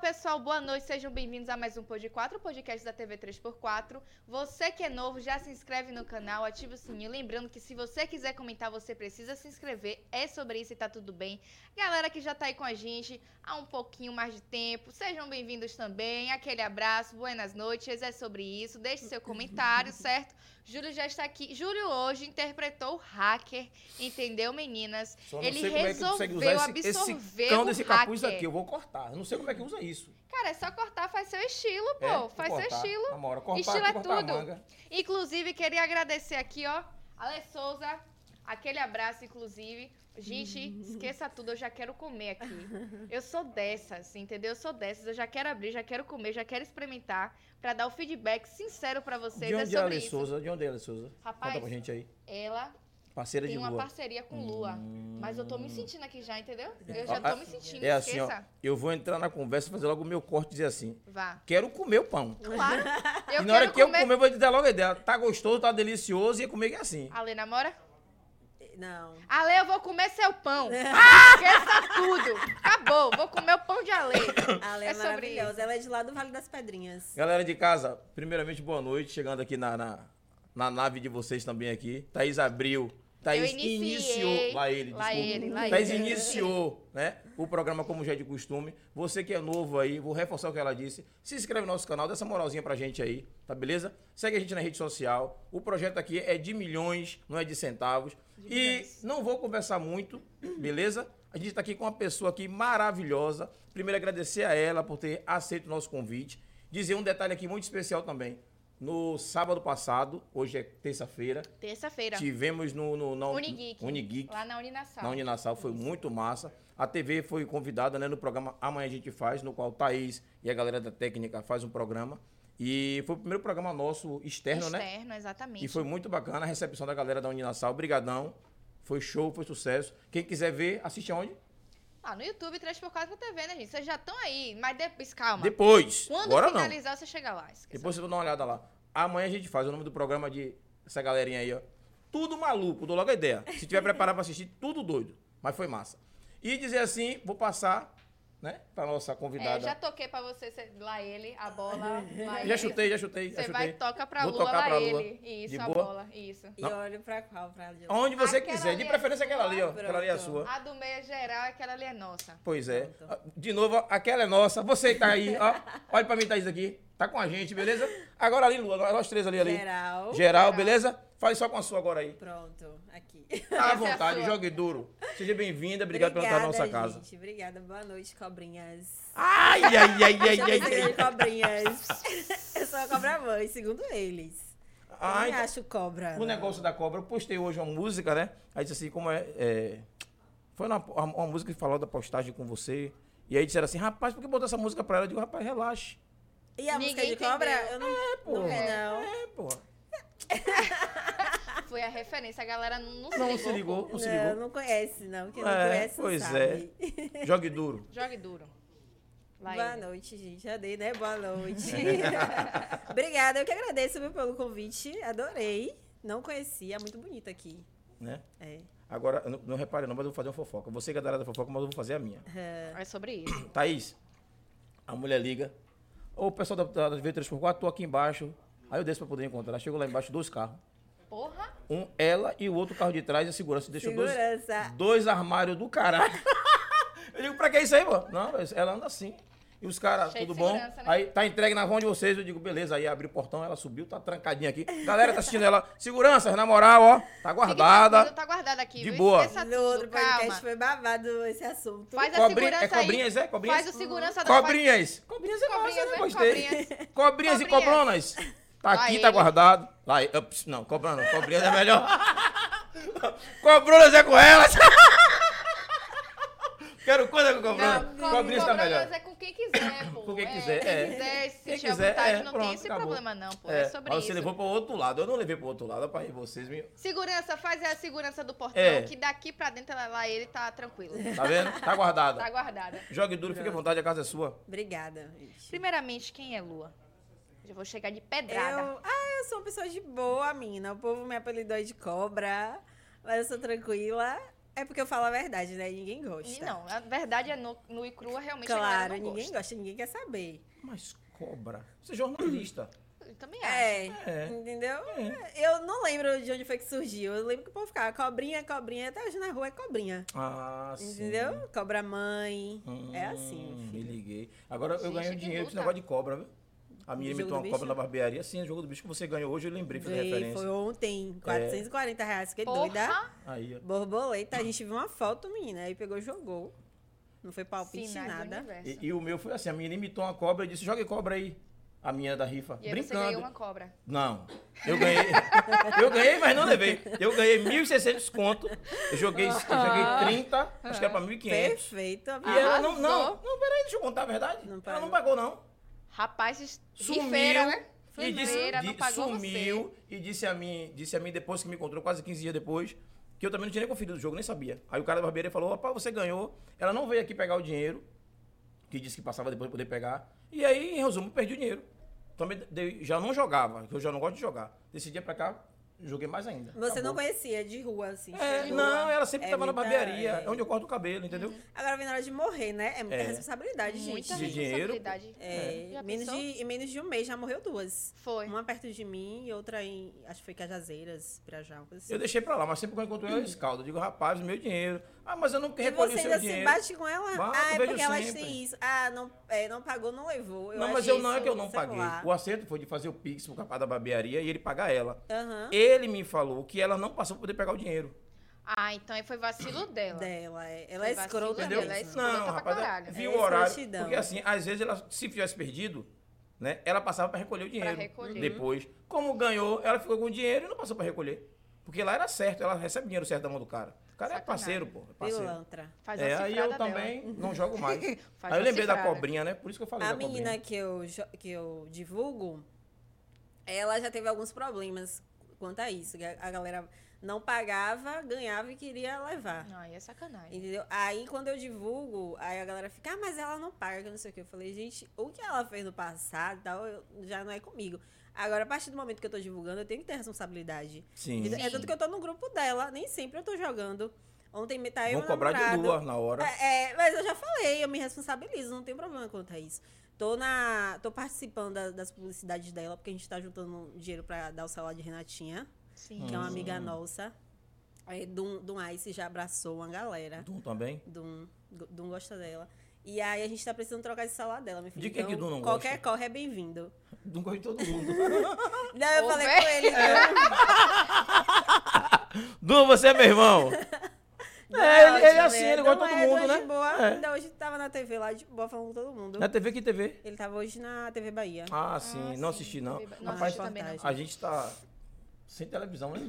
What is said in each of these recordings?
pessoal, boa noite, sejam bem-vindos a mais um Pod 4, podcast da TV 3x4. Você que é novo, já se inscreve no canal, ativa o sininho. Lembrando que se você quiser comentar, você precisa se inscrever. É sobre isso e tá tudo bem. Galera que já tá aí com a gente há um pouquinho mais de tempo, sejam bem-vindos também. Aquele abraço, buenas noites, é sobre isso. Deixe seu comentário, certo? Júlio já está aqui. Júlio hoje interpretou o hacker, entendeu, meninas? Ele resolveu é absorver esse, esse o capuz aqui, eu vou cortar. Eu não sei como é que usa isso. Cara, é só cortar, faz seu estilo, pô. É, faz cortar, seu estilo. Amora, cortar, estilo é cortar tudo. Inclusive, queria agradecer aqui, ó, Ale Souza. Aquele abraço, inclusive. Gente, esqueça tudo, eu já quero comer aqui. Eu sou dessas, entendeu? Eu sou dessas, eu já quero abrir, já quero comer, já quero experimentar para dar o feedback sincero para vocês. De onde é, é Ale isso. Souza? De onde é Ale Souza? Rapaz, Conta pra gente aí. Ela Parceira tem de uma Lua. Hum. parceria com Lua. Mas eu tô me sentindo aqui já, entendeu? Eu Ó, já tô a- me sentindo, É assim, ó. esqueça. Eu vou entrar na conversa, fazer logo o meu corte e dizer assim: Vá. quero comer o pão. Claro. Eu e na hora quero que eu comer. comer, eu vou te dar logo a ideia. Tá gostoso, tá delicioso, e ia comer que é assim. Ale namora? Não. Ale, eu vou comer seu pão. É. Ah, Esqueça tudo. Acabou. Vou comer o pão de Ale. A Lé é, É sobre isso. maravilhosa. Ela é de lá do Vale das Pedrinhas. Galera de casa, primeiramente, boa noite. Chegando aqui na, na, na nave de vocês também aqui. Thaís abriu. Thaís Eu iniciei. iniciou. Lá ele, Lá desculpa. ele, lá Thaís ele. iniciou, né? O programa, como já é de costume. Você que é novo aí, vou reforçar o que ela disse. Se inscreve no nosso canal, dá essa moralzinha pra gente aí, tá beleza? Segue a gente na rede social. O projeto aqui é de milhões, não é de centavos. E não vou conversar muito, beleza? A gente tá aqui com uma pessoa aqui maravilhosa. Primeiro, agradecer a ela por ter aceito o nosso convite. Dizer um detalhe aqui muito especial também. No sábado passado, hoje é terça-feira, Terça-feira. tivemos no, no, na Unigeek. Unigeek Lá na Uninassal. na Uninassal, foi muito massa. A TV foi convidada né, no programa Amanhã a gente faz, no qual Thaís e a galera da técnica faz um programa. E foi o primeiro programa nosso externo, né? Externo, exatamente. E foi muito bacana a recepção da galera da Uninassal. Obrigadão. Foi show, foi sucesso. Quem quiser ver, assiste aonde? Ah, no YouTube, 3x4 TV, né, gente? Vocês já estão aí, mas depois, calma. Depois. Quando Agora não. finalizar, você chega lá. Esqueça. Depois você dá uma olhada lá. Amanhã a gente faz o nome do programa de essa galerinha aí, ó. Tudo maluco, dou logo a ideia. Se tiver preparado pra assistir, tudo doido. Mas foi massa. E dizer assim, vou passar, né, pra nossa É, convidada. já toquei pra você, cê- lá ele, a bola. lá já, ele. chutei, já chutei, já Você chutei. vai toca pra Vou lua, tocar lá pra lua. ele. Isso, De a boa? bola. Isso. E Não. olho pra qual? Pra de lá. Aonde você Aquela quiser, ali de é preferência aquela ali, ó. sua. Aquela ali é a Pronto. sua. A do meio é geral, aquela ali é nossa. Pois é. Pronto. Ah, De novo, aquela é nossa. Você que tá aí, ó. Olha pra mim, Thaís, aqui. Tá com a gente, beleza? Agora ali, Lua, nós três ali, ali. Geral. Geral, beleza? Faz só com a sua agora aí. Pronto, aqui. Tá Essa à é a vontade, sua. jogue duro. Seja bem-vinda, obrigado pela estar na nossa casa. Gente. Obrigada. Boa noite, cobrinhas. Ai, ai, ai, ai, ai, Chama de ai. cobrinhas. Eu sou a cobra mãe, segundo eles. Eu Ai, me acho cobra. o negócio da cobra, eu postei hoje uma música, né? Aí disse assim, como é. é, Foi uma, uma música que falou da postagem com você. E aí disseram assim, rapaz, por que botou essa música pra ela? Eu digo, rapaz, relaxe. E a Ninguém música de cobra? entendeu. Eu não, É, pô. não é, não. É, pô. Foi a referência, a galera não se Não ligou. se ligou, não se não, ligou. não conhece, não. Quem não É, conhece não pois é. sabe. Jogue duro. Jogue duro. Lá Boa ele. noite, gente. Já dei, né? Boa noite. Obrigada, eu que agradeço viu, pelo convite. Adorei. Não conhecia, muito bonito aqui. Né? É. Agora, não, não repare não, mas eu vou fazer uma fofoca. Você que é da área da fofoca, mas eu vou fazer a minha. É sobre isso. Thaís, a mulher liga. Ô, pessoal da, da, da V3x4, tô aqui embaixo. Aí eu desço pra poder encontrar. Chego lá embaixo, dois carros. Porra, Um, ela e o outro carro de trás, a segurança deixou Segurança. dois, dois armários do caralho. Eu digo, pra que isso aí, pô? Não, ela anda assim. E os caras, Cheio de tudo bom? segurança, né? Aí tá entregue na mão de vocês. Eu digo, beleza. Aí abri o portão, ela subiu, tá trancadinha aqui. Galera tá assistindo ela. Segurança, na moral, ó. Tá guardada. Tá guardada aqui, De viu? boa. Esqueça No outro Tá tudo, podcast calma. foi babado esse assunto. Faz a Cobrinha, é segurança aí. cobrinhas, é? Cobrinhas? Faz o segurança da Cobrinhas. Cobrinhas é Cobrinhas, massa, né? né? Gostei. Cobrinhas. Cobrinhas. e Cobrinhas. cobronas. Tá Lá aqui, tá ele. guardado. Lá, ele. Ups, não, cobra não. Cobrinhas é melhor. cobronas é com elas. Quero coisa com Não, cobronas. co- cobrinhas tá cobrança melhor. é com quem quiser, pô. Com quem quiser, é. Quem quiser, se sentir Quem à quiser, vontade, é, não tem pronto, esse acabou. problema não, pô. É, sobre mas isso. você levou pro outro lado. Eu não levei pro outro lado. Rapaz, vocês me... Segurança, faz a segurança do portão, É. que daqui pra dentro ela- lá ele tá tranquilo. Tá vendo? Tá guardada. Tá guardada. Jogue duro, fique à vontade, a casa é sua. Obrigada, gente. Primeiramente, quem é Lua? Já vou chegar de Eu, pedrada. ah, eu sou uma pessoa de boa, mina. O povo me apelidou de cobra, mas eu sou tranquila. É porque eu falo a verdade, né? Ninguém E gosta. não, a verdade é nu, nua e crua, realmente a galera Claro, não ninguém gosta. gosta, ninguém quer saber. Mas cobra. Você é jornalista. Eu também acho. É, É. entendeu? Eu não lembro de onde foi que surgiu. Eu lembro que o povo ficava cobrinha, cobrinha. Até hoje na rua é cobrinha. Ah, sim. Entendeu? Cobra mãe. é assim, Hum, meu Me filho. liguei. Agora eu Gente, ganho que dinheiro com esse luta. negócio de cobra, viu? A minha Do jogo imitou do uma cobra bicho? na barbearia. Sim, o jogo do bicho que você ganhou hoje, eu lembrei, fiz Veio, referência. É. foi ontem, 440 reais. Fiquei doida. Porra! Aí, ó. Borboleta, a gente viu uma foto, menina. Aí pegou e jogou. Não foi palpite, Sinais do nada. universo. E, e o meu foi assim, a minha imitou uma cobra e disse, jogue cobra aí. A minha da rifa. E aí você Brincando. ganhou uma cobra. Não. Eu ganhei. eu ganhei, mas não levei. Eu ganhei 1.600 conto. Eu joguei, eu Ah. joguei 30, acho que era pra 1.500. Perfeito. E ela não, Arrasou. não, não, peraí, deixa eu contar a verdade. Não ela pagou. não pagou, não. Rapaz, es- sumiu rifeira, né? e disse, Rifeira, di- não pagou sumiu e disse a mim, disse a mim depois que me encontrou quase 15 dias depois, que eu também não tinha nem conferido o jogo, nem sabia. Aí o cara da barbearia falou: "Rapaz, você ganhou". Ela não veio aqui pegar o dinheiro, que disse que passava depois de poder pegar. E aí, em resumo, perdi o dinheiro. Também dei- já não jogava, que eu já não gosto de jogar. Desse dia pra cá, Joguei mais ainda. Você não Acabou. conhecia de rua, assim. Tá É, de não, rua. ela sempre É tava na muita- barbearia, é. é onde eu corto o cabelo, entendeu? Agora vem na hora de morrer, né? É muita É. responsabilidade, Muita De gente. dinheiro, responsabilidade. É, Já menos de, pensou? em menos de um mês já morreu duas. Foi. Uma perto de mim e outra em. Acho que foi Cajazeiras, Pirajá, uma coisa assim. Eu deixei pra lá, mas sempre quando eu encontro ela, eu escaldo. Eu digo, rapaz, meu dinheiro. Ah, mas eu não E recolhi você o ainda seu se dinheiro. bate com ela? Bato, ah, é vejo porque elas sempre. têm isso. Ah, não, é, não pagou, não levou. Eu não, mas acho eu não é isso, que eu não sei paguei. lá. O acerto foi de fazer o Pix pro capaz da barbearia e ele pagar ela. Aham. Ele me falou que ela não passou pra poder pegar o dinheiro. Ah, então aí foi vacilo dela. Dela, é. Ela Foi é vacilo dela, escrota mesmo. ela é escrota. não, pra rapaz, ela caralho. viu É o horário. escrotidão. Porque assim, às vezes ela, se tivesse perdido, né, ela passava pra recolher o dinheiro. recolher. Depois. Como ganhou, ela ficou com o dinheiro e não passou pra recolher. Porque lá era certo, ela recebe dinheiro certo da mão do cara. O cara Sacanagem. é parceiro, pô. É parceiro. Pilantra. Faz É, uma aí eu cifrada dela. também não jogo mais. Faz aí eu uma lembrei da cifrada. cobrinha, né? Por isso que eu falei A da cobrinha. menina que eu, jo- que eu divulgo, ela já teve alguns problemas quanto a isso. que A a galera não pagava, ganhava e queria levar. Não, aí é sacanagem. Entendeu? Aí quando eu divulgo, aí a galera fica, ah, mas ela não paga, não sei o que. Eu falei, gente, o que ela fez no passado e tal, eu- já não é comigo. Agora, a partir do momento que eu tô divulgando, eu tenho que ter responsabilidade. Sim. É tanto que eu tô no grupo dela, nem sempre eu tô jogando. Ontem me tá eu. Vão meu cobrar de namorado. lua na hora. É, é, mas eu já falei, eu me responsabilizo, não tem problema quanto a isso. Tô, na, tô participando da- das publicidades dela, porque a gente tá juntando dinheiro pra dar o salário de Renatinha, Sim. que é uma Hum. amiga nossa. Aí, Dum, Dum Ice já abraçou uma galera. Dum também. Dum, Dum gosta dela. E aí a gente tá precisando trocar esse salário dela, meu filho. De quem que Então, Dum não Qualquer gosta? corre é bem-vindo. Dum gosta de todo mundo. Não, eu Ô, falei véi. com ele, É. né? Dum. Dum, você é meu irmão. Dum É, ele- ele é ótimo, assim, ele Dum gosta de todo é, Dum mundo, é de né? Boa. É. Ainda hoje tava na TV lá, de boa, falando com todo mundo. Na TV, que TV? Ele tava hoje na TV Bahia. Ah, sim. Ah, não sim, assisti, não. TV. Não Rapaz, assisti também, não. a gente tá sem televisão, né?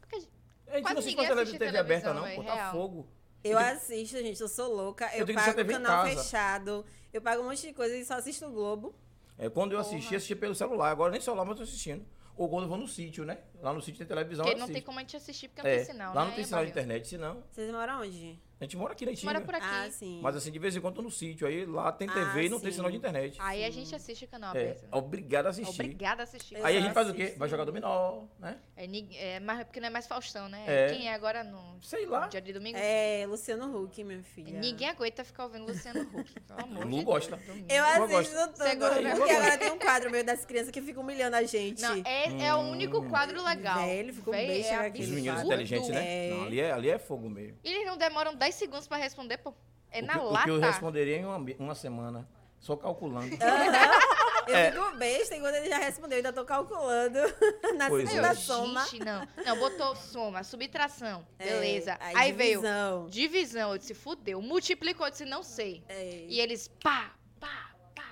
Porque a gente- A gente Quase não assiste ninguém mais televisão, assiste TV aberta, televisão, não. é Pô, tá real. fogo. Eu tenho- assisto, gente, eu sou louca. Eu tenho Eu, que pago assistir TV em canal casa. fechado, eu pago um monte de coisa e só assisto o Globo. É, quando eu assisti, Porra. assisti pelo celular. Agora nem celular, mas eu tô assistindo. Ou quando eu vou no sítio, né? Lá no sítio tem televisão, Porque eu não tem assisto. como a gente assistir, porque não tem sinal, lá né? não tem Aí é sinal de barulho. internet, senão. Vocês moram onde? A gente mora aqui na A gente mora por Itinga. aqui. Ah, sim. Mas assim, de vez em quando eu tô no sítio. Aí lá tem Ah, TV e não tem sim. sinal de internet. Aí a gente assiste o canal É, aberto. né? obrigado a assistir. Obrigada a assistir. Eu Aí a só gente faz o quê? assisto. Vai jogar dominó, né? É, nig- é, mas porque não é mais Faustão, né? É. Quem é agora no Sei lá. no dia de domingo? É, Luciano Huck, minha filha. Ninguém aguenta ficar ouvindo Luciano Huck. Pelo amor Lu de Deus, gosta. domingo. Eu Eu assisto gosto. tudo. Você gosta? Porque Eu gosto. agora tem um quadro meio das crianças que fica humilhando a gente. Não, é, é o único quadro legal. Velho, ficou um Véi, é bem chegar aqui. Os Eles Hum. meninos fazem. inteligentes, absurdo. né? É. Não, ali é, ali é fogo mesmo. Eles não demoram 10 segundos pra responder, pô. É o, na que, o que lata. eu responderia em uma, uma semana, só calculando. Eu É. fico besta enquanto ele já respondeu, ainda tô calculando na Pois é. Aí eu, segunda soma. gente, não. Não, botou soma, subtração. É, beleza. Aí veio divisão. divisão. Eu disse, fudeu. Multiplicou, eu disse, não sei. É. E eles, pá, pá, pá.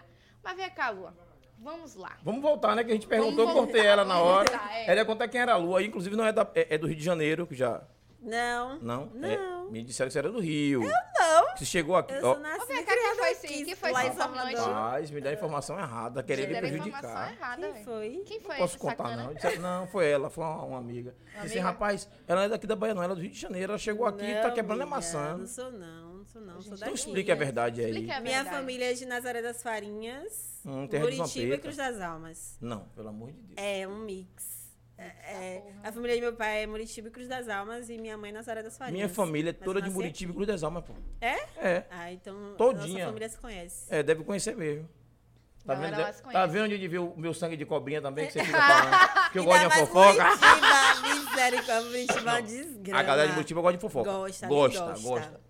Mas vem cá, Lua. Vamos lá. Vamos voltar, né? Que a gente Vamos perguntou, eu cortei voltar, ela na vamos hora. voltar, é. Ela ia contar quem era a Lua. aí, Inclusive, não é, da- é- é do Rio de Janeiro, que já. Não. Não? Não. É, me disseram que você era do Rio. Não. Você chegou aqui. Eu ó, Ah. sou Ô, nascida e Vem cá, quem criada foi sim? aqui, Quem foi lá em sim, Fernanda? Salvador. Rapaz, me dá a informação errada, querendo me Deram a informação prejudicar. errada, Quem velho. foi? Quem foi Não posso esse contar, sacana? não. Disseram, não, foi ela, foi uma, uma amiga. Disse assim, amiga? rapaz, ela não é daqui da Bahia, não, ela é do Rio de Janeiro. Ela chegou aqui e tá Não, quebrando a amiga, maçã. Não sou não, não sou não. Sou Então daqui. explique a verdade aí. Explica a Minha verdade. família é de Nazaré das Farinhas, Hum, terra de Curitiba e Vampeta. Cruz das Almas. Não, pelo amor de Deus. É um mix. É, Tá porra. a família de meu pai é Muritiba e Cruz das Almas e minha mãe é Nazaré das Farinhas. Minha família é Mas toda eu de nasci Muritiba e Cruz das Almas, pô. aqui. É? É. Ah, então a Todinha. nossa família se conhece. É, deve conhecer mesmo. Tá Não, vendo, ela de- se tá conhece. vendo onde viu o meu sangue de cobrinha também, que você fica falando? Que eu gosto de uma mais fofoca. Muritiba, misericórdia, Muritiba é uma desgrama. A galera de Muritiba gosta de fofoca. Gosta, gosta. gosta. gosta.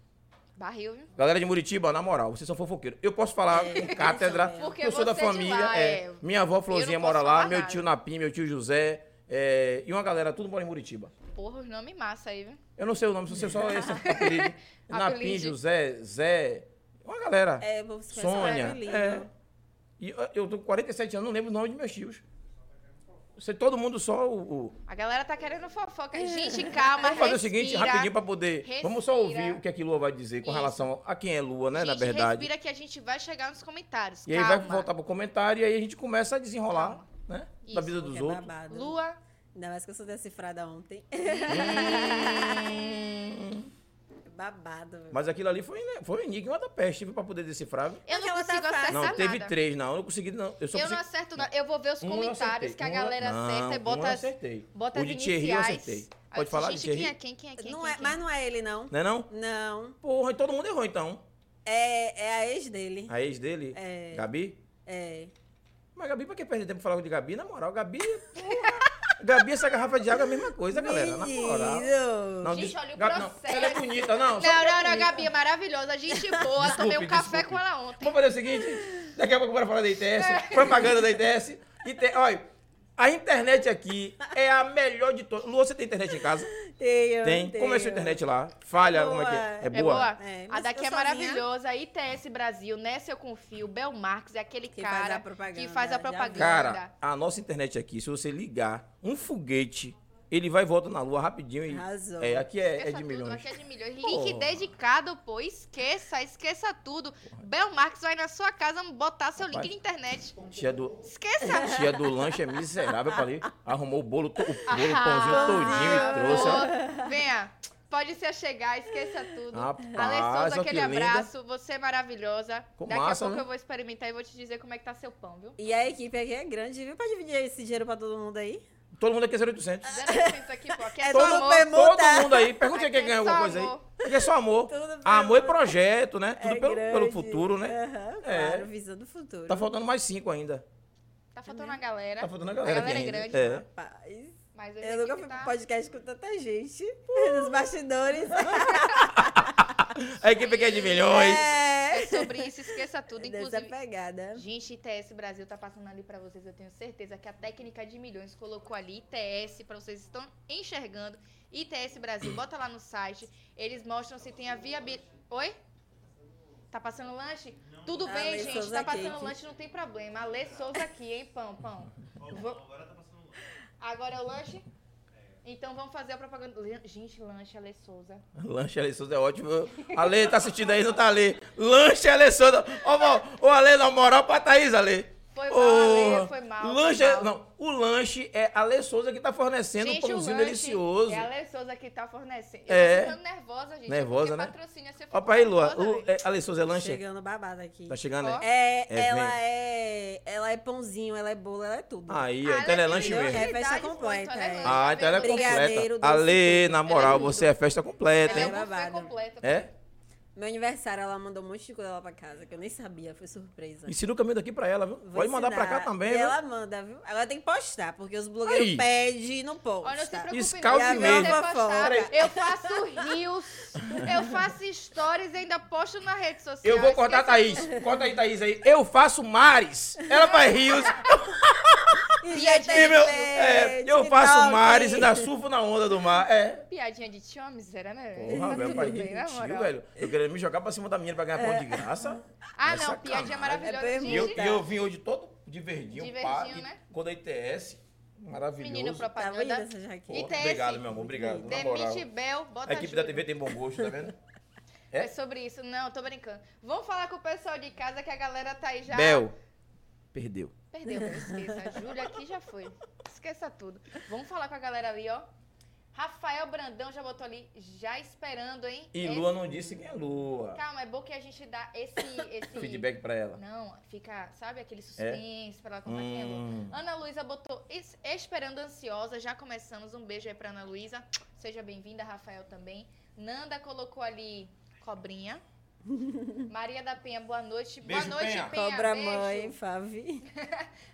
Barril, viu? Galera de Muritiba, na moral, vocês são fofoqueiros. Eu posso falar É, com cátedra, são mesmo. porque eu sou da Porque você é de família. lá, é. é. Minha avó Florzinha Eu não posso mora lá, falar meu nada. tio Napim, meu tio José, é, e uma galera, tudo mora em Muritiba. Porra, os nomes massa aí, viu? Eu não sei o nome, só sei só esse apelido. Napim, Apelido. José, Zé, uma galera. É, vou se Sônia. É. É. E eu- eu tô com 47 anos, não lembro o nome de meus tios. Sei todo mundo só o. o- A galera tá querendo fofoca. É. Gente, calma, Vamos fazer respira. o seguinte, rapidinho, pra poder. Vamos só respira. ouvir o que a Lua vai dizer com Isso. relação a quem é Lua, né? gente, na verdade. respira que a gente vai chegar nos comentários. E aí calma. vai voltar pro comentário e aí a gente começa a desenrolar, né? Isso, é da vida dos outros. é Babado. Lua, É Ainda mais que eu sou decifrada ontem. Hum. Babado, velho. Mas aquilo ali foi, né, foi o enigma da peste, viu? Pra poder decifrar. viu? Eu não Aquela consigo tá fácil. acertar Não, teve nada. três, não. Eu não consegui, não. Eu só eu não consegui... acerto nada. Eu vou ver os Um eu comentários acertei, que a um eu- galera não, acerta e Um eu bota, as- acertei. bota o as de Thierry eu iniciais. acertei. Aí eu Pode falar de disse, gente, Thierry? quem é quem, quem é quem, Não quem, é, quem? mas não é ele, não. Não é não? Não. Porra, e todo mundo errou então. É, é a ex dele. A ex dele, É. Gabi. É. Mas Gabi, pra que perder tempo falando de Gabi? Na moral, Gabi, porra. Gabi, essa garrafa de água é a mesma coisa, galera. Na moral. Menino. Não, Gente, diz- olha o Gabi, não. processo. Ela é bonita, Não, não. só porque é não, não, bonita. Gabi é maravilhosa. Gente boa, tomei um Desculpe, café desculpe. com ela ontem. Vamos fazer o seguinte: daqui a pouco bora falar da ITS, É. propaganda da ITS. ITS olha, a internet aqui é a melhor de todas. Lu, você tem internet em casa? Tenho, Tem. tenho. Como é a sua internet lá? Falha, como é que é? É É boa? É, a mas daqui eu é sozinha- maravilhosa. ITS Brasil, nessa eu confio. Bel Marques é aquele Que faz cara a propaganda, que faz a já vi. propaganda. Cara, a nossa internet aqui, se você ligar um foguete, ele vai e volta na lua rapidinho. E, Arrasou. é, aqui é- é, Esqueça de tudo, milhões. aqui é de milhões. Porra. Link dedicado, pô. Esqueça, esqueça tudo. Bel Marques vai na sua casa botar seu link Rapaz. de internet. Tia do, Esqueça. tia do lanche é miserável. Eu falei, arrumou o bolo, to- o bolo Ah, pãozinho todinho e trouxe. ó. pô. Venha. Pode se achegar, esqueça tudo. Rapaz, Ale Souza, ó, aquele que linda. abraço. Você é maravilhosa. Ficou Daqui massa, a pouco né? eu vou experimentar e vou te dizer como é que tá seu pão, viu? E a equipe aqui é grande, viu? Pra dividir esse dinheiro pra todo mundo aí. Todo mundo aqui é 0800. Zero por cento aqui, pô. Aqui é É só todo amor. bem- Todo Muda. mundo aí. Pergunte aí Aqui quem é ganhou só alguma coisa aí. amor. Aqui é só amor. Tudo pelo- amor e projeto, né? Tudo é pelo, grande. pelo futuro, né? Aham, É. claro, visando o futuro. Tá faltando mais cinco ainda. Tá faltando a galera. Tá faltando a galera, A galera aqui é ainda. grande. É. Rapaz, Mas hoje eu nunca fui tá... pra um podcast com tanta gente. Nos bastidores. A equipe aqui é de milhões. É é. sobre isso, esqueça tudo. Dessa Inclusive, pegada. gente, ITS Brasil tá passando ali pra vocês. Eu tenho certeza que a técnica de milhões colocou ali ITS pra vocês estão enxergando. ITS Brasil, bota lá no site. Eles mostram se tem a viabilidade. Oi? Tá passando lanche? Tudo Ah, bem, Lê gente. Souza tá passando Cake. lanche, não tem problema. A Lê Souza aqui, hein, pão, pão. Vou- Agora é o lanche? Então vamos fazer a propaganda. Lan- Gente, lanche, Alê Souza. Lanche Alessandro é ótimo. Ale, tá assistindo aí? Não tá Ale. Lanche Alessandro. Ô, vó, ô Ale, na moral pra Thaís, Ale. Foi mal, Ô, Ale, foi mal, foi Lanche, é- mal. Não, o lanche é Ale Souza que tá fornecendo um o pãozinho lanche delicioso. É a Lê Souza que tá fornecendo. É. Eu tô ficando nervosa, gente. porque Nervosa, né? patrocínio, é você Ó, fica pra aí, Lua. nervosa, O, velho. é, Ale Souza é lanche? Chegando babado aqui. Tá chegando, né? Ó. É, É, ela vem. é. Ela é pãozinho, ela é bolo, ela é tudo. Aí, Ah, ó, então ele é ela é lanche milhão, mesmo. né? É festa Verdade, pô, completa. então ela é é. lanche. Ah, então ela é Brigadeiro, completa. doce, Ale, na moral, tudo. você é festa completa, Ela é hein? Ela uma buffet babada. completa. É? Meu aniversário, ela mandou um monte de coisa lá pra casa, que eu nem sabia, foi surpresa. Ensina o caminho daqui pra ela, viu? Vou Pode mandar pra ensinar. cá também, E viu? Ela manda, viu? Agora tem que postar, porque os blogueiros Aí. pedem e não postam. Olha, não se preocupe Escalde não, se mesmo. você Minha postar, fofoca. Eu faço rios, eu faço stories e ainda posto na rede social. Eu vou cortar a Esqueça Thaís. Corta aí, Thaís aí. Eu faço mares. Ela faz rios. E é Piadinha gente, e meu- pede, é, eu faço TikTok. mares e ainda surfo na onda do mar. É. Piadinha de tio, uma miséria, né? Porra, velho, Tudo pai, bem, que na tio, moral. velho. Eu queria me jogar pra cima da menina pra ganhar pão de graça. Ah, É não, piadinha sacanagem. maravilhosa. É E eu, Gente, e eu vim hoje todo de verdinho, De pá, verdinho, e né? com da ITS. Maravilhoso. menino Tá bonita propaganda. essa jaqueta. Porra, ITS. Obrigado, meu amor. Obrigado. Na moral. Demite Bel, bota A equipe da Júlia. TV tem bom gosto, tá vendo? É? É? sobre isso. Não, tô brincando. Vamos falar com o pessoal de casa que a galera tá aí já. Bel, perdeu. Perdeu, Bel, esqueça. A Júlia aqui já foi. Esqueça tudo. Vamos falar com a galera ali, ó. Rafael Brandão já botou ali, já esperando, hein? E Esse- Lua não disse quem é Lua. Calma, é bom que a gente dá esse. esse... Feedback pra ela. Não, fica, sabe, aquele suspense pra ela contar quem é Lua. Hum. Ana Luísa botou es- esperando ansiosa, já começamos. Um beijo aí pra Ana Luísa. Seja bem-vinda, Rafael também. Nanda colocou ali cobrinha. Maria da Penha, boa noite. Beijo, boa noite, Penha. Penha. Cobra beijo. mãe, Favi.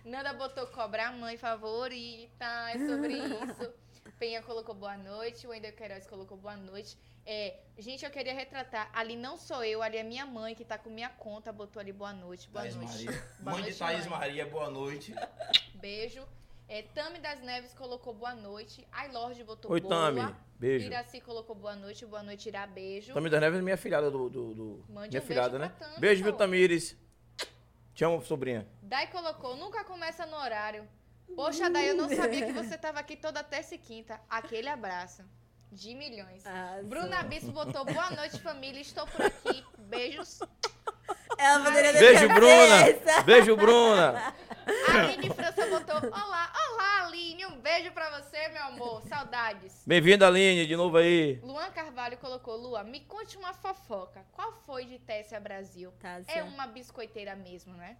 Nanda botou cobra mãe favorita. É sobre isso. Penha colocou boa noite. Wendel Queiroz colocou boa noite. É, gente, eu queria retratar. Ali não sou eu, ali é minha mãe que tá com minha conta. Botou ali boa noite. Boa Thaís noite. Maria. Boa Mãe Tá de noite, Thaís mãe. Maria, boa noite. Beijo. É, Tami das Neves colocou boa noite. Ai Lorde botou Oi, boa. Tami. Beijo. Iraci colocou boa noite. Boa noite, Irá. Beijo. Tami das Neves é minha filhada do. do, do- Mande minha um filhada, beijo né? pra Tami, por beijo, viu, favor. Tamires? Te amo, sobrinha. Dai colocou, nunca começa no horário. Poxa, Dai, eu não sabia que você tava aqui toda terça e quinta. Aquele abraço. De milhões. Arrasou. Bruna Bispo botou boa noite, família. Estou por aqui. Beijos. Ela poderia ter Beijo, certeza. Bruna! Beijo, Bruna! Aline França botou olá, olá, Aline. Um beijo Beijo pra você, meu amor. Saudades. Bem-vindo, Aline, de novo aí. Luan Carvalho colocou, Lua, me conte uma fofoca. Qual foi de Tessia Brasil? Tá, É certo. uma biscoiteira mesmo, né?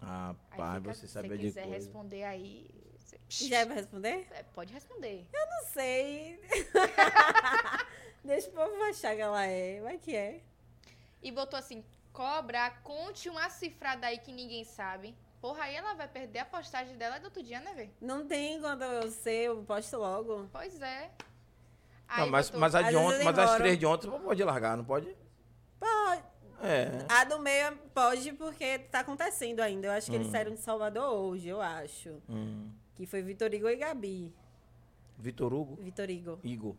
Aí Rapaz, fica- você se sabe de quiser coisa. responder aí, você- Já é pra responder? É, pode responder. Não sei. Deixa o povo achar que ela é. Vai que é. E botou assim, cobra, conte uma cifrada aí que ninguém sabe. Porra, aí ela vai perder a postagem dela do outro dia, né, vê? Não tem quando eu sei, eu posto logo. Pois é. Não, mas, botou- mas a Às de vezes ontem, eu mas as demoro. três de ontem você pode largar, não pode? Pode. É. A do meio pode porque tá acontecendo ainda. Eu acho que eles saíram de Salvador hoje, eu acho. Hum. Que foi Vitor Igor e Gabi. Vitor Hugo, Vitor Igor. Igor.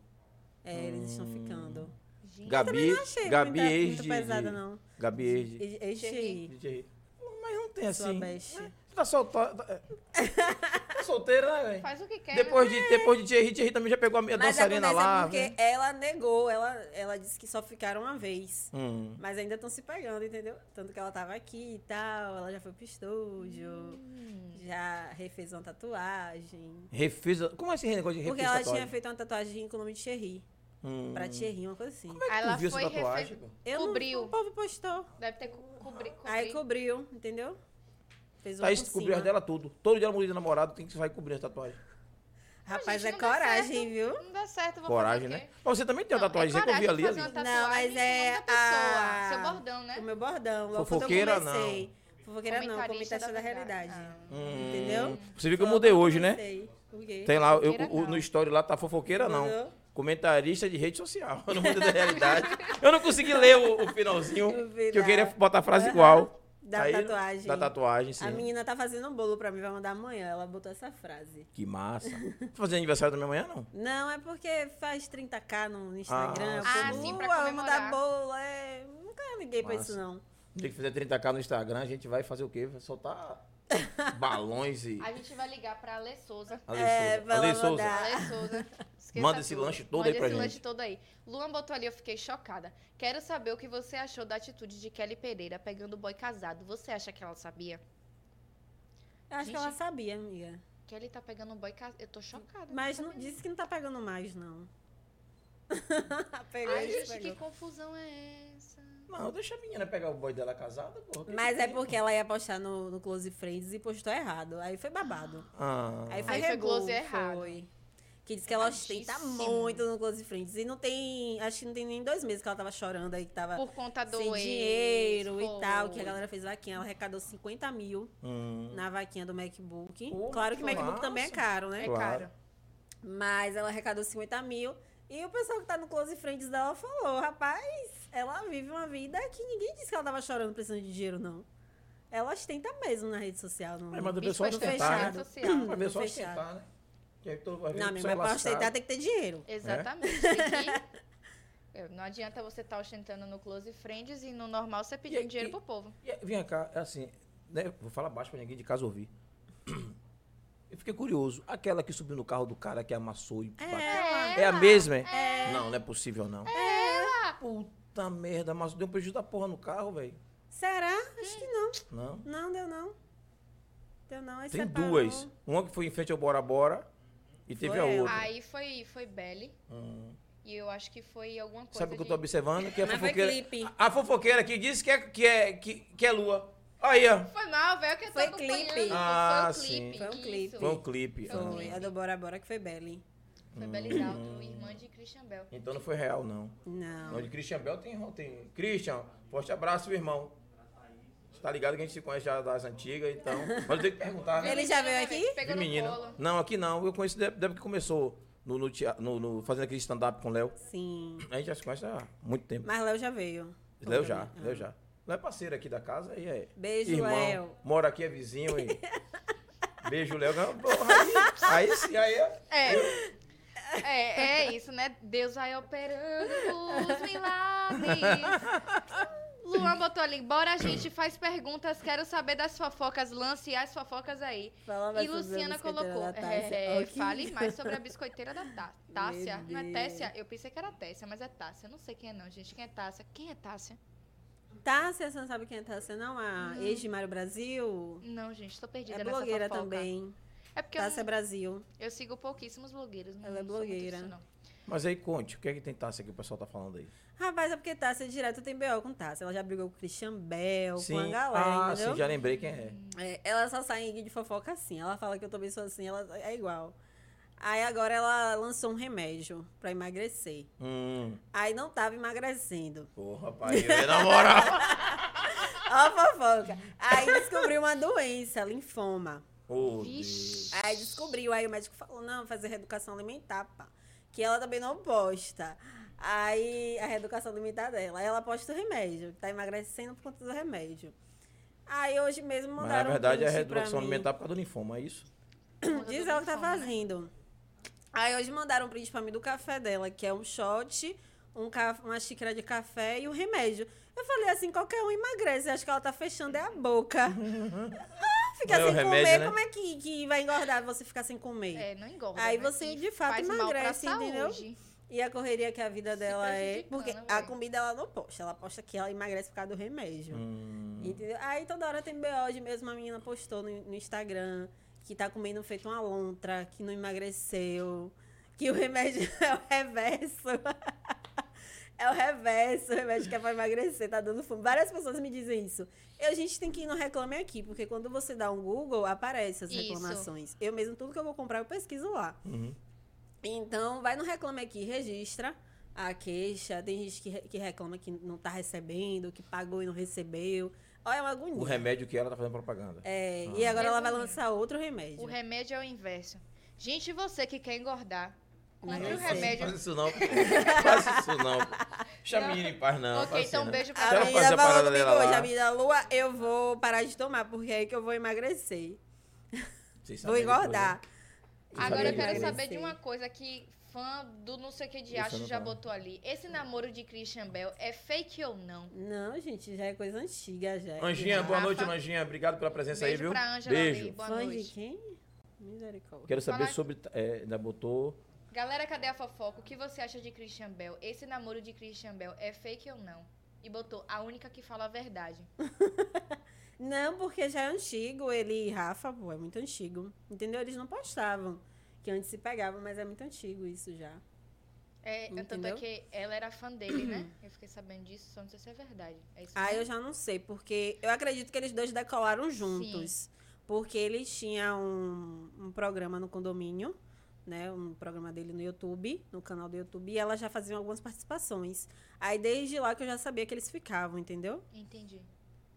É, eles estão ficando. Gente, Gabi, Achei Hum. Gabi muita, ex muito de. pesada, de- não. Gabi ex de. E- Eis aí. de Thierry. Mas não tem Sua assim. best. né? Você tá soltando. Tá solteira, né, velho? faz o que quer, né? Depois de, depois de Thierry, Thierry também já pegou a minha Mas dançarina acontece é lá. porque né? ela negou, ela, ela disse que só ficaram uma vez. Hum. Mas ainda estão se pegando, entendeu? Tanto que ela tava aqui e tal, ela já foi pro estúdio, né?" Hum. já refez uma tatuagem. Refez. a- Como é esse negócio de Porque refez ela tatuagem? tinha feito uma tatuagem com o nome de Thierry. Hum. Pra Thierry, uma coisa assim. Aí Tu ela viu foi essa tatuagem? refe- pô? Eu não- é Cobriu. o povo postou. Deve ter co- cobri... cobri... Aí cobriu, entendeu? Fez uma Thaís por cobriu cima. Tá as dela tudo. Todo dia ela muda de namorado, tem que vai cobrir as tatuagens. Rapaz, Gente, é não dá coragem, certo. viu? Não dá certo, eu vou Coragem, fazer o né? quê? Mas você também tem Não, uma tatuagem, é que eu vi coragem ali. fazer ali. uma Não, tatuagem mas no nome é da pessoa. a- Seu bordão, né? é O meu bordão. Logo Fofoqueira, quando eu comecei. Fofoqueira não, Comentarista comentarista da, verdade. realidade. Ah. Hum. Entendeu? Você viu que eu mudei hoje, né? Sei. O quê? Tem lá, eu- Fofoqueira o- não. no story lá tá fofoqueira, não. Entendeu? Comentarista de rede social. No mundo da realidade. Eu não consegui ler o, o finalzinho. O final. Que eu queria botar a frase Aham. igual. Da Aí- tatuagem. Da tatuagem, sim. A menina tá fazendo um bolo pra mim, vai mandar amanhã. Ela botou essa frase. Que massa. Tá fazendo aniversário também amanhã, não? Não, é porque faz 30k no Ah, Instagram. o povo, sim. Ah, sim, pra "Uau, comemorar." mandar bolo, é... Nunca liguei pra isso, Massa. não. No dia que fizer 30k no Instagram, a gente vai fazer o quê? Vai soltar balões e. A gente vai ligar pra Alê Souza. Ale É, Souza. vai lá Ale Souza. mandar. Alê Souza. né? Esqueça Manda esse tudo. lanche todo Manda aí pra esse gente. lanche todo aí. Luan botou ali, eu fiquei chocada. Quero saber o que você achou da atitude de Kelly Pereira pegando o boy casado. Você acha que ela sabia? Eu acho Gente. que ela sabia, amiga. Kelly tá pegando um boy casado. Eu tô chocada. Mas não não, disse que não tá pagando mais, não. Pegou Ai, isso, gente, que pegou. confusão é essa? Não, deixa a menina pegar o boy dela casada, porra. Que Mas isso é aí? porque ela ia postar no, no Close Friends e postou errado. Aí foi babado. Ah, Aí foi, Aí foi regou, close errado. foi. Que diz que ela ostenta Tadíssimo. muito no Close Friends. E não tem. Acho que não tem nem dois meses que ela tava chorando aí, que tava Por conta do Ah, sem ex, dinheiro e tal. Que foi. a galera fez vaquinha. Ela arrecadou 50 mil hum, na vaquinha do MacBook. Pô, claro que o que MacBook também é massa. caro, né? É Claro. caro. Mas ela arrecadou 50 mil. E o pessoal que tá no Close Friends dela falou: rapaz, ela vive uma vida que ninguém disse que ela tava chorando precisando de dinheiro, não. Ela ostenta mesmo na rede social. Não, É, mas deve Bicho só foi ostentar, fechado. né? Social. Vai ver só Fechado. ostentar, né? Que aí todo- vai ver não que amigo, só mas pra lascado. ostentar tem que ter dinheiro. É? Exatamente. tem que- É, Não adianta você estar ostentando no Close Friends e no normal você pedir E- dinheiro e- pro povo. E aí, Vem cá, é assim, né, vou falar baixo pra ninguém de casa ouvir. Eu fiquei curioso, aquela que subiu no carro do cara que amassou e bateu. ela. É, a mesma? hein? Não, não é possível, não. ela. Puta merda, amassou, deu um prejuízo da porra no carro, velho. Será? Acho que não. Não. Não, deu não. Deu não. é Aí Tem separou. duas. Uma que foi em frente ao Bora Bora e teve tá Foi a ela. outra. Aí foi, foi Belly. Hum. E eu acho que foi alguma coisa. Sabe o que eu de- tô observando? Que é a Mas foi fofoqueira. clipe. A fofoqueira que disse que é, que é, que, que é lua. Aí, ó. Foi mal, velho, que eu tô Foi acompanhando. clipe. foi Ah, o sim. clipe. Foi um isso. clipe. Foi um clipe. Foi um Ah. clipe. Foi a do Bora Bora que foi Belly. Foi Hum. Belizaldo, irmã de Christian Bell. Então não foi real, não. Não. Não, de Christian Bell tem, tem. Christian, forte abraço, meu irmão. Você tá ligado que a gente se conhece já das antigas, então. Mas eu tenho que perguntar, né? Ele já veio né, aqui? velho? De Pegou menina. no colo. Não, aqui não. Eu conheço de- desde que começou no, no, tea- no- no- fazendo aquele stand-up com o Léo. Sim. A gente já se conhece há muito tempo. Mas Léo já veio. Léo já, Também. Léo já. Léo é parceiro aqui da casa e é. Ah. Beijo, irmão, Léo. Mora aqui, é vizinho e. Beijo, Léo. Não, porra, Aí, aí sim, aí é. É. É, é isso, né? Deus vai operando os milagres. Luan botou ali, bora gente, faz perguntas, quero saber das fofocas, lance as fofocas aí. Fala mais E sobre a Luciana biscoiteira colocou, da Tássia. é, Ok. fale mais sobre a biscoiteira da Tá- Tássia. Meu Não é Deus. Tássia? Eu pensei que era Tássia, mas é Tássia. Eu Não sei quem é não, gente. Quem é Tássia? Quem é Tássia? Tássia, tá, você não Uhum. sabe quem é Tássia, não? A ex de Mário Brasil. Não, gente, tô perdida É nessa blogueira fofoca. também. É porque eu, Tássia não- Brasil. eu sigo pouquíssimos blogueiros. não Ela sou é muito blogueira. disso, não. Mas aí conte, o que é que tem taça que o pessoal tá falando aí? Rapaz, é porque Tássia direto tem B.O. com Tássia. Ela já brigou com É o Christian Bell, com a galera, ah, entendeu? sim, já lembrei quem é. É, ela só sai de fofoca assim. Ela fala que eu também sou assim, ela é igual. Aí agora ela lançou um remédio pra emagrecer. Hum, Aí não tava emagrecendo. porra, pai, eu- na moral. Ó a fofoca. Aí descobriu uma doença, linfoma. Ô, Vixe. Deus. Aí descobriu, aí o médico falou, não, fazer reeducação alimentar, pá. Que ela também não posta. Aí, a reeducação alimentar dela. Aí ela posta o remédio, que tá emagrecendo por conta do remédio. Aí hoje mesmo Mas mandaram na verdade um é a print pra redução mim. alimentar por causa do linfoma, é isso? Conta Diz do ela que tá uniforme, né? fazendo. Aí hoje mandaram um print pra mim do café dela, que é um shot, um ca- uma xícara de café e um remédio. Eu falei assim, qualquer um emagrece. Acho que ela tá fechando é a boca. Ah, ficar Não é o sem remédio, comer, né? como é que, que vai engordar você ficar sem comer? É, não engorda. Aí né? você, E de fato, faz mal pra emagrece, entendeu? saúde. E a correria que a vida Se dela é. prejudicando, Porque né, a véi? comida ela não posta. Ela posta que ela emagrece por causa do remédio. Hum, Entendeu? Aí toda hora tem B.O. de mesmo a menina postou no, no Instagram que tá comendo feito uma lontra, que não emagreceu, que o remédio é o reverso. É o reverso, o remédio que é pra emagrecer, tá dando fome. Várias pessoas me dizem isso. Eu, a gente tem que ir no Reclame Aqui, porque quando você dá um Google, aparecem as Isso. reclamações. Eu mesmo, tudo que eu vou comprar, eu pesquiso lá. uhum. Então, vai no Reclame Aqui, registra a queixa. Tem gente que, re- que reclama que não tá recebendo, que pagou e não recebeu. Olha, é uma agonia. O Ah. remédio que ela tá fazendo propaganda. É, e agora ela vai lançar outro remédio. O remédio é o inverso. Gente, você que quer engordar, compre Não o sei. remédio. Faz isso não. pô. Faz isso não. Chama a menina em paz, não. Ok, faz então assim, não. beijo pra A Quero você. fazer menina a falou parada comigo dela hoje, lá. a menina Lua, eu vou parar de tomar, porque é aí que eu vou emagrecer. Vocês Vou sabem de tudo, né? engordar. Vocês Agora eu sabem de quero tudo. saber de Sim. uma coisa que fã do não sei o que de Isso eu acho não já tava. botou ali. Esse namoro de Christian Bell é fake ou não? Não, gente, já é coisa antiga, já. Anjinha, boa Rafa. noite, Anjinha. Obrigado pela presença aí, Beijo viu? pra Angela Lee, Beijo. Ah, boa Fã de noite. quem? Misericórdia. Quero saber Fala- sobre. É, ainda botou. Galera, cadê a fofoca? O que você acha de Christian Bell? Esse namoro de Christian Bell é fake ou não? E botou a única que fala a verdade. Não, porque já é antigo, ele e Rafa, pô, é muito antigo. Entendeu? Eles não postavam, que antes se pegavam, mas é muito antigo isso já. É, tanto é Entendeu? que ela era fã dele, né? Eu fiquei sabendo disso, só não sei se é verdade. É isso Ah, mesmo? eu já não sei, porque eu acredito que eles dois decolaram juntos. Porque ele tinha um, um programa no condomínio, né? Um programa dele no YouTube, no canal do YouTube, e ela já fazia algumas participações. Aí desde lá que eu já sabia que eles ficavam, entendeu? Entendi.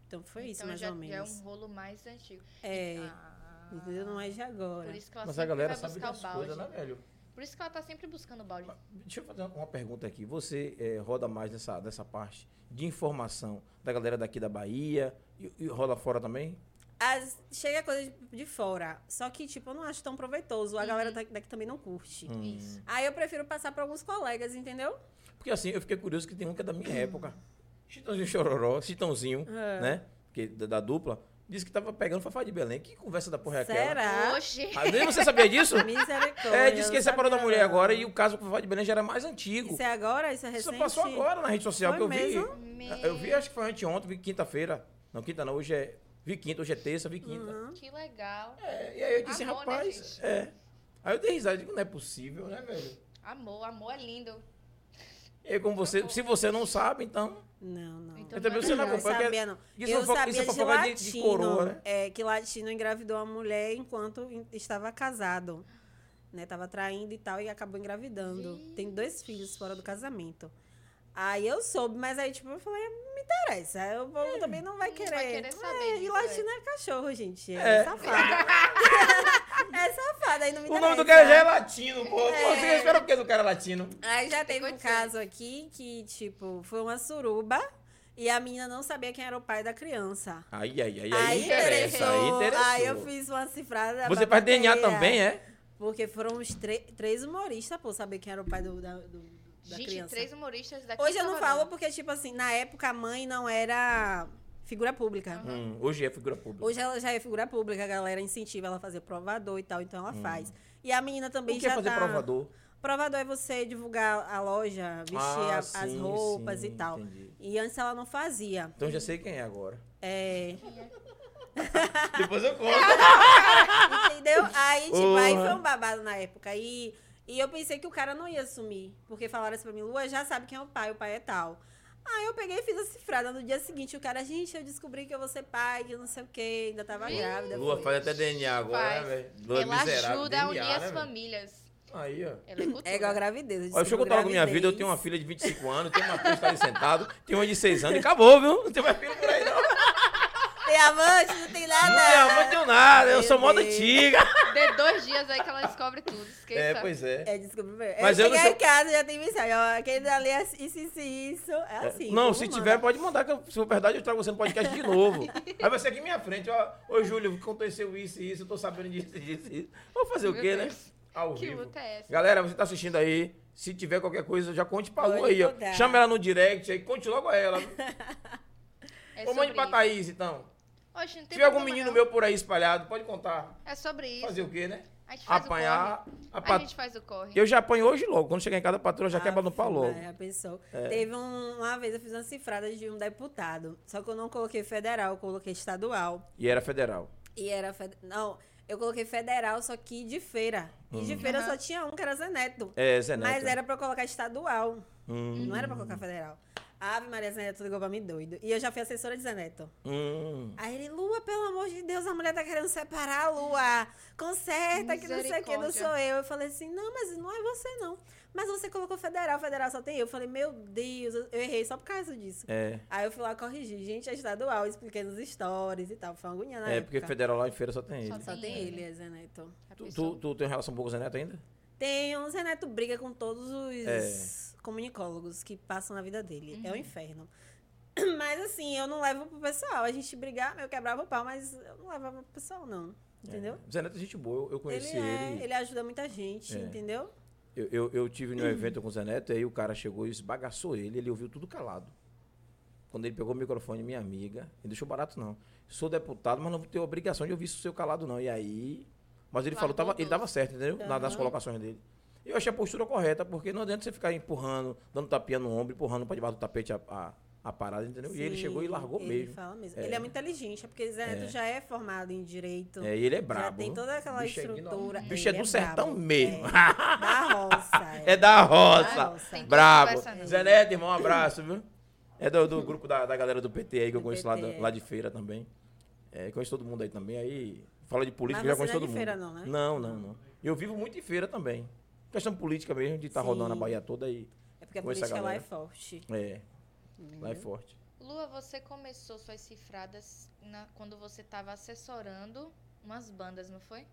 Então foi isso, então mais já, ou já é menos. um rolo mais antigo. É, Ah, entendeu? Não é de Por agora. isso que ela Mas a sempre galera vai sabe buscar o das balde. coisas, né, velho? Por isso que ela tá sempre buscando o balde. Deixa eu fazer uma pergunta aqui. Você eh, roda mais nessa, nessa parte de informação da galera daqui da Bahia e, e rola fora também? As- chega coisa de, de fora. Só que, tipo, eu não acho tão proveitoso. A galera Uhum. daqui, daqui também não curte. Hum. Isso. Aí eu prefiro passar pra alguns colegas, entendeu? Porque assim, eu fiquei curioso que tem um que é da minha Hum. época. Chitãozinho Chororó, Chitãozinho, É. né? Porque da, da dupla. Disse que tava pegando Fafá de Belém. Que conversa da porra é aquela? Será? Oxi! Ah, nem você sabia disso? Misericórdia. É, disse que eu ele separou da sabia mulher não. agora e o caso com o Fafá de Belém já era mais antigo. Isso é agora? Isso é Isso recente? passou agora na rede social Foi que eu vi. mesmo? É? Eu vi, acho que foi anteontem, vi quinta-feira. Não, quinta não, hoje é. Vi quinta, hoje é terça, vi quinta. Uhum. Que legal. É, e aí eu disse, Tá Amor, né, rapaz. gente? é. Aí eu dei risada, digo, não é possível, né, velho? Amor, amor é lindo. E aí, como Tá você. Se você não sabe, então. Não, não. Então eu também você não eu acompanha. porque- sabia, não. isso é eu fofoca- sabia isso é de fofoca de- latino. de coroa, né? É, que latino engravidou a mulher enquanto en- estava casado. Né? Tava traindo e tal, e acabou engravidando. Tem dois filhos fora do casamento. Aí eu soube, mas aí, tipo, eu falei, não me interessa. aí É. O povo também não vai Não querer. Hum, vai querer saber É, e disso, latino é cachorro, gente. É, É. safado. é safado, aí não me O interessa. nome do cara já é latino, pô. Pô, Você espera por que do cara latino? Aí já Tem teve um condições. caso aqui que, tipo, foi uma suruba e a menina não sabia quem era o pai da criança. Aí, aí, aí, aí interessa. Aí interessou. interessa. Aí eu fiz uma cifrada. Você faz DNA babadeira, também, é? Porque foram os tre- três humoristas, pô, saber quem era o pai do, da, do- da Gente, criança. três hum, tá humoristas daqui. Hoje de eu não Salvador. falo porque, tipo assim, na época a mãe não era figura pública. Hum, hoje é figura pública. Hoje ela já é figura pública, a galera incentiva ela a fazer provador e tal, então ela faz. E a menina também Hum. o que é já fazer tá... provador? Provador é você divulgar a loja, vestir Ah, a- as sim, roupas sim, e tal. entendi. E antes ela não fazia. Então já sei quem é agora. É, Depois eu conto. entendeu? aí, tipo, aí Porra. foi um babado na época. E, e eu pensei que o cara não ia sumir. Porque falaram assim pra mim, Lua, já sabe quem é o pai, o pai é tal. Aí eu peguei e fiz a cifrada no dia seguinte. O cara, gente, eu descobri que eu vou ser pai, que não sei o quê, ainda tava grávida. Lua foi. faz até DNA agora, né, Faz. velho? Lua Ela miserável, ajuda a DNA, unir né, as velho? famílias. Aí, ó. Ela é cultura. É igual a gravidez. tá- Olha, deixa eu descobri contar logo minha vida. Eu gravidez. tenho uma filha de 25 anos, tenho uma filha que tá ali sentado, tenho uma de 6 anos e acabou, viu? Não tem mais filho por aí, não. Tem amante, não tem Ah, nada. Não, não tenho nada, eu Meu sou moda Deus. antiga. Dê dois dias aí que ela descobre tudo. Esqueça. É, pois é. É, desculpa. Mas Mas eu eu não chegar sou- em casa já tem mensagem. Ó, aquele dali é isso, isso, isso. É assim. não, como se manda. tiver, pode mandar, que eu- se for verdade, eu trago você no podcast de novo. Aí vai ser aqui em minha frente, ó. Ô, Júlio, aconteceu isso e isso, eu tô sabendo disso e disso e isso. Vou fazer o Meu quê, né? Deus. Ao Que vivo. luta é essa? Galera, você tá assistindo aí. Se tiver qualquer coisa, já conte pra Pode Lu aí, ó. mandar. Chama ela no direct aí, conte logo a ela. É Ou mande sobre pra isso. Thaís, então. Oxe, não Se tem tiver algum problema, menino não. meu por aí espalhado, pode contar. É sobre isso. Fazer o quê, né? A gente faz Apanhar. o corre. A A pat- gente faz o corre. Eu já apanho hoje logo. Quando chegar em casa, a patroa já quebra no Aff, né? pau logo. Maria, pensou. É. Teve um- uma vez eu fiz uma cifrada de um deputado. Só que eu não coloquei federal, eu coloquei estadual. E era federal. E era. fed- Não, eu coloquei federal, só que de feira. E Hum. de feira Aham. só tinha um, que era Zeneto. É, Zé Neto. Mas era pra eu colocar estadual. Hum, Não era pra colocar federal. Ave Maria Zeneto ligou pra mim doido. E eu já fui assessora de Zeneto. hum. Aí ele, Lua, pelo amor de Deus, a mulher tá querendo separar, Lua. Conserta, que não sei o que, não sou eu. Eu falei assim, não, mas não é você, não. Mas você colocou federal, federal só tem eu. Eu falei, meu Deus, eu eu errei só por causa disso. É. Aí eu fui lá corrigir. Gente, é estadual, eu expliquei nos stories e tal. Foi uma agonia na É, época. porque federal lá em feira só tem ele. Só Só tem Sim. ele, é Zé Neto. A Tu, pessoa- tu, tu tem relação boa com o Zé Neto ainda? Tem um Zé Neto briga com todos os É. comunicólogos que passam na vida dele. Uhum. É um inferno. Mas assim, eu não levo pro pessoal. A gente brigava, eu quebrava o pau, mas eu não levava pro pessoal, não. Entendeu? Zé Neto é gente boa. Eu, eu Ele, conheci é, ele. ele ajuda muita gente, É. entendeu? Eu, eu, eu tive num evento com o Zé Neto, aí o cara chegou e esbagaçou ele, ele ouviu tudo calado. Quando ele pegou o microfone, minha amiga, não deixou barato não. Sou deputado, mas não tenho obrigação de ouvir isso seu calado não. E aí, mas ele falou, tava, ele tava certo, entendeu? Na- Nas Aham. colocações dele. Eu achei a postura correta, porque não adianta você ficar empurrando, dando tapinha no ombro, empurrando para debaixo do tapete a, a, a parada, entendeu? e ele Sim, chegou e largou ele mesmo. Fala mesmo. É. Ele é muito inteligente, é porque Zé Neto É. já é formado em direito. É, e ele é brabo. já tem toda aquela Bicho é estrutura. ignorante. Bicho é Ele do sertão brabo. mesmo. É, da roça. É da Da roça. roça. Tem que Bravo. conversar, não. Zé Neto, irmão, um abraço, viu? É do, do grupo da, da galera do PT aí, que eu Do conheço PT, lá, da- é. lá de feira também. É, conheço todo mundo aí também. Aí, fala de política, Mas eu já você conheço não é todo de mundo. feira, não, Não, né? não, não. Eu vivo muito em feira também. Questão política mesmo, de estar Sim. rodando a Bahia toda aí. É porque a Com essa política lá é galera. forte. É, lá é Uhum. forte. Lua, você começou suas cifradas na- quando você tava assessorando umas bandas, não foi?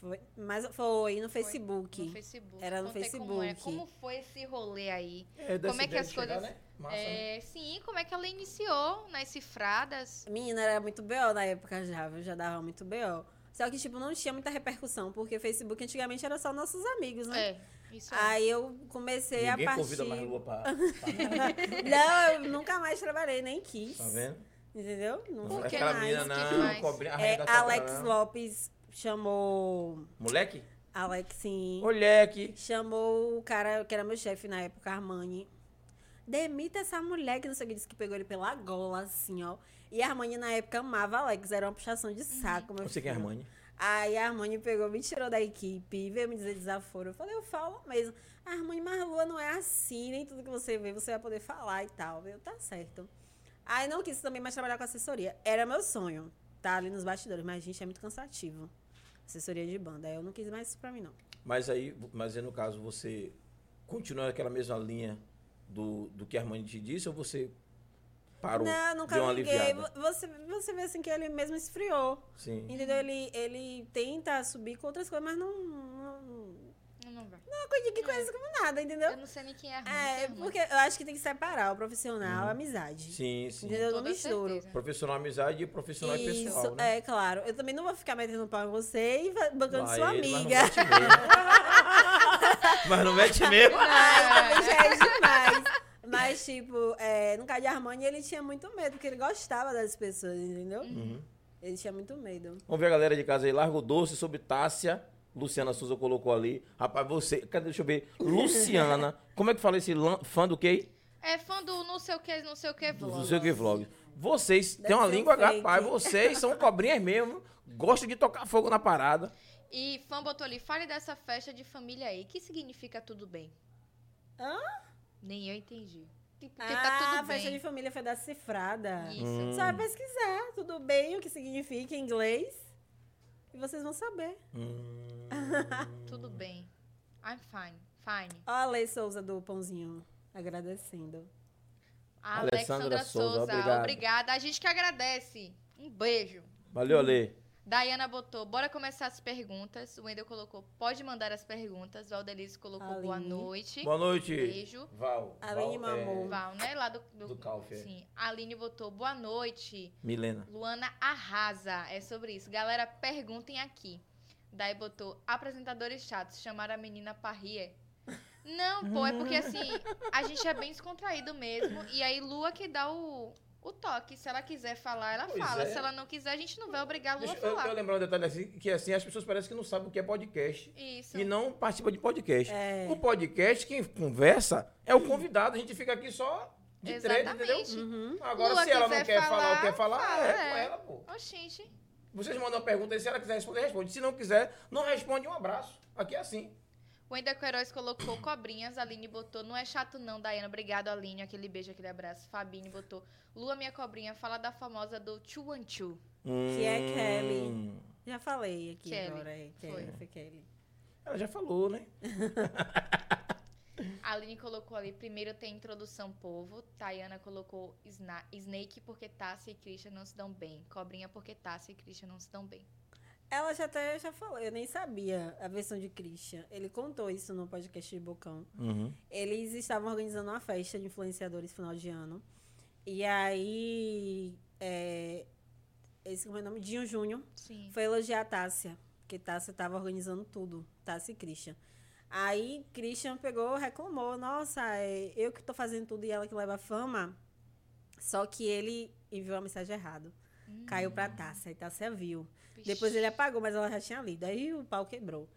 Foi, mas foi no Facebook. No Facebook. Era no Contei Como, é. Facebook. como foi esse rolê aí? É, dessa Como é que ideia as de chegar, coisas- né? Massa, né? É, sim, como é que ela iniciou nas cifradas? Menina, era muito BO na época já, viu? Já dava muito BO. Só que, tipo, não tinha muita repercussão, porque Facebook antigamente era só nossos amigos, né? É, isso aí. Aí eu comecei Ninguém a partir. convida mais Lua pra... tá pra- Não, eu nunca mais trabalhei, nem quis. Tá vendo? Entendeu? Não Por Não, que fiquei aquela mais. menina Que não, mais? cobrinha, É, arrega a cobra, Alex não. Lopes chamou. Moleque? Alex, sim. Moleque. Chamou o cara que era meu chefe na época, Armani. Demita essa mulher que não sei o que disse que pegou ele pela gola, assim, ó. E a Armani na época amava Alex, era uma puxação de saco, meu Eu sei quem é filho. Armani. Aí a Armani pegou, me tirou da equipe, veio me dizer desaforo. Eu falei, eu falo mesmo. A Armani, mas Lua não é assim, nem tudo que você vê você vai poder falar e tal. Eu, tá certo. Aí não quis também mais trabalhar com assessoria. Era meu sonho, tá ali nos bastidores, mas gente, é muito cansativo. Assessoria de banda. Aí eu não quis mais isso pra mim, não. Mas aí, mas aí no caso, você continua naquela mesma linha do, do que a Armani te disse ou você parou? não, nunca deu uma liguei. aliviada? Vo- Você, você vê assim que ele mesmo esfriou. Sim. Entendeu? Ele, ele tenta subir com outras coisas, mas não. não, não Eu não, vai. cuide É. de coisas como nada, entendeu? Eu não sei nem quem é a É, porque eu acho que tem que separar o profissional, a amizade. Uhum. Sim, sim. Entendeu? Eu não misturo. Profissional amizade e profissional e Isso, pessoal, né? é claro. Eu também não vou ficar metendo pau em você e va- bancando Vai sua ele, amiga. Mas não mete mesmo. Ai, também já é demais. Mas, tipo, é, no caso de Armani, ele tinha muito medo, porque ele gostava das pessoas, entendeu? Uhum. Ele tinha muito medo. Vamos ver a galera de casa aí. Largo Doce sobre Tássia. Luciana Souza colocou ali. Rapaz, você. Cadê? Deixa eu ver. Luciana. Como é que fala esse lan- fã do quê? É fã do não sei o que, não sei o que Não vlog. sei o que vlog. Vocês Deve têm uma ser um língua, fake. rapaz, vocês são cobrinhas mesmo. gosta de tocar fogo na parada. E fã botou ali, fale dessa festa de família aí. que significa tudo bem? Hã? Nem eu entendi. Porque tá ah, tudo festa bem. de família foi da cifrada. Isso. Hum. Só vai pesquisar, tudo bem, o que significa em inglês. E vocês vão saber. Hum. tá Tudo bem. I'm fine. Fine. Ó a Lei Souza do Pãozinho, agradecendo. A Alessandra Alexandra Souza, Souza, obrigado. obrigada. A gente que agradece. Um beijo. Valeu, Ale. Dayana botou, bora começar as perguntas. O Wendel colocou, pode mandar as perguntas. Valdelise colocou, boa Aline. noite. Boa noite. Beijo. Val. Aline Val, é, Mamon. Val, né? Lá do, Do Calf, é. Sim. Aline botou, boa noite. Milena. Luana arrasa. É sobre isso. Galera, perguntem aqui. Daí botou, apresentadores chatos, chamaram a menina Parrier. Não, pô, é porque assim, a gente é bem descontraído mesmo. E aí, Lua que dá o, o toque. Se ela quiser falar, ela Pois fala. é. Se ela não quiser, a gente não vai obrigar a Lua Deixa a eu, falar. eu lembrar um detalhe assim, que assim, as pessoas parecem que não sabem o que é podcast Isso. e não participam de podcast. É. O podcast, quem conversa, é o convidado. A gente fica aqui só de treta, entendeu? Exatamente. Uhum. Agora, Lua se ela não quiser quer falar falar, ou quer falar, fala, é, com é. ela, pô. Oxente. Vocês mandam uma pergunta aí, se ela quiser responder, responde. Se não quiser, não responde, um abraço. Aqui é assim. O Ender Queiroz colocou cobrinhas, a Aline botou. Não é chato, não, Daiana. Obrigado, Aline. Aquele beijo, aquele abraço. Fabine botou. Lua, minha cobrinha, fala da famosa do Chuanchu. Que é Hum. Kelly. Já falei aqui Kelly. agora. É, Kelly, Foi. foi. Kelly. Ela já falou, né? A Aline colocou ali, primeiro tem introdução povo. Tayana colocou sna- Snake porque Tassi e Christian não se dão bem. Cobrinha porque Tassi e Christian não se dão bem. Ela já até já falou, eu nem sabia a versão de Christian. Ele contou isso no podcast de Bocão. Eles estavam organizando uma festa de influenciadores final de ano. E aí. É, esse como é o nome? Dinho Júnior Sim. foi elogiar a Tássia. Porque Tássia tava organizando tudo. Tássia e Christian. Aí Christian pegou, reclamou. Nossa, é eu que tô fazendo tudo e ela que leva a fama. Só que ele enviou a mensagem errada. Caiu pra Tássia. E Tássia viu. Depois ele apagou, mas ela já tinha lido. Aí o pau quebrou. Ou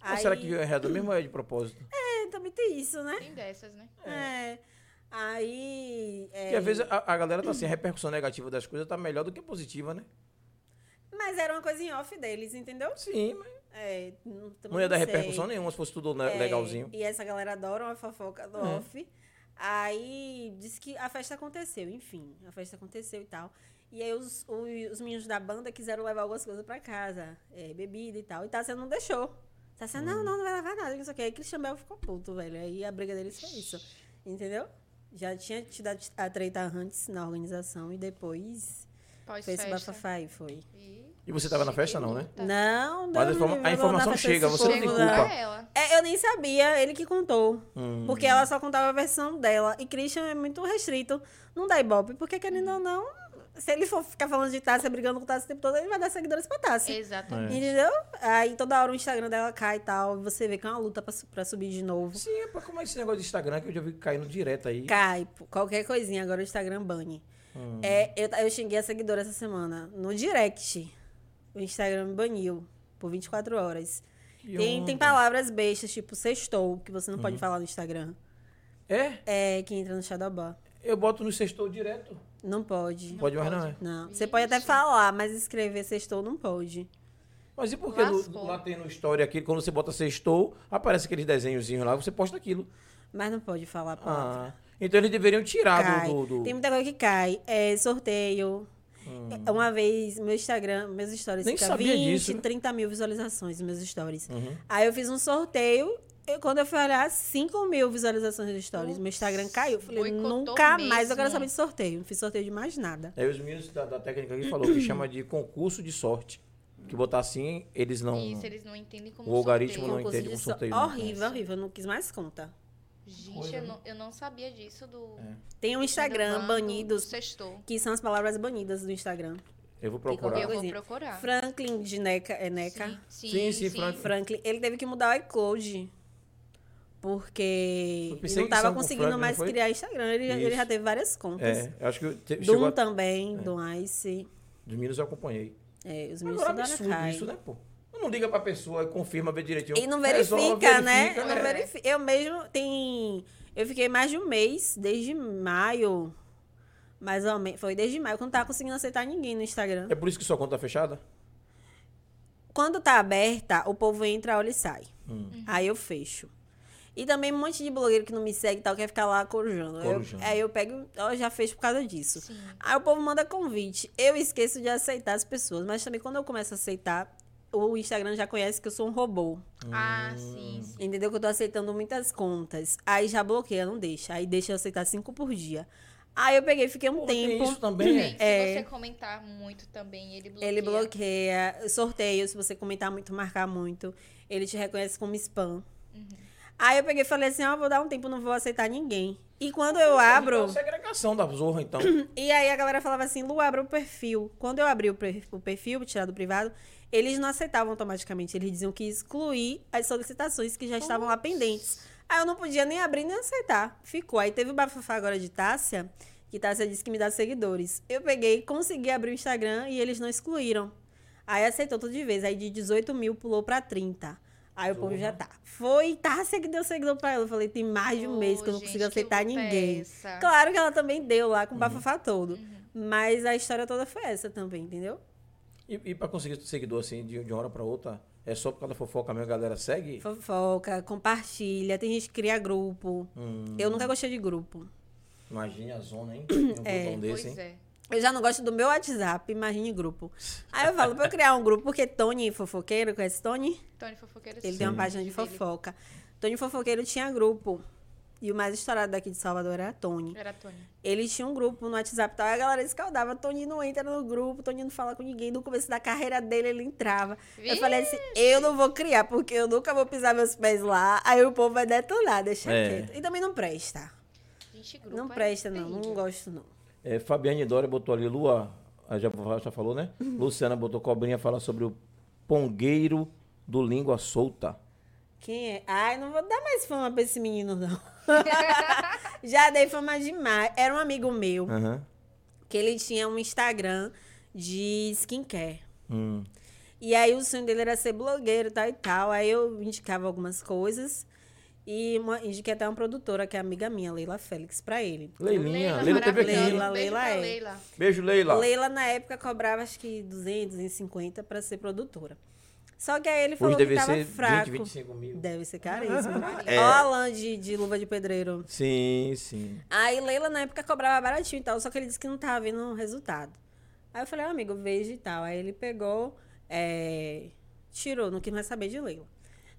Aí, será que veio errado mesmo ou é de propósito? é, também tem isso, né? Tem dessas, né? É. Aí. é, Porque às vezes a, a galera tá assim, a repercussão negativa das coisas tá melhor do que a positiva, né? Mas era uma coisa em off deles, entendeu? Sim, mas É, não, também não ia dar sei. repercussão nenhuma se fosse tudo le- É, legalzinho. E essa galera adora uma fofoca do É. off. Aí disse que a festa aconteceu, enfim. A festa aconteceu e tal. E aí os, os, os meninos da banda quiseram levar algumas coisas pra casa. é, bebida e tal. E Tassia não deixou. Tassia, Uhum. não, não, não vai levar nada. Não sei o que. Aí Christian Bell ficou puto, velho. Aí a briga deles foi isso. Entendeu? Já tinha te dado a treta antes na organização e depois fez esse Pós-festa. bafafá e foi. E- E você tava na festa, não, né? Tá. Não, Mas a Deus me informa- livre, a eu vou mandar informação pra esse chega, você não tem povo, Chegou né? culpa. pra ela. É, eu nem sabia, ele que contou. Hum. Porque ela só contava a versão dela. E Christian é muito restrito. Não dá ibope, porque querendo ou não, se ele for ficar falando de Tássia, brigando com Tássia o tempo todo, ele vai dar seguidores pra Tássia. Exatamente. É. Entendeu? Aí toda hora o Instagram dela cai e tal. E você vê que é uma luta pra, su- pra subir de novo. Sim, é pra- como é esse negócio de Instagram que eu já vi caindo direto aí. Cai, pô, qualquer coisinha. Agora o Instagram bane. Hum. É, eu, eu xinguei a seguidora essa semana. No direct, o Instagram me baniu por 24 horas. E Uhum. Tem, onda. tem palavras bestas, tipo sextou, que você não pode falar no Instagram. É? É, que entra no Shadowban. Eu boto no sextou direto. Não pode. Pode mais não, é? Não. Você pode até falar, mas escrever sextou não pode. Mas e por que no- Lascou. lá tem no story aqui, quando você bota sextou, aparece aqueles desenhozinhos lá, você posta aquilo. Mas não pode falar palavra. Ah, então eles deveriam tirar Cai. do... do, do- Tem muita coisa que cai. É sorteio. É, Uma vez, meu Instagram, meus stories Hum. Nem fica sabia 20, disso, né? 30 mil visualizações, meus stories. Uhum. Aí eu fiz um sorteio. E quando eu fui olhar, 5 mil visualizações dos stories. Meu Instagram caiu. Eu Falei, boicotou nunca mais eu quero mesmo. saber de sorteio. Não fiz sorteio de mais nada. Aí os meninos da, da técnica aqui falou que chama de concurso de sorte. Que botar assim, eles não... Isso, eles não entendem como O algoritmo sorteio. não entende de como so- sorteio, não. Horrível, horrível. Eu não quis mais conta. Gente, Coisa, eu, né? É. não, eu não sabia disso do... Tem um Instagram do banidos, Sextou. que são as palavras banidas do Instagram. Eu vou Eu procurar. vou Coisinha. procurar. Franklin de Neca, é Neca. Sim, Sim, sim, Frank- Franklin, ele teve que mudar o iCloud. Foi Porque ele perseguição não com tava o conseguindo Franklin, mais não foi? criar Instagram. Ele, ele Isso. já teve várias contas. É, eu acho que te, chegou Doom a, É. também, Doom Ice. dos meninos eu acompanhei. É, os meus Agora é um toda absurdo caem. isso, né, pô? Não liga pra pessoa e confirma, vê direitinho. E não verifica, Resolve, né? verifica, é. Não né? verifi- Eu mesmo tem. Eu fiquei mais de um mês, desde maio. Mais ou menos. Foi desde maio, que eu não tava conseguindo aceitar ninguém no Instagram. É por isso que sua conta tá fechada? quando tá aberta, o povo entra, olha e sai. Aí eu fecho. E também um monte de blogueiro que não me segue e tal, quer ficar lá corujando. Eu- Corujando. aí eu pego, ó, já fecho por causa disso. Sim. Aí o povo manda convite. Eu esqueço de aceitar as pessoas, mas também quando eu começo a aceitar, o Instagram já conhece que eu sou um robô. Ah, sim, sim. Entendeu? Que eu tô aceitando muitas contas. Aí já bloqueia, não deixa. Aí deixa eu aceitar cinco por dia. Aí eu peguei, fiquei um Pô, tem tempo. isso também, é? Bem, se É. você comentar muito também, ele bloqueia. Ele bloqueia, sorteio, se você comentar muito, marcar muito. Ele te reconhece como spam. Aí eu peguei e falei assim, ó, vou dar um tempo, não vou aceitar ninguém. E quando eu Então, abro, segregação da zorra, então. e aí a galera falava assim, Lu, abre o perfil. Quando eu abri o per- o perfil, tirar do privado, eles não aceitavam automaticamente. Eles diziam que ia excluir as solicitações que já estavam lá pendentes. Aí eu não podia nem abrir nem aceitar. Ficou. Aí teve o bafafá agora de Tássia, que Tássia disse que me dá seguidores. Eu peguei, consegui abrir o Instagram e eles não excluíram. Aí aceitou tudo de vez. Aí de 18 mil pulou pra 30. Aí o povo já tá. Foi Tássia que deu seguidor pra ela. Eu falei, tem mais de um mês que eu não Ô, consigo gente, que aceitar loucura é ninguém. essa? Claro que ela também deu lá com o bafafá todo. Mas a história toda foi essa também, entendeu? E, e pra conseguir seguidor assim, de, de uma hora pra outra, é só por causa da fofoca mesmo, a galera segue? Fofoca, compartilha, tem gente que cria grupo. Hum, Eu nunca gostei de grupo. imagine a zona, hein? Um botão desse, Pois hein? é. Eu já não gosto do meu WhatsApp, imagine grupo. Aí eu falo pra eu criar um grupo, porque Tony Fofoqueiro, conhece Tony? é. Tony Fofoqueiro Ele sim. tem uma página de Dele. fofoca. Tony Fofoqueiro tinha grupo. E o mais estourado daqui de Salvador era Tony. Era Tony. Ele tinha um grupo no WhatsApp e tal, e a galera escaldava. Tony não entra no grupo, Tony não fala com ninguém. No começo da carreira dele, ele entrava. Eu Vixe! falei assim: eu não vou criar, porque eu nunca vou pisar meus pés lá. Aí o povo vai detonar, deixar É. quieto. E também não presta. Gente, grupo Não é presta, não. Não terrível. gosto, não. É, Fabiane Dória botou ali, Lua, a já, já falou, né? Luciana botou cobrinha, fala sobre o pongueiro do língua solta. Quem é? Ai, não vou dar mais fama pra esse menino, não. Já dei fama demais. Era um amigo meu Aham. que ele tinha um Instagram de skincare. Hum. E aí o sonho dele era ser blogueiro, tal e tal. Aí eu indicava algumas coisas. E uma- indiquei até uma produtora, que é amiga minha, Leila Félix, pra ele. Leilinha, Leila teve aqui. maravilhosa. Leila, Um beijo Leila pra é. Leila. Beijo, Leila. Leila, na época, cobrava acho que 200, 250 pra ser produtora. Só que aí ele falou Hoje deve que tava ser fraco. 20, 25 mil. Deve ser caríssimo. É. Ó, a lã de, de luva de pedreiro. Sim, sim. Aí Leila, na época, cobrava baratinho e tal, só que ele disse que não tava vendo um resultado. Aí eu falei, ah, amigo, veja e tal. Aí ele pegou, é, tirou, não quis mais saber de Leila.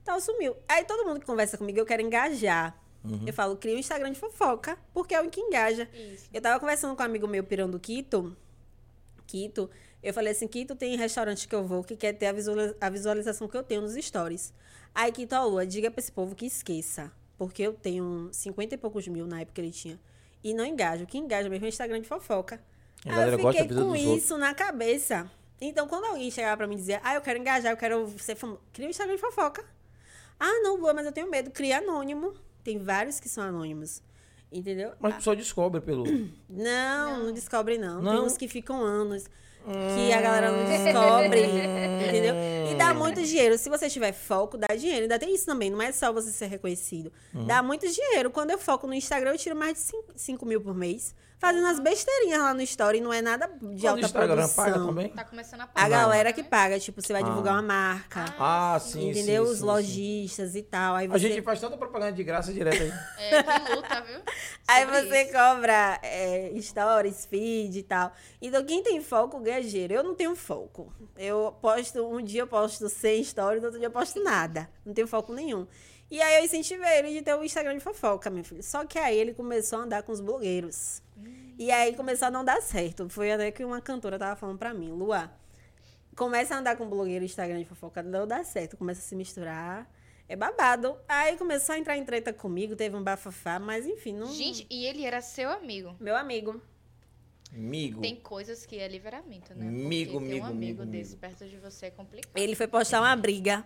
Tal, sumiu. Aí todo mundo que conversa comigo, eu quero engajar. Eu falo, cria um Instagram de fofoca, porque é o que engaja. Isso. Eu tava conversando com um amigo meu, Pirão do Quito. Quito. Eu falei assim, Quito tem restaurante que eu vou que quer ter a, visualiza- a visualização que eu tenho nos stories. Aí, Quito, ó, Lua, diga pra esse povo que esqueça. Porque eu tenho 50 e poucos mil na época que ele tinha. E não engaja. O que engaja mesmo é o Instagram de fofoca. A Aí galera Ah, eu gosta da fiquei vida com dos isso outros. na cabeça. Então, quando alguém chegava pra mim e dizia, ah, eu quero engajar, eu quero ser famoso. Cria um Instagram de fofoca. Ah, não, Lua, mas eu tenho medo. Cria anônimo. Tem vários que são anônimos. Entendeu? Mas tu só descobre pelo. Não, não, descobre, não. Tem Não? Hum. uns que ficam anos. Que a galera não descobre. entendeu? E dá muito dinheiro. Se você tiver foco, dá dinheiro. Ainda tem isso também. Não é só você ser reconhecido. Hum. Dá muito dinheiro. Quando eu foco no Instagram, eu tiro mais de 5 mil por mês. Fazendo as besteirinhas lá no Story. Não é nada de Mas o alta Instagram produção. paga também? Tá começando a A pagar. galera né? que paga. Tipo, você vai Ah. divulgar uma marca. Ah, sim, entendeu? sim, Os sim, sim. lojistas e tal. Aí A você, gente faz tanta propaganda de graça direto aí. É, que luta, viu? aí Sobre você isso. cobra é, stories, feed e tal. Então, quem tem foco ganha dinheiro. Eu não tenho foco. Eu posto, um dia eu posto 100 stories, outro dia eu posto nada. Não tenho foco nenhum. E aí eu incentivei ele de ter o Instagram de fofoca, meu filho. Só que aí ele começou a andar com os blogueiros. E aí começou a não dar certo. Foi até que uma cantora tava falando pra mim, Lua, começa a andar com blogueiro Instagram de fofoca, não dá certo. Começa a se misturar. É babado. Aí começou a entrar em treta comigo, teve um bafafá, mas enfim, não. Hum. Gente, e ele era seu amigo. Meu amigo. Amigo. Tem coisas que é livramento, né? Amigo, Porque ter um amigo, amigo amigo, desse amigo. perto de você é complicado. Ele foi postar uma briga.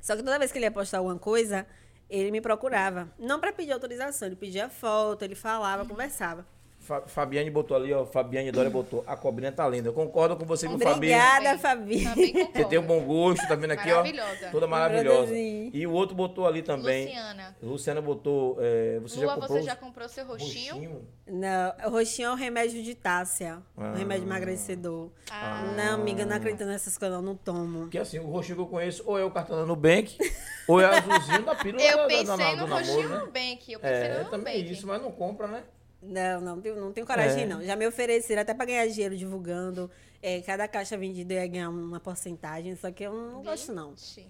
Só que toda vez que ele ia postar alguma coisa, ele me procurava. Não pra pedir autorização, ele pedia foto, ele falava, conversava. Fa- Fabiane botou ali, ó. Fabiane Dória botou. A cobrinha tá linda. Eu concordo com você, viu, Fabi? Obrigada, Também- Fabi. Também concordo. Você tem um bom gosto, tá vendo aqui, ó? Maravilhosa. Toda maravilhosa. Maravilhosa. E o outro botou ali também. Luciana, Luciana. botou. é, você já Lua, comprou você já comprou seu os- roxinho? Não, o roxinho é o remédio de Tássia. Ah. O remédio emagrecedor. Ah, Não, amiga, não acredito nessas coisas, eu não tomo. Porque assim, o roxinho que eu conheço, ou é o cartão da Nubank, ou é o azulzinho da pílula da- eu da- pensei da, da, no do namoro, roxinho né? Nubank. Eu pensei É, no também é Nubank. isso, mas não compra, né? É Não, não, tenho- não tenho coragem, É. não. Já me ofereceram até pra ganhar dinheiro divulgando. É, cada caixa vendida eu ia ganhar uma porcentagem, só que eu não gosto, não. Gente.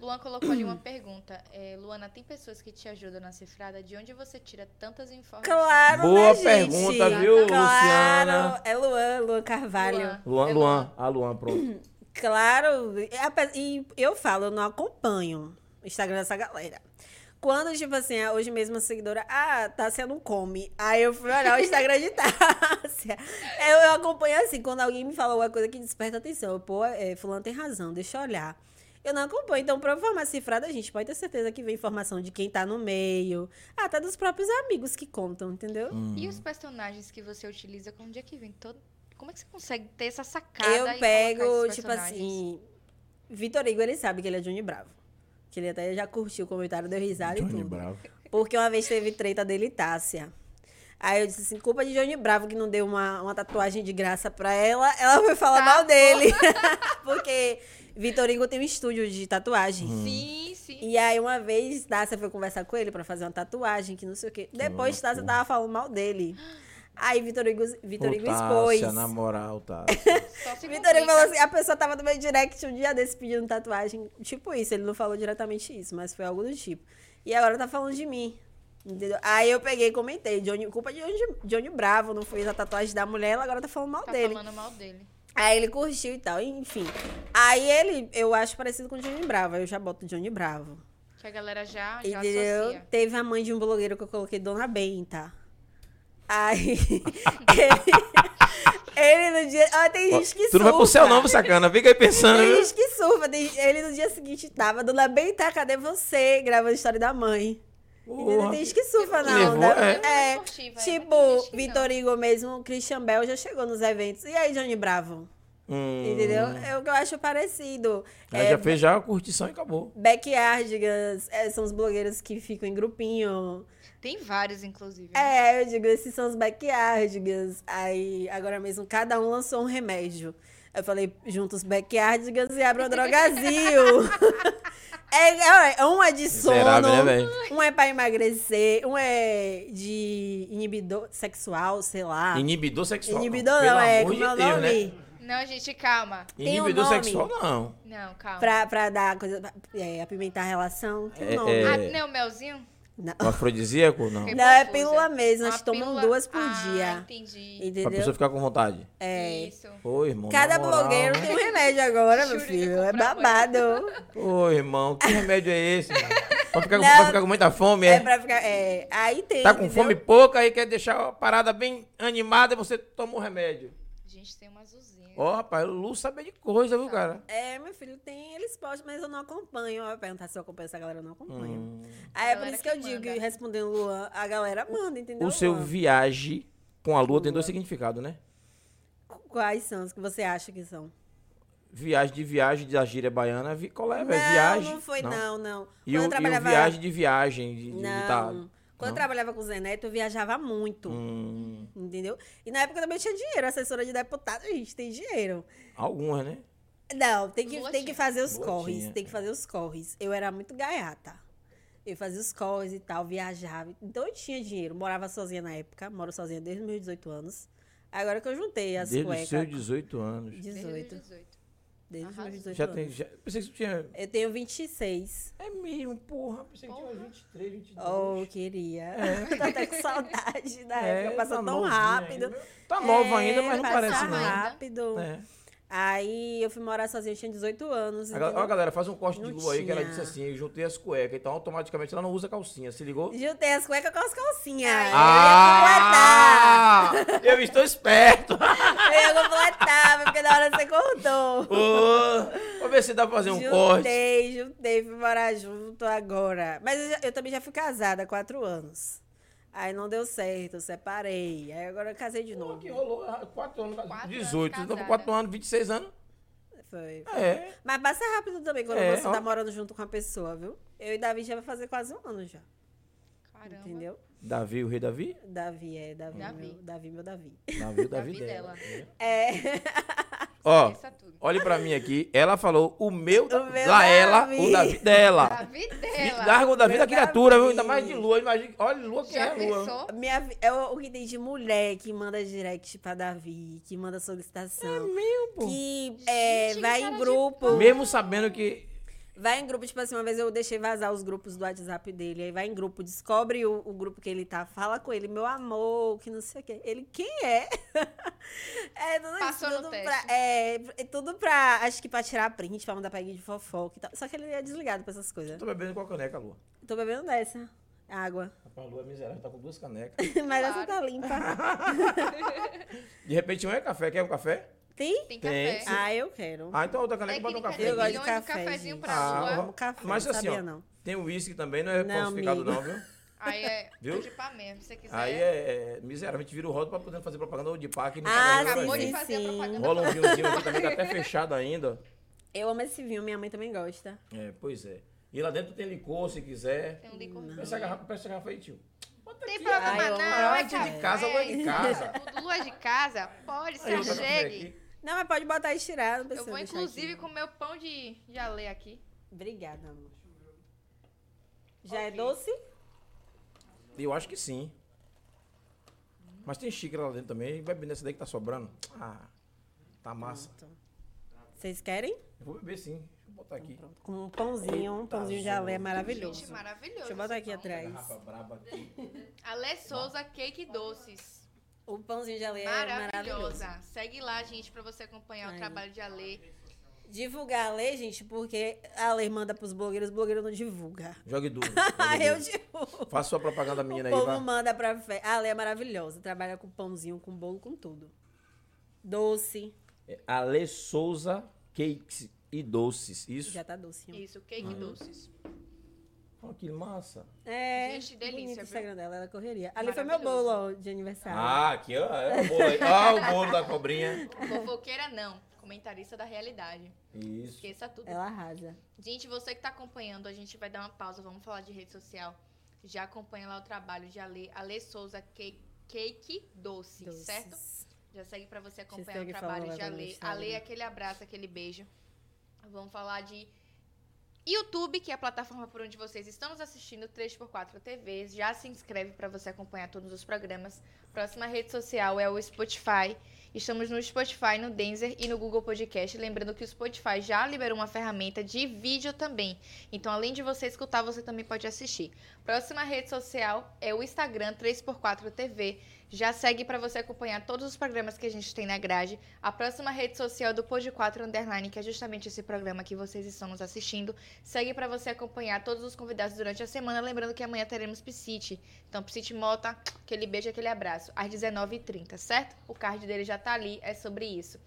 Luan colocou Hum. ali uma pergunta. É, Luana, tem pessoas que te ajudam na cifrada? De onde você tira tantas informações? Claro, Boa né, gente? pergunta, viu, Luciana? Claro, é Luan, Luan Carvalho. Luan, É Luan. Ah, Luan, Hum, pronto. Claro, e ape- e eu falo, eu não acompanho o Instagram dessa galera. Quando, tipo assim, hoje mesmo a seguidora, ah, Tássia não come. Aí eu fui olhar o Instagram de Tássia. Eu, eu acompanho assim, quando alguém me fala alguma coisa que desperta atenção. Eu, pô, é, fulano tem razão, deixa eu olhar. Eu não acompanho. Então, pra eu formar cifrada, a gente pode ter certeza que vem informação de quem tá no meio. Até dos próprios amigos que contam, entendeu? E os personagens que você utiliza, como é que vem todo... Como é que você consegue ter essa sacada? e Eu colocar pego, esses tipo personagens? assim. Vitor Hugo, ele sabe que ele é Johnny Bravo. Que ele até já curtiu o comentário, deu risada e tudo. Bravo. Porque uma vez teve treta dele e Tássia. Aí eu disse assim, culpa de Johnny Bravo que não deu uma, uma tatuagem de graça pra ela. Ela foi falar Tá, mal dele. Porque Vitor Hugo tem um estúdio de tatuagem. Uhum. Sim, sim. E aí, uma vez, Tássia foi conversar com ele pra fazer uma tatuagem, que não sei o quê. Depois, loucura. Tássia tava falando mal dele. Aí, Vitor Hugo, Vitor Hugo expôs. Tássia, na moral, tá. Só se tá Vitor falou complica. assim, a pessoa tava no meu direct um dia desse pedindo tatuagem. Tipo isso, ele não falou diretamente isso, mas foi algo do tipo. E agora tá falando de mim. Entendeu? Aí eu peguei e comentei, Johnny, culpa de Johnny, Johnny Bravo, não fez a tatuagem da mulher, ela agora tá falando mal Tá dele. falando mal dele. Aí ele curtiu e tal, enfim. Aí ele, eu acho parecido com o Johnny Bravo, aí eu já boto Johnny Bravo. Que a galera já, já Entendeu? associa. Teve a mãe de um blogueiro que eu coloquei Dona Benta. Aí. ele, ele no dia. Ó, tem gente que Tu não vai pro surfa. céu, não, sacana. Fica aí pensando, Tem viu? gente que surfa. tem- Ele no dia seguinte tava, Dona Benta, tá, cadê você? Gravando a história da mãe. Entendeu? Porra. Tem gente que surfa na Levou, onda. é. É. Esportiva, é, mas tipo, tem gente que não. Vitor Hugo mesmo, o Christian Bell já chegou nos eventos. E aí, Johnny Bravo? Hum. Entendeu? É o que eu acho parecido. Aí já fez já a curtição e acabou. Backyardigans é, são os blogueiros que ficam em grupinho. Tem vários, inclusive. né? É, eu digo, esses são os backyardigans. Aí, agora mesmo, cada um lançou um remédio. Eu falei, junta os backyardigans e abre o drogazil. é, é, um é de sono, Miserável, né, velho? um é pra emagrecer, um é de inibidor sexual, sei lá. Inibidor sexual. Ah. Inibidor Pelo não, é amor como de é o Deus, nome? né? Não, gente, calma. Tem um Inibidor nome. sexual, não. Não, calma. Pra, pra dar coisa, pra, é, apimentar a relação. Tem um É, nome. Ah, é. não, melzinho? Não. O afrodisíaco, não. Fiquei Não, é confusa. pílula mesmo, Uma nós tomamos pílula- duas por Ah, dia. entendi. Pra Entendeu? É. pessoa ficar com vontade. Isso. Ô, irmão. na Cada moral, blogueiro né? tem um remédio agora, meu Juro que filho. eu É comprava. babado. Ô, irmão, que remédio é esse? mano? Pra ficar, com, Não. pra ficar com muita fome, é? É pra ficar. É, aí tem. Tá com entendeu? fome pouca, aí quer deixar a parada bem animada e você toma um remédio. Gente, tem uma azulzinha. Ó, rapaz, o Lu sabe de coisa, viu, cara? É, meu filho, tem eles postam, mas eu não acompanho. Eu ia perguntar se eu acompanho essa galera, eu não acompanho. Hum. Aí é por Galera isso que eu que digo, manda. e respondendo Luan, a galera manda, entendeu? O seu Luan? viagem com a lua tem dois significados, né? Quais são os que você acha que são? Viagem de viagem da gíria baiana, vi, qual é, velho? não, Viagem. não foi, não, não. E o, e o viagem de viagem, de, de, de tá- Não. Quando Não? eu trabalhava com o Zé Neto, eu viajava muito. Hum, Entendeu? E na época eu também tinha dinheiro. Assessora de deputado, a gente tem dinheiro. algumas, né? Não, tem que, Lua tem que tinha. fazer os Lua corres. tinha, Tem que fazer os corres. Eu era muito gaiata. Eu fazia os corres e tal, viajava. Então eu tinha dinheiro. Morava sozinha na época. Moro sozinha desde os meus 18 anos. Agora que eu juntei as Desde os cuecas. seus 18 anos. Desde os 18. 18. Desde os meus Arrasa. 18 Já anos. tem. Já, pensei que você tinha. Eu tenho 26. É mesmo, porra. Pensei que tinha Porra. 23, 22. Oh, queria. Tô até com saudade da época. Passou É. tá tão novinha rápido. É, ainda. Tá nova ainda, mas não passa parece não. rápido. É. Aí eu fui morar sozinha, eu tinha 18 anos. A ga- Ó, entendeu? galera, faz um corte de Não lua aí que ela tinha. disse assim, eu juntei as cuecas, então automaticamente ela não usa calcinha, se ligou? Juntei as cuecas com as calcinhas. Ah! Eu estou esperto! Eu ia completar, eu ia completar, porque na hora você contou. Ô, Vamos ver se dá pra fazer um corte. juntei, juntei, fui morar junto agora. Mas eu, já- eu também já fui casada há quatro anos. Aí não deu certo, eu separei. Aí agora eu casei de Pô, novo. que rolou ah, quatro anos, Quatro anos 18, então casada. 4 anos, 26 anos. Foi. É. Mas passa rápido também quando É, você ó. tá morando junto com a pessoa, viu? Eu e Davi já vai fazer quase um ano já. Caramba. Entendeu? Davi, o rei Davi? Davi é Davi. Davi. Meu, Davi, meu Davi. Davi, o Davi, Davi dela. dela. É. Ó, Esqueça tudo. olhe pra mim aqui. Ela falou o meu, O meu da ela, Davi. o Davi dela. Davi E dela. Larga o Davi Meu da criatura, viu? Davi. Ainda mais de lua. Imagina, olha, lua que é Já a lua. pensou? Minha, vi- é o o que tem de mulher que manda direct pra Davi, que manda solicitação. Mesmo, que é, Gente, vai cara em de grupo. Mesmo sabendo que. Vai em grupo, tipo assim, uma vez eu deixei vazar os grupos do WhatsApp dele. Aí vai em grupo, descobre o, o grupo que ele tá, fala com ele, meu amor, que não sei o quê. Ele, quem é? é tudo isso, Passou no tudo teste. pra, é, é tudo pra, acho que pra tirar print, pra mandar pra guia de fofoca e tal. Só que ele é desligado pra essas coisas. Tô bebendo com a caneca, lua. Tô bebendo dessa água. Rapaz, a lua é miserável, tá com duas canecas. Mas essa tá limpa. De repente, um é café. Quer um café? Tem? Tem Tem. café. Ah, eu quero. Ah, então a outra caneca e bota um Técnica café. de Eu gosto de milhões, um café, cafezinho gente. pra é Ah, lua. amo café, Mas não assim, sabia ó, não. tem o uísque também, não é Não, falsificado, amigo. não, viu? Aí é Viu? equipamento, se você quiser. Aí é, é miserável, a gente vira o rodo pra poder fazer propaganda de parque. e não Ah, tá Acabou ganhando de sim, pra fazer sim. a gente. propaganda. Rola um vinhozinho aqui também, tá até fechado ainda. Eu amo esse vinho, minha mãe também gosta. É, pois é. E lá dentro tem licor, se quiser. Tem um licor. Pega essa garrafa, pega essa garrafa aí, tio. Bota Tem aqui, problema Ai, eu amo. não, é Arte de café, casa, lua de isso casa. é tudo. Lua de casa, pode, Aí, outra se café achegue. aqui. Não, mas pode botar e tirar, não Eu precisa vou deixar inclusive aqui. comer o pão de de alê aqui. Obrigada, amor. Já é Ok. doce? Eu acho que sim. Mas tem xícara lá dentro também. Vai beber nessa daí que tá sobrando. Ah, tá massa. Pronto. Vocês querem? Eu vou beber sim. Deixa eu botar aqui. Pronto. Com um pãozinho, um Eita, pãozinho de alé azul. maravilhoso. Gente, maravilhoso. Deixa eu botar esse aqui pão. atrás. Garrafa braba aqui. Alê Souza Cake Doces. O Um pãozinho de alé é maravilhoso. Maravilhosa. Segue lá, gente, pra você acompanhar Aí. o trabalho de Alê. Divulgar a lei, gente, porque a lei manda pros blogueiros, os blogueiros não divulgam. Jogue duro. Ah, jogue eu duro. divulgo. Faça sua propaganda, menina aí, O povo vai. manda pra fé. A lei é maravilhosa. Trabalha com pãozinho, com bolo, com tudo. Doce. É Ale Souza Cakes e Doces. Isso. Já tá docinho. Isso, Cake Doces. Olha que massa. É, Gente, delícia, bonito o viu? Instagram dela, ela é correria. Ali foi meu Maravilhoso. bolo ó, de aniversário. Ah, aqui, ó. É o bolo aí. Ah, o bolo da cobrinha. Fofoqueira não, comentarista da realidade. Isso. Esqueça tudo. Ela arrasa. Gente, você que tá acompanhando, a gente vai dar uma pausa, vamos falar de rede social. Já acompanha lá o trabalho de Ale, Ale Souza Cake, Cake Doce, Doces. certo? Já segue pra você Deixa eu acompanhar ver o o que trabalho falou de agora no Ale. Instagram. Ale, aquele abraço, aquele beijo. Vamos falar de YouTube, que é a plataforma por onde vocês estão nos assistindo, 3x4 TV. Já se inscreve pra você acompanhar todos os programas. Próxima rede social é o Spotify. Estamos no Spotify, no Denzer e no Google Podcast. Lembrando que o Spotify já liberou uma ferramenta de vídeo também. Então, além de você escutar, você também pode assistir. Próxima rede social é o Instagram 3x4 TV. Já segue para você acompanhar todos os programas que a gente tem na grade. A próxima rede social do Pod 4 Underline, que é justamente esse programa que vocês estão nos assistindo. Segue para você acompanhar todos os convidados durante a semana. Lembrando que amanhã teremos Psite. Então, Psite Mota, aquele beijo, aquele abraço. Às 19h30, certo? O card dele já tá ali, é sobre isso.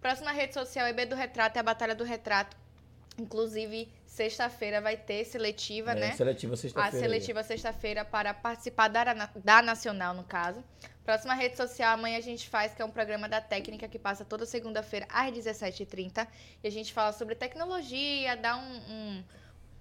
Próxima rede social é B do Retrato, é a Batalha do Retrato. Inclusive, sexta-feira vai ter seletiva, É, né? Seletiva a Ah, sexta-feira. aí. seletiva sexta-feira para participar da, na- da Nacional, no caso. Próxima rede social, amanhã a gente faz, que é um programa da técnica que passa toda segunda-feira às 17h30. E a gente fala sobre tecnologia, dá um. um-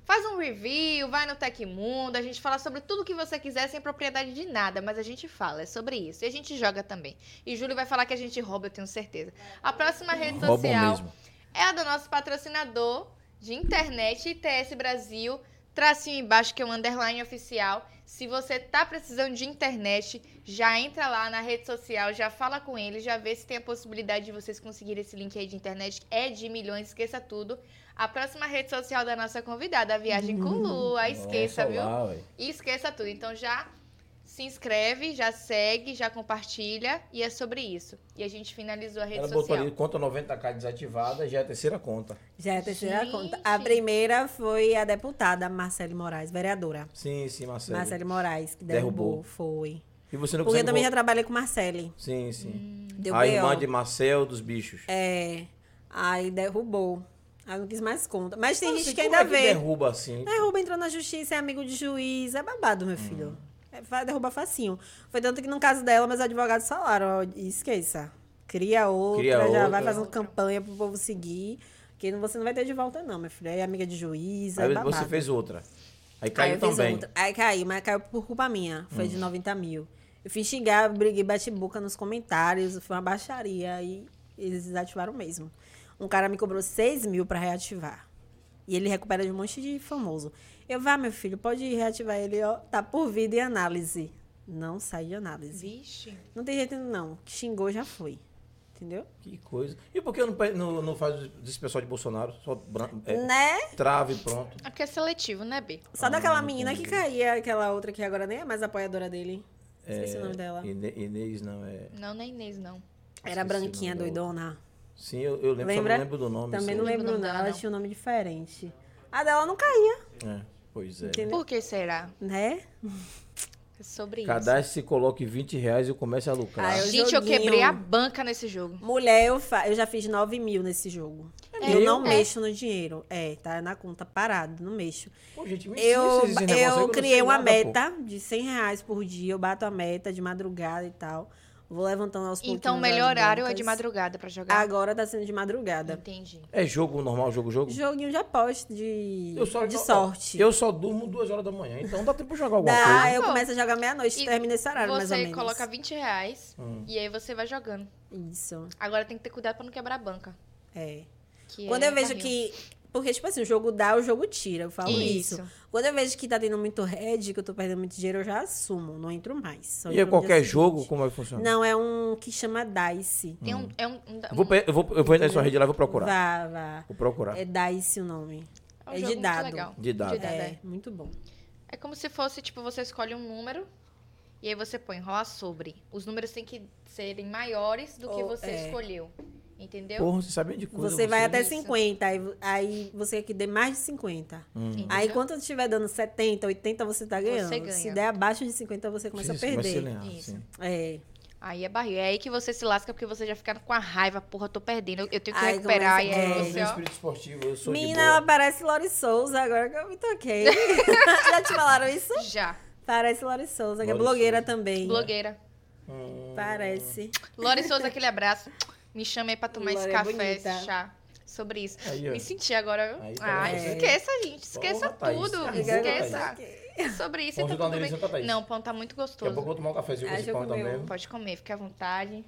Faz um review, vai no Tecmundo, a gente fala sobre tudo que você quiser sem propriedade de nada, mas a gente fala, é sobre isso. E a gente joga também. E Júlio vai falar que a gente rouba, eu tenho certeza. A próxima rede Roubam social mesmo. é a do nosso patrocinador de internet, ITS Brasil, tracinho embaixo, que é o underline oficial. Se você tá precisando de internet, já entra lá na rede social, já fala com ele, já vê se tem a possibilidade de vocês conseguirem esse link aí de internet. É de milhões, esqueça tudo. A próxima rede social da nossa convidada, a Viagem com Lua, esqueça, Nossa, viu? lá, ué. E esqueça tudo. Então já se inscreve, já segue, já compartilha e é sobre isso. E a gente finalizou a rede Ela botou social. ali conta 90k desativada, já é a terceira conta. Já é a terceira Gente. conta. A primeira foi a deputada Marcele Moraes, vereadora. Sim, sim, Marcelo. Marcele Moraes, que derrubou. Derrubou. Foi. E você não Porque eu consegue. também já vol- trabalhei com Marcele. Sim, sim. Deu a irmã B.O. de Marcel dos bichos. É. Aí derrubou. Aí não quis mais conta. Mas tem Nossa, gente que como ainda é vê. derruba assim. Hum. Derruba, entrou na justiça, é amigo de juiz. É babado, meu filho. é, vai derrubar facinho. Foi tanto que no caso dela, meus advogados falaram, ó, esqueça. Cria outra, Cria já outra. vai fazendo campanha pro povo seguir. Que não- você não vai ter de volta, não, minha filha. É amiga de juiz, é Aí babado. você fez outra. Aí Aí caiu eu fiz também. Hum. outra. Aí caiu, mas caiu por culpa minha. Foi de 90 mil. Eu fiz xingar, briguei, bati boca nos comentários. Foi uma baixaria. E eles desativaram mesmo. Um cara me cobrou 6 mil pra reativar. E ele recupera de um monte de famoso. Eu, vá, meu filho, pode reativar ele, ó. Tá por vida e análise. Não sai de análise. Vixe. Não tem jeito, não. Xingou, já foi. Entendeu? Que coisa. E por que não, pe- não, não faz esse pessoal de Bolsonaro? Só bran- é, Ah, Né? trave e pronto. É porque é seletivo, né, B? Só daquela menina que caía, aquela outra que agora nem é mais apoiadora dele. Esqueci o nome dela. Ine- Inês, não, é. Não, não é Inês, não. Esqueci Era o branquinha, nome da doidona. Sim, eu, eu lembro, Lembra? só não lembro do nome. Também sim. não lembro, Lembro não. do nome Ela dela, tinha um nome diferente. A dela não caía, É, pois é. Entendeu? Por que será? né? É sobre isso. Cadastre se coloque 20 reais e comece a lucrar. Ah, eu- Gente, eu Joguinho. quebrei a banca nesse jogo. Mulher, eu, fa... eu já fiz 9 mil nesse jogo. É eu mesmo? não É. mexo no dinheiro. É, tá na conta parado, não mexo. Pô, gente, me Eu, ensina esses negócios aí que eu eu não criei sei uma nada, pô. meta de 100 reais por dia. Eu bato a meta de madrugada e tal. Vou levantando aos pouquinhos. Então, o as melhor horário é de bancas. madrugada pra jogar. Agora tá sendo de madrugada. Entendi. É jogo normal, jogo, jogo? Joguinho de aposta, de, Eu só- de ó, sorte. Eu só durmo duas horas da manhã, então dá tempo de jogar alguma Dá, coisa. eu Pô. começo a jogar meia-noite, E termina esse horário, mais ou Você menos. coloca 20 reais Hum. e aí você vai jogando. Isso, Agora tem que ter cuidado pra não quebrar a banca. é. que Quando é eu vejo barril. que. Porque, tipo assim, o jogo dá, o jogo tira. Eu falo isso. Isso. Quando eu vejo que tá tendo muito red, que eu tô perdendo muito dinheiro, eu já assumo, não entro mais. Só E entro é no qualquer dia jogo, seguinte. como é que funciona? assim, Não, é um que chama Dice. Tem um, é um, um- Eu Hum. Vou, pe- eu vou, eu vou entrar na sua rede lá e vou procurar. Vá, vá. Vou procurar. É Dice o nome. um é de jogo muito dado. legal. De dado. De dado é. É, muito bom. É como se fosse, tipo, você escolhe um número e aí você põe rolar sobre. Os números têm que serem maiores do que Ou- você é. escolheu. Entendeu? Porra, você sabe de coisa. Você vai até Isso. 50, aí, aí você que dê mais de 50. Hum. Aí Entendeu? quando estiver dando 70, 80, Uhum. você tá ganhando. ganha. Se der abaixo de 50, você começa Isso, a vai ser perder. leal, Isso. sim. É. Aí é barril. É aí que você se lasca porque você já fica com a raiva, porra, tô perdendo. Eu, eu tenho que Ai, recuperar. E começa- aí é. Eu você, sou ó. espírito esportivo, eu sou Menina, de ela boa. parece Lori Souza, agora que eu me toquei. Já te falaram isso? Já. Parece Lori Souza, que é Lori blogueira Souza. também. Blogueira. Hum. Parece. Lore Souza, aquele abraço. Me chama aí pra tomar esse Lore é café, bonita. esse chá. Sobre isso. Aí, ó. Me senti agora. viu? Aí tá Ai, vendo? esqueça, gente. Esqueça Porra, Thaís. tudo. Arrasou, Esqueça. Sobre isso. e Vamos tá ajudar tudo o Anderson, tá, bem. Thaís? Não, o pão tá muito Daqui a gostoso. pouco eu vou tomar um cafezinho com Ah, esse já pão comeu. também. Pode comer, fique à vontade.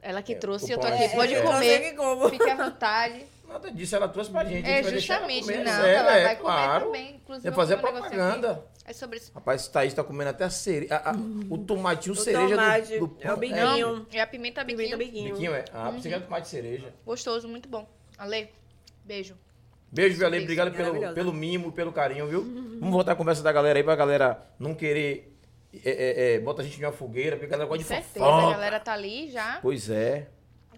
Ela que É, trouxe, o eu tô pão aqui. é- Pode é. comer. Consegue como? Fique à vontade. Nada disso, ela trouxe pra gente. a É, gente vai deixar ela justamente. comer, Não, sério, ela é, vai comer claro. também. Inclusive, É eu fazer vou comer um negócio propaganda. aqui. É sobre isso. Rapaz, esse Thaís tá comendo até a cere... a- a- o tomatinho cereja tomate, do, do é o biquinho. É, Não. É a pimenta Pimenta biquinho. biquinho. biquinho, é. Ah, você Uhum. quer tomate cereja. Gostoso, muito bom. Ale, beijo. Beijo, Violeta. Beijo. Obrigado pelo, Maravilhosa. pelo mimo, pelo carinho, viu? Vamos voltar a conversa da galera aí pra galera não querer. É, é, é, bota a gente em uma fogueira, porque a galera gosta de Certeza, a fofoca. galera tá ali já. Pois é.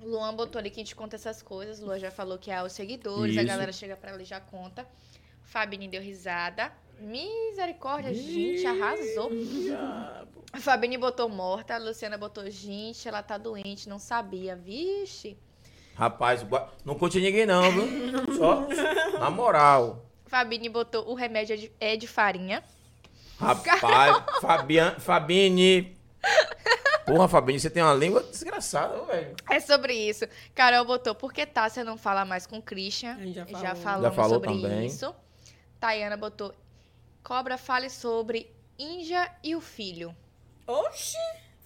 Luan botou ali que a gente conta essas coisas. Luan já falou que é os seguidores, a Isso. galera chega pra ela e já conta. Fabine deu risada. Misericórdia, gente, arrasou. Fabine botou morta, a Luciana botou gente, ela tá doente, não sabia. Vixe. Rapaz, gua- não curte ninguém não, viu? Só na moral. Fabine botou o remédio é de, é de farinha. Rapaz, Fabian, Fabine. Porra, Fabine, você tem uma língua desgraçada, viu, velho. É sobre isso. Carol botou por que Tássia não fala mais com Christian. A gente já falou. falamos Já falou sobre também. isso. Tayana botou Cobra fale sobre Índia e o filho. Oxi!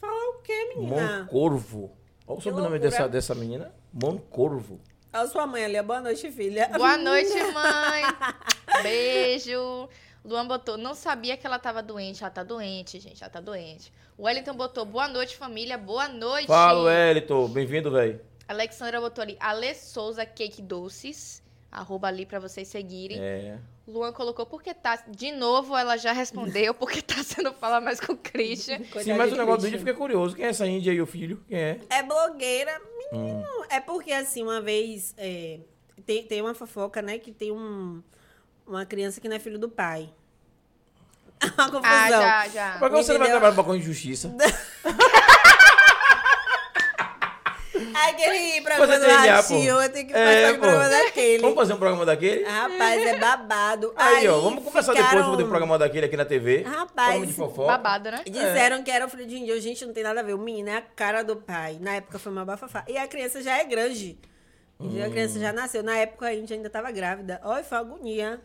Falar o quê, menina? Moncorvo. Olha o Que sobrenome loucura. dessa, dessa menina. Moncorvo. Olha sua mãe ali, ó. boa noite, filha. Boa noite, mãe. Beijo. Luan botou, não sabia que ela tava doente. Ela tá doente, gente. Ela tá doente. Wellington botou, boa noite, família. Boa noite. Fala, Wellington. Bem-vindo, velho. Alexandra botou ali, Ale Souza Cake Doces. Arroba ali pra vocês seguirem. É. Luan colocou, porque tá... De novo, ela já respondeu, porque tá sendo falar mais com o Christian. Coitado Sim, mas de o negócio do Christian. índio eu fiquei curioso. Quem é essa índia aí, o filho? Quem é? É blogueira, menino. Hum. É porque, assim, uma vez. é, tem, tem uma fofoca, né? Que tem um, uma criança que não é filho do pai. uma confusão. Ah, já, já. Por que você não vai Entendeu? trabalhar pra com injustiça? Aquele Fazer programa do DNA, ratinho, ah, pô. eu tenho que É, fazer o pô. programa daquele. Vamos fazer um programa daquele? Rapaz, é babado. Aí, ó, vamos começar depois, ficaram- vamos ter um programa daquele aqui na TV. Rapaz, Programa de fofoca. Babado, né? Disseram que era o filho de índio. Gente, não tem nada a ver. O menino é a cara do pai. Na época foi uma bafafá. E a criança já é grande. Entendeu? A criança já nasceu. Na época a Índia ainda tava grávida. Olha, foi uma agonia.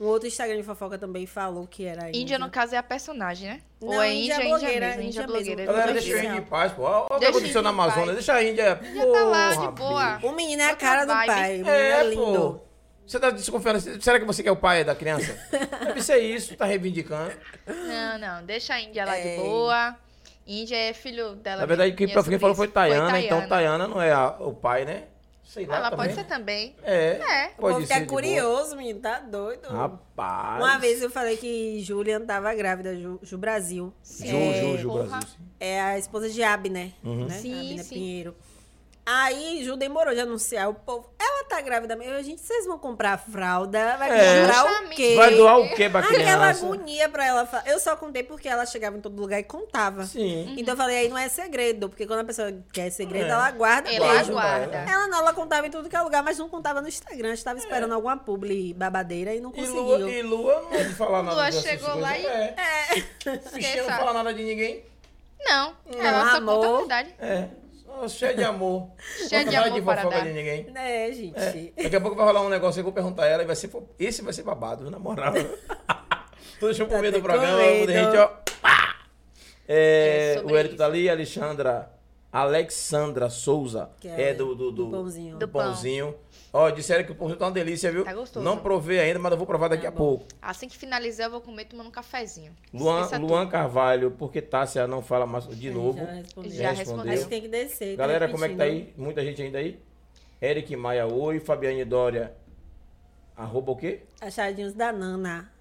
Um outro Instagram de fofoca também falou que era a Índia. Índia, no caso, é a personagem, né? Não, Ou é Índia, Índia é Índia blogueira, mesmo, Índia Índia é blogueira. mesmo. Galera, Meu deixa a Deus. Índia em paz, pô. Olha o que Deixa aconteceu a na Índia em Amazônia. paz. Deixa a Índia. Já tá lá, de Porra, boa. bicho. O menino é a Outra cara do vibe. pai. O menino é, É, lindo. pô. Você tá desconfiando. Será que você que é o pai da criança? Deve ser isso, tá reivindicando. Não, não, deixa a Índia lá É. de boa. Índia é filho dela. Na verdade, quem, mesmo, é quem falou foi sobre Tayana, isso. Foi então Tayana não é a- o pai, né? Sei lá. Ela também. pode ser também. É. É. O povo Pode ser. fica de boa. curioso, menino. Tá doido. Rapaz. Uma vez eu falei que Julian tava grávida, Ju, Ju Brasil. Ju, Ju, Ju, Porra. Brasil. sim. Uhum. É a esposa de Abner, né? Sim, Abner sim. Pinheiro. Aí, Ju demorou de anunciar o povo. Ela tá grávida mesmo. Eu, Gente, vocês vão comprar fralda? Vai É. comprar o Justamente. quê? Vai doar o quê pra Aquela criança? agonia pra ela. fa- Eu só contei porque ela chegava em todo lugar e contava. Sim. Então eu falei, aí não é segredo. Porque quando a pessoa quer segredo, É. ela guarda Ela mesmo. aguarda. né? Ela não, ela contava em tudo que é lugar, mas não contava no Instagram. A gente tava esperando alguma publi babadeira e não É. E conseguiu. Lua, e Lua não é de falar nada. Lua dessas chegou coisas. lá e- É. Bichinha não Esqueça. fala nada de ninguém. Não, ela só amor. conta a verdade. É. Só cheia de amor. Cheia Não de fala amor de para fofoca dar. de ninguém. É, gente. Daqui a pouco vai rolar um negócio, eu vou perguntar a ela e vai ser. fo- Esse vai ser babado, na moral. Tô deixando Tá pro meio do até programa, com quando a medo. gente, ó. pá! É, É sobre o Hélio tá isso. ali, a Alexandra. Alexandra Souza. Que é, é do, do, do, do pãozinho. do Do pão. pãozinho. Ó, disseram que o pãozinho tá uma delícia, viu? Tá gostoso. Não provei ainda, mas eu vou provar daqui a pouco. Assim que finalizar, eu vou comer tomando um cafezinho. Luan, Esqueça Luan tudo. Carvalho, porque Tássia não fala mais de novo. Já respondeu. Já Já respondeu. respondeu. Acho que tem que descer. tá Galera, como é que tá repetindo. aí? Muita gente ainda aí? Eric Maia, oi. Fabiane Dória, arroba o quê? Achadinhos da Nana.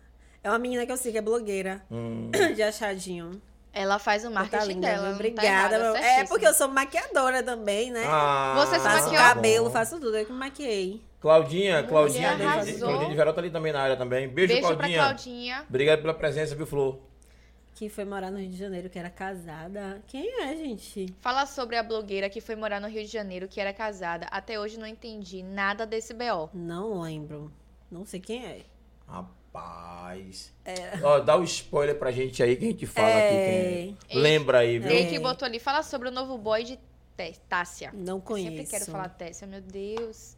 É uma menina que eu sigo, é blogueira Hum. de achadinho. Ela faz o Ela marketing linda, dela. viu? não tá Obrigada. errada, meu- é certíssima. porque eu sou maquiadora também, né? Ah, Você se faço maquiou? cabelo, bom. faço tudo. Eu que maquiei. Claudinha, Claudinha, de- arrasou. Claudinha de Verão tá ali também na área também. Beijo, Beijo Claudinha. pra Claudinha. Obrigado pela presença, viu, Flor? Que foi morar no Rio de Janeiro, que era casada. Quem é, gente? Fala sobre a blogueira que foi morar no Rio de Janeiro, que era casada. Até hoje não entendi nada desse BO. Não lembro. Não sei quem é. Rapaz. Ó, dá o spoiler pra gente aí que a gente fala É. aqui. Quem... Lembra aí, viu? Ele que botou ali, fala sobre o novo boy de Té- é. Tássia. Não Eu conheço. Sempre quero falar Tessa, meu Deus.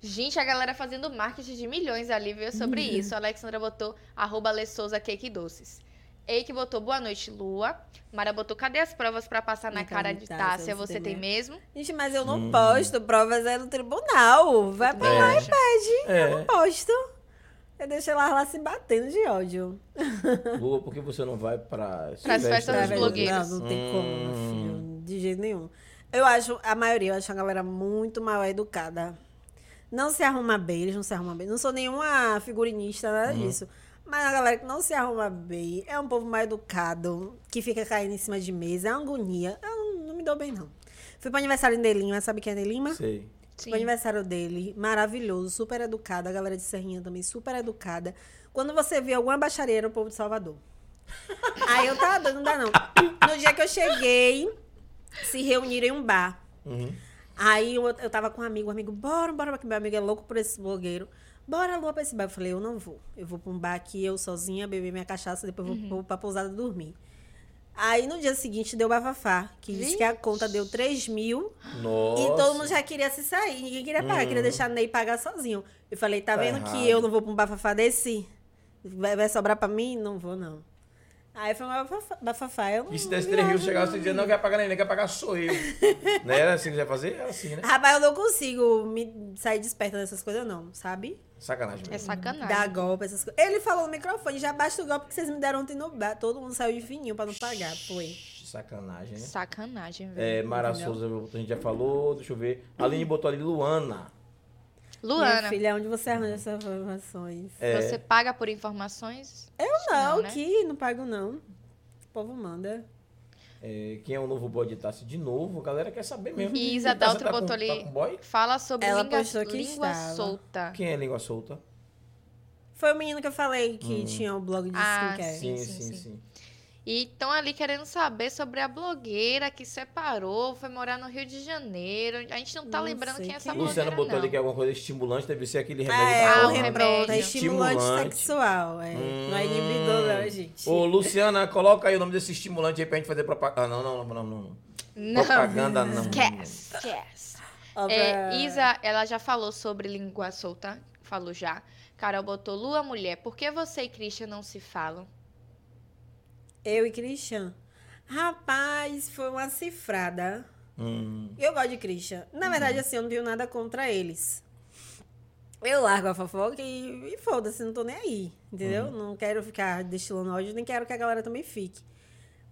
Gente, a galera fazendo marketing de milhões ali, viu? Sobre Uhum. isso. A Alexandra botou arroba Lê Souza Cake Doces. Eike botou boa noite, Lua. Mara botou cadê as provas pra passar na Então, cara de Tássia, Tássia? você Você tem tem mesmo? Gente, mas eu não Hum. posto. Provas é no tribunal. Vai É. pra lá, Relaxa. eu não posto. Eu deixo elas lá se batendo de ódio. É. Lua, por que você não vai pra... Pras Silvestre? festas dos Cara, blogueiros. Não, não tem como, meu filho. Hum. De jeito nenhum. Eu acho, a maioria, eu acho a galera muito mal educada. Não se arruma bem, eles não se arrumam bem. Não sou nenhuma figurinista, nada disso. Mas a galera que não se arruma bem é um povo mal educado, que fica caindo em cima de mesa, é uma agonia. Eu não, não me dou bem, não. Fui pro aniversário de Nelima, sabe quem é Nelima? Sei. Sim. O aniversário dele, maravilhoso, super educado. A galera de Serrinha também, super educada. Quando você vê alguma baixaria, era o povo de Salvador. Aí eu tava doido, não dá não. No dia que eu cheguei, se reuniram em um bar. Uhum. Aí eu, eu tava com um amigo, um amigo, bora, bora, que meu amigo é louco por esse blogueiro. Bora, Lua, pra esse bar. Eu falei, eu não vou. Eu vou pra um bar aqui, eu sozinha, beber minha cachaça, depois eu vou vou pra pousada dormir. Aí no dia seguinte deu bafafá, que disse que a conta deu 3 mil Nossa. Uhum. e todo mundo já queria se sair, ninguém queria pagar, queria deixar Ney pagar sozinho. Eu falei, tá, Tá vendo errado. que eu não vou pra um bafafá desse? Vai, vai sobrar pra mim? Não vou, não. Aí foi uma bafafá, bafafá eu não... E se desse 3 mil, chegasse e dizia, não quer pagar ninguém, quer pagar sou eu. né? Era assim que você ia fazer? Era assim, né? Rapaz, eu não consigo me sair desperta dessas coisas, não, sabe? Sacanagem mesmo. É sacanagem. Dar golpe, essas coisas. Ele falou no microfone, já basta o golpe que vocês me deram ontem no bar. Todo mundo saiu de fininho É pra não pagar, foi. Sacanagem, né? Sacanagem, velho. É, Mara Entendeu? Souza, a gente já falou, deixa eu ver. Aline botou ali Luana. Luana, Minha filha, é onde você arranja essas informações? É, você paga por informações? É. Eu não, Não, né? que não pago, não. O povo manda. É, quem é o novo boy de Tassi de novo? A galera quer saber mesmo. E Isa Isa Daltro Daltro botou ali- Tá com boy? Fala sobre Ela língua, postou que língua estava. solta. Quem é língua solta? Hum. Foi o menino que eu falei que tinha o blog de Ah, skincare. Sim, Sim, sim, sim, sim. sim. E estão ali querendo saber sobre a blogueira que separou, foi morar no Rio de Janeiro. A gente não tá Não lembrando sei quem é essa quem é. blogueira, Luciano botou não. ali que alguma coisa estimulante deve ser aquele remédio. É, Ah, é o um pra- remédio. remédio. É estimulante, Estimulante. sexual. É. Não é inibidor, não, Hum. gente. Ô, Luciana, coloca aí o nome desse estimulante aí pra gente fazer propaganda. Ah, não, não, não, não, não. Não. Propaganda não. Esquece, esquece. Ó, pra- É, Isa, ela já falou sobre língua solta, falou já. Carol botou Lua Mulher, por que você e Christian não se falam? Eu e Christian. Rapaz, foi uma cifrada. Hum. Eu gosto de Christian. Na Uhum. verdade, assim, eu não tenho nada contra eles. Eu largo a fofoca e, e foda-se, não tô nem aí, entendeu? Uhum. Não quero ficar destilando ódio, nem quero que a galera também fique.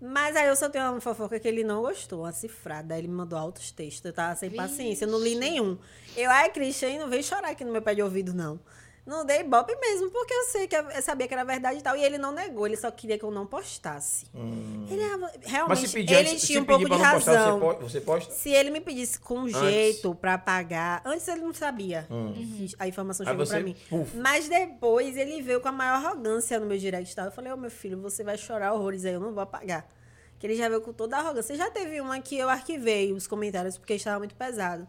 Mas aí eu só tenho uma fofoca que ele não gostou, uma cifrada. Ele me mandou altos textos, eu tava sem paciência, eu não li Vixe. nenhum. Eu, ai, Christian, e não veio chorar aqui no meu pé de ouvido, não. Não dei bope mesmo, porque eu sei que eu sabia que era verdade e tal. E ele não negou, ele só queria que eu não postasse. Hum. Ele ah, Mas realmente se pedir, ele antes- se tinha um pedir pouco pra de não postar, razão. você po- você posta? Se ele me pedisse com Antes. jeito pra pagar, antes ele não sabia. Hum. que A informação Aí chegou pra você. mim. Puf. Mas depois ele veio com a maior arrogância no meu direct e tal. Eu falei, ô meu filho, você vai chorar horrores aí, eu não vou apagar. Que ele já veio com toda a arrogância. Já teve uma que eu arquivei os comentários porque estava muito pesado.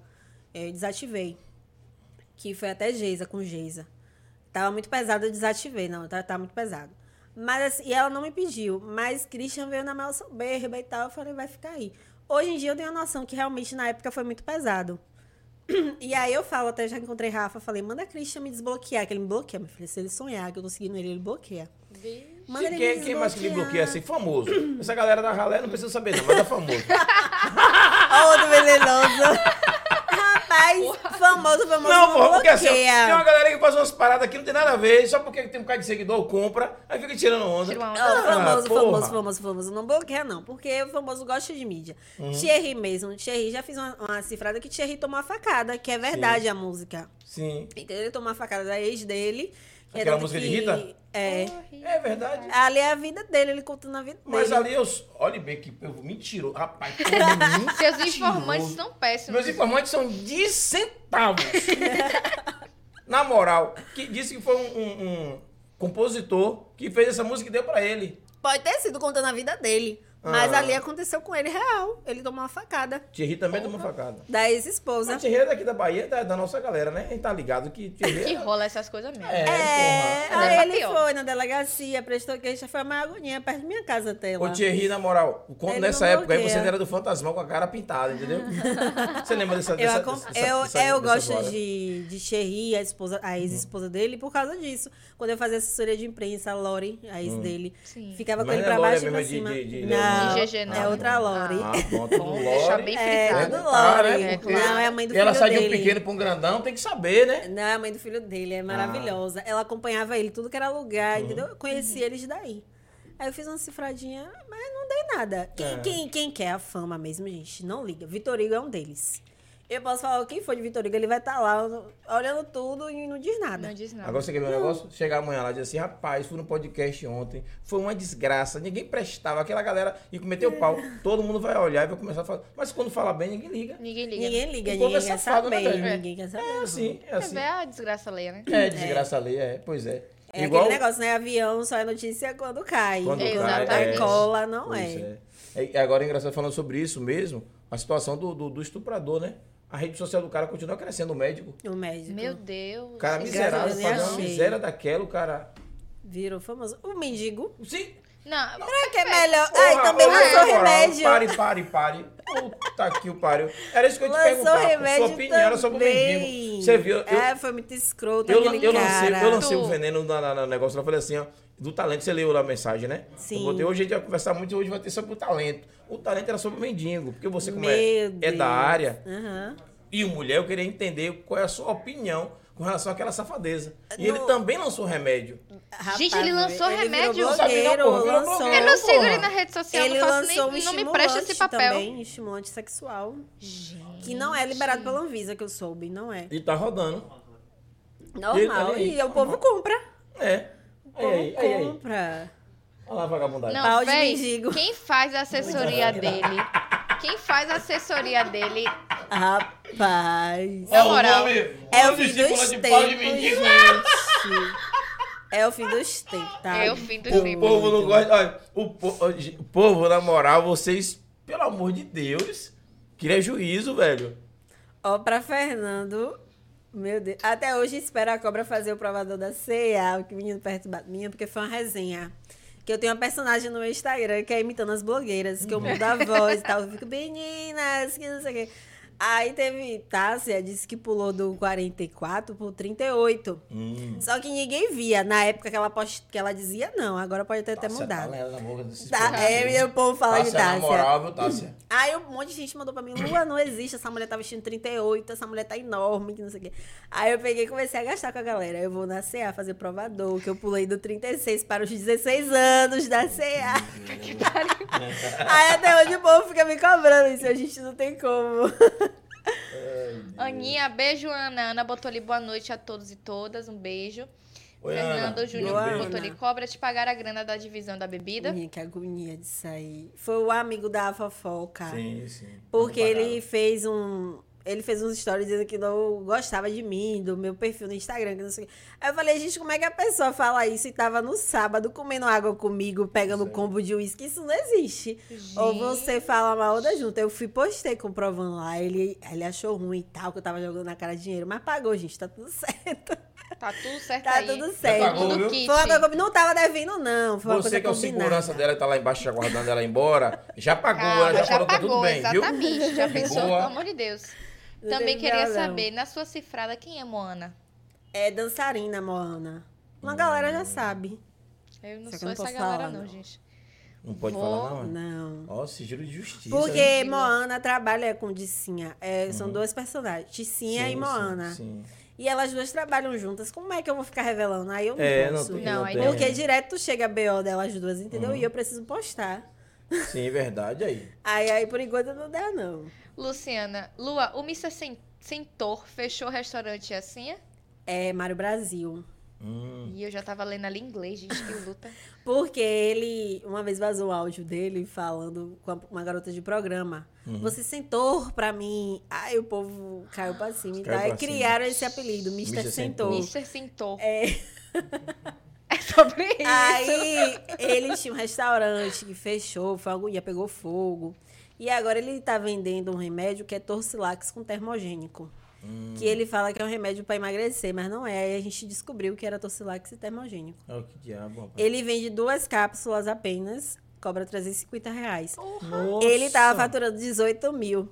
É, Eu desativei. Que foi até Geisa com Geisa. Tava muito pesado, eu desativei. Não, tá, tá muito pesado. Mas assim, e ela não me pediu. Mas Christian veio na maior soberba e tal. Eu falei, vai ficar aí. Hoje em dia eu tenho a noção que realmente na época foi muito pesado. E aí eu falo, até já encontrei Rafa, falei, manda a Christian me desbloquear, que ele me bloqueia. Meu filho, se ele sonhar que eu tô seguindo ele, ele bloqueia. Manda Sim, ele quem, me quem mais que me bloqueia desbloquear. assim? Famoso. Essa galera da ralé não precisa saber, não, mas é famoso. Ó, Ah, outro venenoso. Rapaz, famoso, famoso, não, porra, porque assim, ó, bloqueia. tem uma galera que faz umas paradas que não tem nada a ver, só porque tem um cara de seguidor, compra, aí fica tirando onda. Tira uma onda. Ó, Ah, famoso, porra. famoso, famoso, famoso. Não bloqueia, não, porque o famoso gosta de mídia. Uhum. Thierry mesmo, Thierry, já fiz uma, uma cifrada que Thierry tomou a facada, que é verdade a música. Sim. Entendeu? Ele tomou a facada da ex dele. que é Aquela tanto música de que- Rita? É. É verdade. Ali é a vida dele, ele contando a vida Mas dele. ali eu. Olha bem que povo mentiroso. Rapaz, povo mentiroso. Seus informantes são péssimos. Meus informantes são de centavos. Na moral, que disse que foi um, um- um compositor que fez essa música e deu pra ele. Pode ter sido contando a vida dele. Mas Ah. ali aconteceu com ele real. Ele tomou uma facada Thierry também tomou facada. da Mas ex-esposa. Thierry é daqui da Bahia, da, da nossa galera, né? A gente tá ligado que Thierry. Que rola essas coisas mesmo. É, É, porra. aí Deve tá ele pior. foi na delegacia, prestou queixa, foi uma agonia perto da minha casa até lá. Ô Thierry, na moral, quando É, Ele nessa não época aí você bloqueia. era do fantasmão com a cara pintada, entendeu? você lembra dessa Eu, dessa, acom- dessa- eu, dessa- eu dessa gosto glória? de, de Thierry, a esposa, a ex-esposa dele, por causa disso. Quando eu fazia assessoria de imprensa, a Lori, a ex dele, Sim. ficava Hum. Mas com ele não é pra Lori baixo e pra mesmo de- cima. de- de- não, de GG, é não. outra Lori. Ah, bom, tudo Bom, deixar bem Lore. é, frisado. é do Tá, Lori. né? Porque- Não, é a mãe do E filho ela sai de um dele. pequeno pra um grandão, tem que saber, né? Não, a mãe do filho dele Ah. é maravilhosa. Ela acompanhava ele, tudo que era lugar, Uhum. entendeu? Eu conheci Uhum. eles daí. Aí eu fiz uma cifradinha, mas não dei nada. Quem, É. quem, quem quer a fama mesmo, gente, não liga. Vitorigo é um deles. Eu posso falar o que for de Vitorigo, ele vai estar lá olhando tudo e não diz nada. Não diz nada. Agora você quer ver um negócio? Chegar amanhã lá e dizer assim, rapaz, fui no podcast ontem, foi uma desgraça, ninguém prestava, aquela galera e cometeu o pau, todo mundo vai olhar e vai começar a falar. Mas quando fala bem, ninguém liga. É Ninguém liga. né? Ninguém liga, O povo ninguém é quer safado, né, saber. velho? Ninguém quer saber. É assim, é Quer assim. ver a desgraça alheia, né? É desgraça ali, é, pois é. É Igual aquele negócio, né? Avião só é notícia quando cai. quando É, cai, exatamente. é. cola, não Pois é. é. E agora é engraçado falando sobre isso mesmo, a situação do, do, do estuprador, né? A rede social do cara continua crescendo, o médico. O médico. Meu Deus. O cara é Graças miserável, a Deus, nem fazendo uma achei. miséria daquela, o cara. Virou famoso. O mendigo. Sim, Não, Será que é melhor? Porra, Ai, também ô, lançou na moral, remédio. Pare, pare, pare. Puta que o pariu. Era isso que Então, eu te Lançou perguntava. remédio Sua opinião era sobre o também. mendigo. Você viu? Eu, É, foi muito escroto eu, aquele eu lancei, cara. eu lancei o Tu- veneno na- na- no negócio. Eu falei assim, ó. Do talento, você leu lá a mensagem, né? Sim. Eu botei, hoje a gente vai conversar muito, hoje vai ter sobre o talento. O talento era sobre o mendigo, porque você, como é, Meu é da Deus. área, Aham. e o mulher, eu queria entender qual é a sua opinião com relação àquela safadeza. E ele No- também lançou um remédio. Gente, ele lançou ele remédio. virou Não sabia não, blogueiro, porra, virou lançou. blogueiro. eu não sigo ele porra. na rede social, Ele não faço nem, lançou um não me estimulante presta esse papel. também, estimulante sexual, Gente. que não é liberado pela Anvisa, que eu soube, não é. E tá rodando. Normal, Ele- e o povo compra. É. O Aí, povo aí, aí, aí. compra. Olha lá a vagabundagem. Não, Pau de véi, mendigo. quem faz a assessoria dele? Quem faz a assessoria dele? Rapaz. Na moral. um É o fim dos tempos, gente. É o fim dos tempos, tá? É o fim dos O tempos. povo não gosta. Olha, o, po- ó, gente, o povo, na moral, vocês, pelo amor de Deus, queria juízo, velho. Ó, pra Fernando. Meu Deus. Até hoje espera a cobra fazer o provador da ceia. Que menino perturbado. Minha, porque foi uma resenha. Que eu tenho uma personagem no meu Instagram que é imitando as blogueiras, que eu mudo a voz e tal. Eu fico, meninas, que não sei o quê. Aí teve Tássia, disse que pulou do 44 pro 38. Hum. Só que ninguém via. Na época que ela, post... que ela dizia, não. Agora pode ter até Tássia, Tá mudado. fala ela na boca desses Tá, povos. é, o povo fala de Tássia, Tássia. na moral, viu, Tássia? Aí um monte de gente mandou pra mim, Lua, não existe, essa mulher tá vestindo 38, essa mulher tá enorme, que não sei o quê. Aí eu peguei e comecei a gastar com a galera. Eu vou na CA fazer provador, que eu pulei do 36 para os 16 anos da CA. Aí até hoje o povo fica me cobrando isso, a gente não tem como. Aninha, beijo, Ana. Ana botou ali boa noite a todos e todas. Um beijo. Oi, Fernando Ana. Júnior Boa, botou ali Ana. cobra te pagar a grana da divisão da bebida. Minha, que agonia de sair. Foi o amigo da fofoca. Sim, sim. Porque Não ele fez um. Ele fez uns stories dizendo que não gostava de mim, do meu perfil no Instagram, que não sei o quê. Aí eu falei, gente, como é que a pessoa fala isso e tava no sábado comendo água comigo, pegando Sim. combo de uísque? Isso não existe. Ou Gente. você fala mal da junta. Eu fui, postei comprovando lá, ele, ele achou ruim e tal, que eu tava jogando na cara de dinheiro, mas pagou, gente, tá tudo certo. Tá tudo certo Tá aí. tudo certo. pagou, viu? kit. Foi uma coisa que não tava devendo, não. Foi uma Você coisa que é o combinada. segurança dela que tá lá embaixo aguardando ela ir embora, já pagou, Calma, ela já, Ah, já, falou que tá pagou, tudo bem, viu? exatamente. Já pensou, Boa. pelo amor de Deus. Não Também teve queria dó, não. saber, na sua cifrada, quem é Moana? É dançarina, Moana. Uma galera Hum. já sabe. Eu não Só que sou eu não essa posso galera, falar, não, não. gente. Não pode Vou- falar, não, Ana. Não. Ó, sigilo de justiça. hein? Porque Isso. Moana trabalha com Ticinha. É, São Uhum. duas personagens, Ticinha Sim, e Moana. Sim, sim. E elas duas trabalham juntas. Como é que eu vou ficar revelando? Aí eu não É, não posso. tem, Não, não, aí tem. Porque direto chega a BO delas duas, entendeu? Uhum. E eu preciso postar. Sim, verdade aí. Aí, aí por enquanto não dá, não. Luciana, Lua, o Mr. Sen- Sentor fechou o restaurante assim? é? É Mário Brasil. Hum. E eu já tava lendo ali em inglês, gente, que luta. Porque ele, uma vez vazou o áudio dele falando com a- uma garota de programa. Uhum. Você sentou pra mim. Aí o povo caiu pra cima. Caiu Então, aí pra cima. criaram esse apelido, Mr. Mr. Sentou. Sentou. Mr. Sentor. É, É sobre isso. Aí ele tinha um restaurante que fechou, foi uma agonia, pegou fogo. E agora ele tá vendendo um remédio que é Torcilax com termogênico. Que ele fala que é um remédio pra emagrecer, mas não é. Aí a gente descobriu que era Torcilax e termogênico. Ó, que diabo, rapaz. Ele vende duas cápsulas apenas, cobra 350 reais. Nossa. Ele tava faturando 18 mil.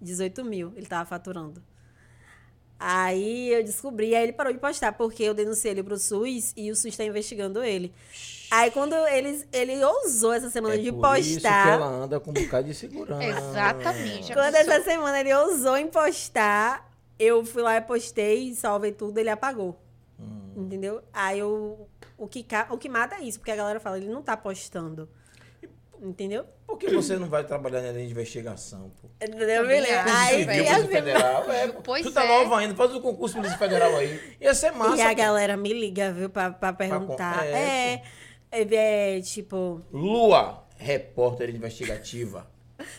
18 mil ele tava faturando. Aí eu descobri, aí ele parou de postar, porque eu denunciei ele pro SUS e o SUS tá investigando ele. Aí quando eles, ele ousou essa semana É de por isso que postar. ela anda com um bocado de segurança. Exatamente. Já Quando pensou? essa semana ele ousou em postar, eu fui lá e postei, salvei tudo, ele apagou. Hum. Entendeu? Aí eu, o, que, ca- o que mata é isso, porque a galera fala, ele não tá postando. Entendeu? Por que você não vai trabalhar na linha de investigação, pô? Entendeu? beleza? acho, Você viu Aí velho. a Polícia Federal, é, pô. Pois tu tá é. nova ainda, faz o concurso Polícia Federal aí. Ia ser massa. E a pô. galera me liga, viu, pra, pra perguntar. con- é, é, é, é, tipo, Lua, repórter investigativa.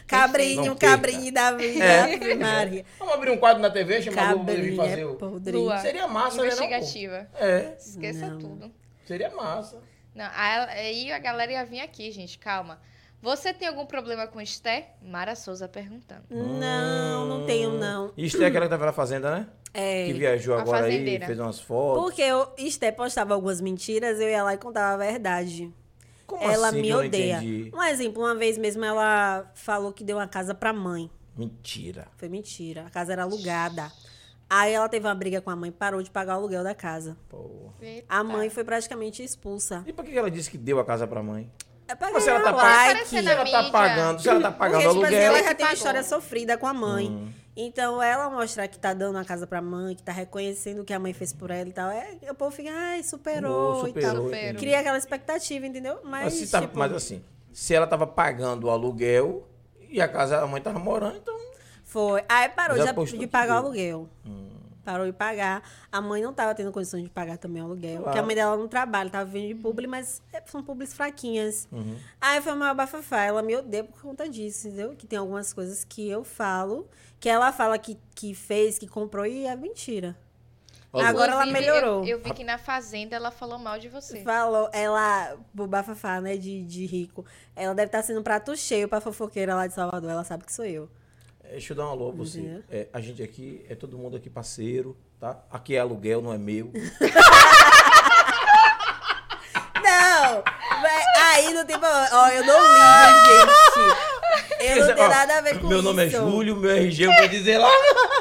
cabrinho, Não perca. cabrinho da vida. É. Maria. Vamos abrir um quadro na TV, chamar a Globo pra ele Cabrinho fazer é o... podrinho. Lua. Seria massa, né, não, pô? Investigativa. É, Esqueça Não. tudo. seria massa. Não, a- aí a galera ia vir aqui, gente, calma. Você tem algum problema com Esté? Mara Souza perguntando. Não, Hum. não tenho, não. Isto é aquela que tava na fazenda, né? É. Que viajou A agora aí, fazendeira. fez umas fotos. Porque eu, Esté postava algumas mentiras, eu ia lá e contava a verdade. Como ela assim que me eu não odeia. entendi? Um exemplo, uma vez mesmo ela falou que deu uma casa pra mãe. Mentira. Foi mentira. A casa era alugada. Aí ela teve uma briga com a mãe, parou de pagar o aluguel da casa. Porra. Eita. A Tá. mãe foi praticamente expulsa. E por que ela disse que deu a casa pra mãe? É pra Mas se ela ganhar tá like. pagando- Se ela tá mídia. pagando, se ela tá pagando Porque, tipo assim, aluguel. ela já tem uma Pagou. história sofrida com a mãe. Hum. Então, ela mostrar que tá dando a casa pra mãe, que tá reconhecendo o que a mãe fez por ela e tal, é, o povo fica, ai, superou, Superou, e tal. superou. Superou. entendi. Cria aquela expectativa, entendeu? Mas, Mas, se tá- tipo, mas assim, se ela tava pagando o aluguel e a casa a mãe tava morando, então. foi. Aí parou Já de- postou Hum. de que pagar deu. o aluguel. Parou de pagar. A mãe não tava tendo condições de pagar também o aluguel. Porque a Claro. mãe dela não trabalha, tava vivendo de publi, mas é, são publis fraquinhas. Uhum. Aí foi uma bafafá. Ela me odeia por conta disso, entendeu? Que tem algumas coisas que eu falo, que ela fala que, que fez, que comprou, e é mentira. Olha, Agora ela Inclusive, melhorou. Eu, eu vi que na Fazenda ela falou mal de você. Falou, ela, o bafafá, né, de, de rico. Ela deve estar sendo um prato cheio pra fofoqueira lá de Salvador. Ela sabe que sou eu. é, Deixa eu dar um alô a você. Entendeu? É, a gente aqui, é todo mundo aqui parceiro, tá? Aqui é aluguel, não é meu. Não! vai- Aí não tem problema. Ó, eu não ligo, gente. Eu Esse- não tenho ó, nada a ver com Meu isso. nome é Júlio, meu RG eu vou dizer lá.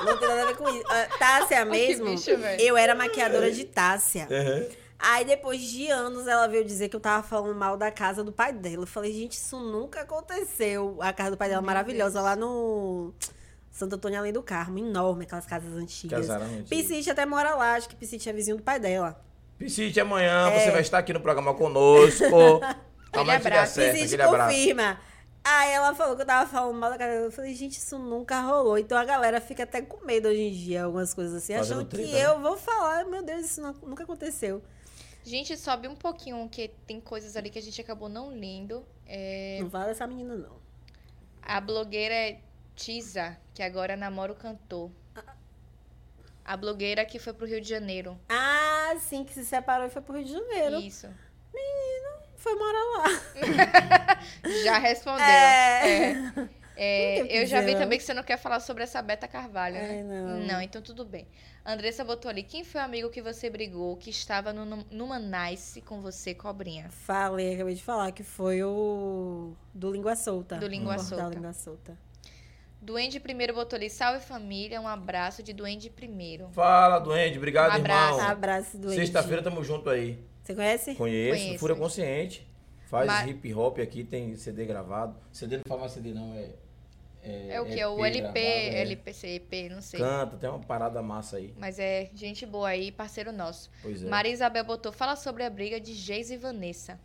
Não tem nada a ver com isso. Ah, Tássia mesmo, bicho, é? velho. eu era maquiadora de Tássia. Uhum. Aí depois de anos ela veio dizer que eu tava falando mal da casa do pai dela. Eu falei, gente, isso nunca aconteceu. A casa do pai dela é Meu maravilhosa, lá no Santo Antônio Além do Carmo, enorme, aquelas casas antigas. Casarão. gente. Piscite até mora lá, acho que Piscite é vizinho do pai dela. Piscite, amanhã É. você vai estar aqui no programa conosco. Amanhã que dá abraço. certo, Piscite aquele abraço. confirma. Aí ela falou que eu tava falando mal da casa dela. Eu falei, gente, isso nunca rolou. Então a galera fica até com medo hoje em dia, algumas coisas assim, Fazendo achando que treta, né? eu vou falar, meu Deus, isso não- nunca aconteceu. Gente, sobe um pouquinho, que tem coisas ali que a gente acabou não lendo. É, Não fala dessa menina, não. a blogueira é Tisa, que agora namora o cantor. A blogueira que foi pro Rio de Janeiro. Ah, sim, que se separou e foi pro Rio de Janeiro. Isso. Foi morar lá. Já respondeu. É. É, Não tem o que eu já dizer, vi não. também que você não quer falar sobre essa Beta Carvalho, né? Ai, não. Não, então tudo bem. Andressa botou ali, quem foi o amigo que você brigou, que estava no, numa nice com você, cobrinha? Falei, acabei de falar que foi o do Língua Solta. Do Língua O portal Solta. Língua Solta. Duende Primeiro botou ali, salve família, um abraço de Duende Primeiro. Fala, doente. Obrigado, Um abraço. irmão. Abraço do Sexta-feira tamo junto aí. Você conhece? Conheço, Conheço. Fúria Consciente. Faz Mas- hip hop aqui, tem CD gravado. CD não fala mais CD, não, é. É, o que? É o LP, gravado, é. LPCP, não sei. Canta, tem uma parada massa aí. Mas é gente boa aí, parceiro nosso. Pois é. Maria Isabel botou, fala sobre a briga de Geis e Vanessa.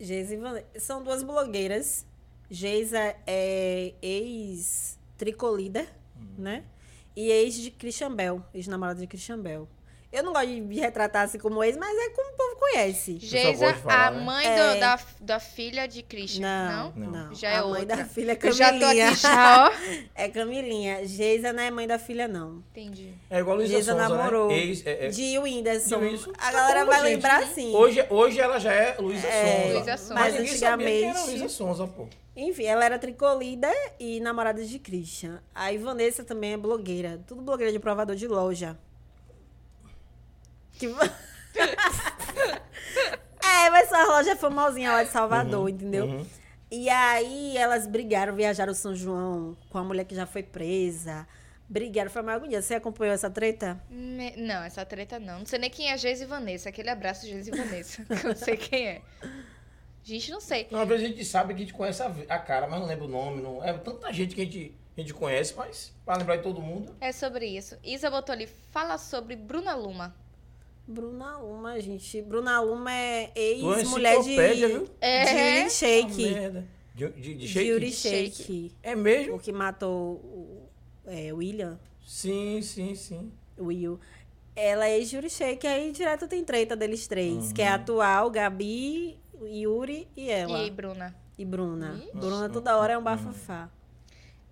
Geis e Vanessa. São duas blogueiras. Geisa é ex-tricolida, Hum. né? E ex de Christian Bell, ex-namorada de Christian Bell. Eu não gosto de me retratar assim como ex, mas é como o povo conhece. só gosto Geisa, de falar, a né? mãe do- É. da, da filha de Christian, não? não, Não. não. Já é a mãe outra. da filha é Eu já tô Camilinha. aqui já, ó. É Camilinha. Geisa não é mãe da filha, não. Entendi. É igual a Luísa Geisa Sonza, namorou. né? Ex, é- é- De Whindersson. De Whindersson. A galera Tá bom, vai gente. lembrar assim. sim. Hoje, hoje ela já é Luísa Sonza. Luísa Sonza. Mas Mas ninguém sabia quem era antigamente- Luísa Sonza, pô. Enfim, ela era tricolida e namorada de Christian. A Vanessa também é blogueira. Tudo blogueira de provador de loja. Que... é, mas sua loja é famosinha lá de Salvador, entendeu? Uhum. E aí elas brigaram, viajaram o São João com a mulher que já foi presa. Brigaram, foi uma agonia. Você acompanhou essa treta? Me- Não, essa treta não. Não sei nem quem é Geis e Vanessa. Aquele abraço, Geis e Vanessa. que eu não sei quem é. Gente, não sei. Não, Às vezes a gente sabe que a gente conhece a, a cara, mas não lembra o nome. Não... É tanta gente que a gente, a gente conhece, mas pra lembrar de todo mundo. É sobre isso. Isa botou ali, fala sobre Bruna Luma. Bruna Luma, gente. Bruna Luma é Tu é uma ex-mulher de, enciclopédia, viu? Ah, É. de shake. merda. De, de, de shake? Yuri Shake. Shake. É mesmo? O que matou o é, William, Sim, sim, sim. Will. Ela é Yuri Shake, aí direto tem treta deles três, Uhum. que é a atual, Gabi, Yuri e E ela. aí, E, Bruna? Bruna. Ixi. Bruna toda hora é um bafafá.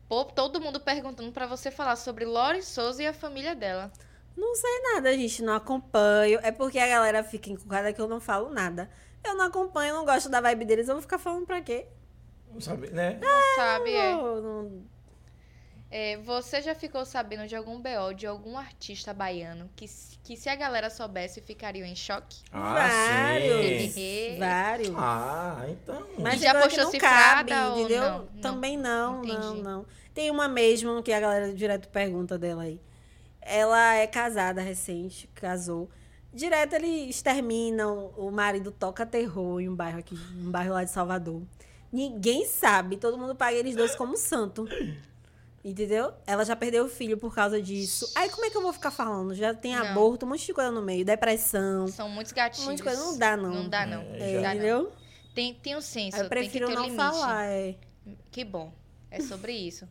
Pô, todo mundo perguntando pra você falar sobre Lori Souza e a família dela. Não sei nada, gente, não acompanho. É porque a galera fica encucada que eu não falo nada. Eu não acompanho, não gosto da vibe deles, eu vou ficar falando pra quê? Não sabe, né? Sabe? é. Eu não- É, você já ficou sabendo de algum BO de algum artista baiano que, se- que se a galera soubesse ficariam em choque? Ah, vários. sim. Vários. Ah, então. Mas Já já postou postou não cifrada cabe, ou entendeu? não? Não. Também não, não, Entendi. não. Tem uma mesma que a galera direto pergunta dela aí. Ela é casada recente, casou. Direto eles terminam, o marido toca terror em um bairro aqui, um bairro lá de Salvador. Ninguém sabe, todo mundo paga eles dois como santo. Entendeu? Ela já perdeu o filho por causa disso. Aí como é que eu vou ficar falando? Já tem Não. aborto, um monte de coisa no meio, depressão, São muitos um gatilhos. monte de coisa. Não dá, não. Não dá, não. É, Não É, dá, não. entendeu? Tem, tem um senso, Aí eu tem que ter prefiro um não limite. falar, é. Que bom. É sobre isso.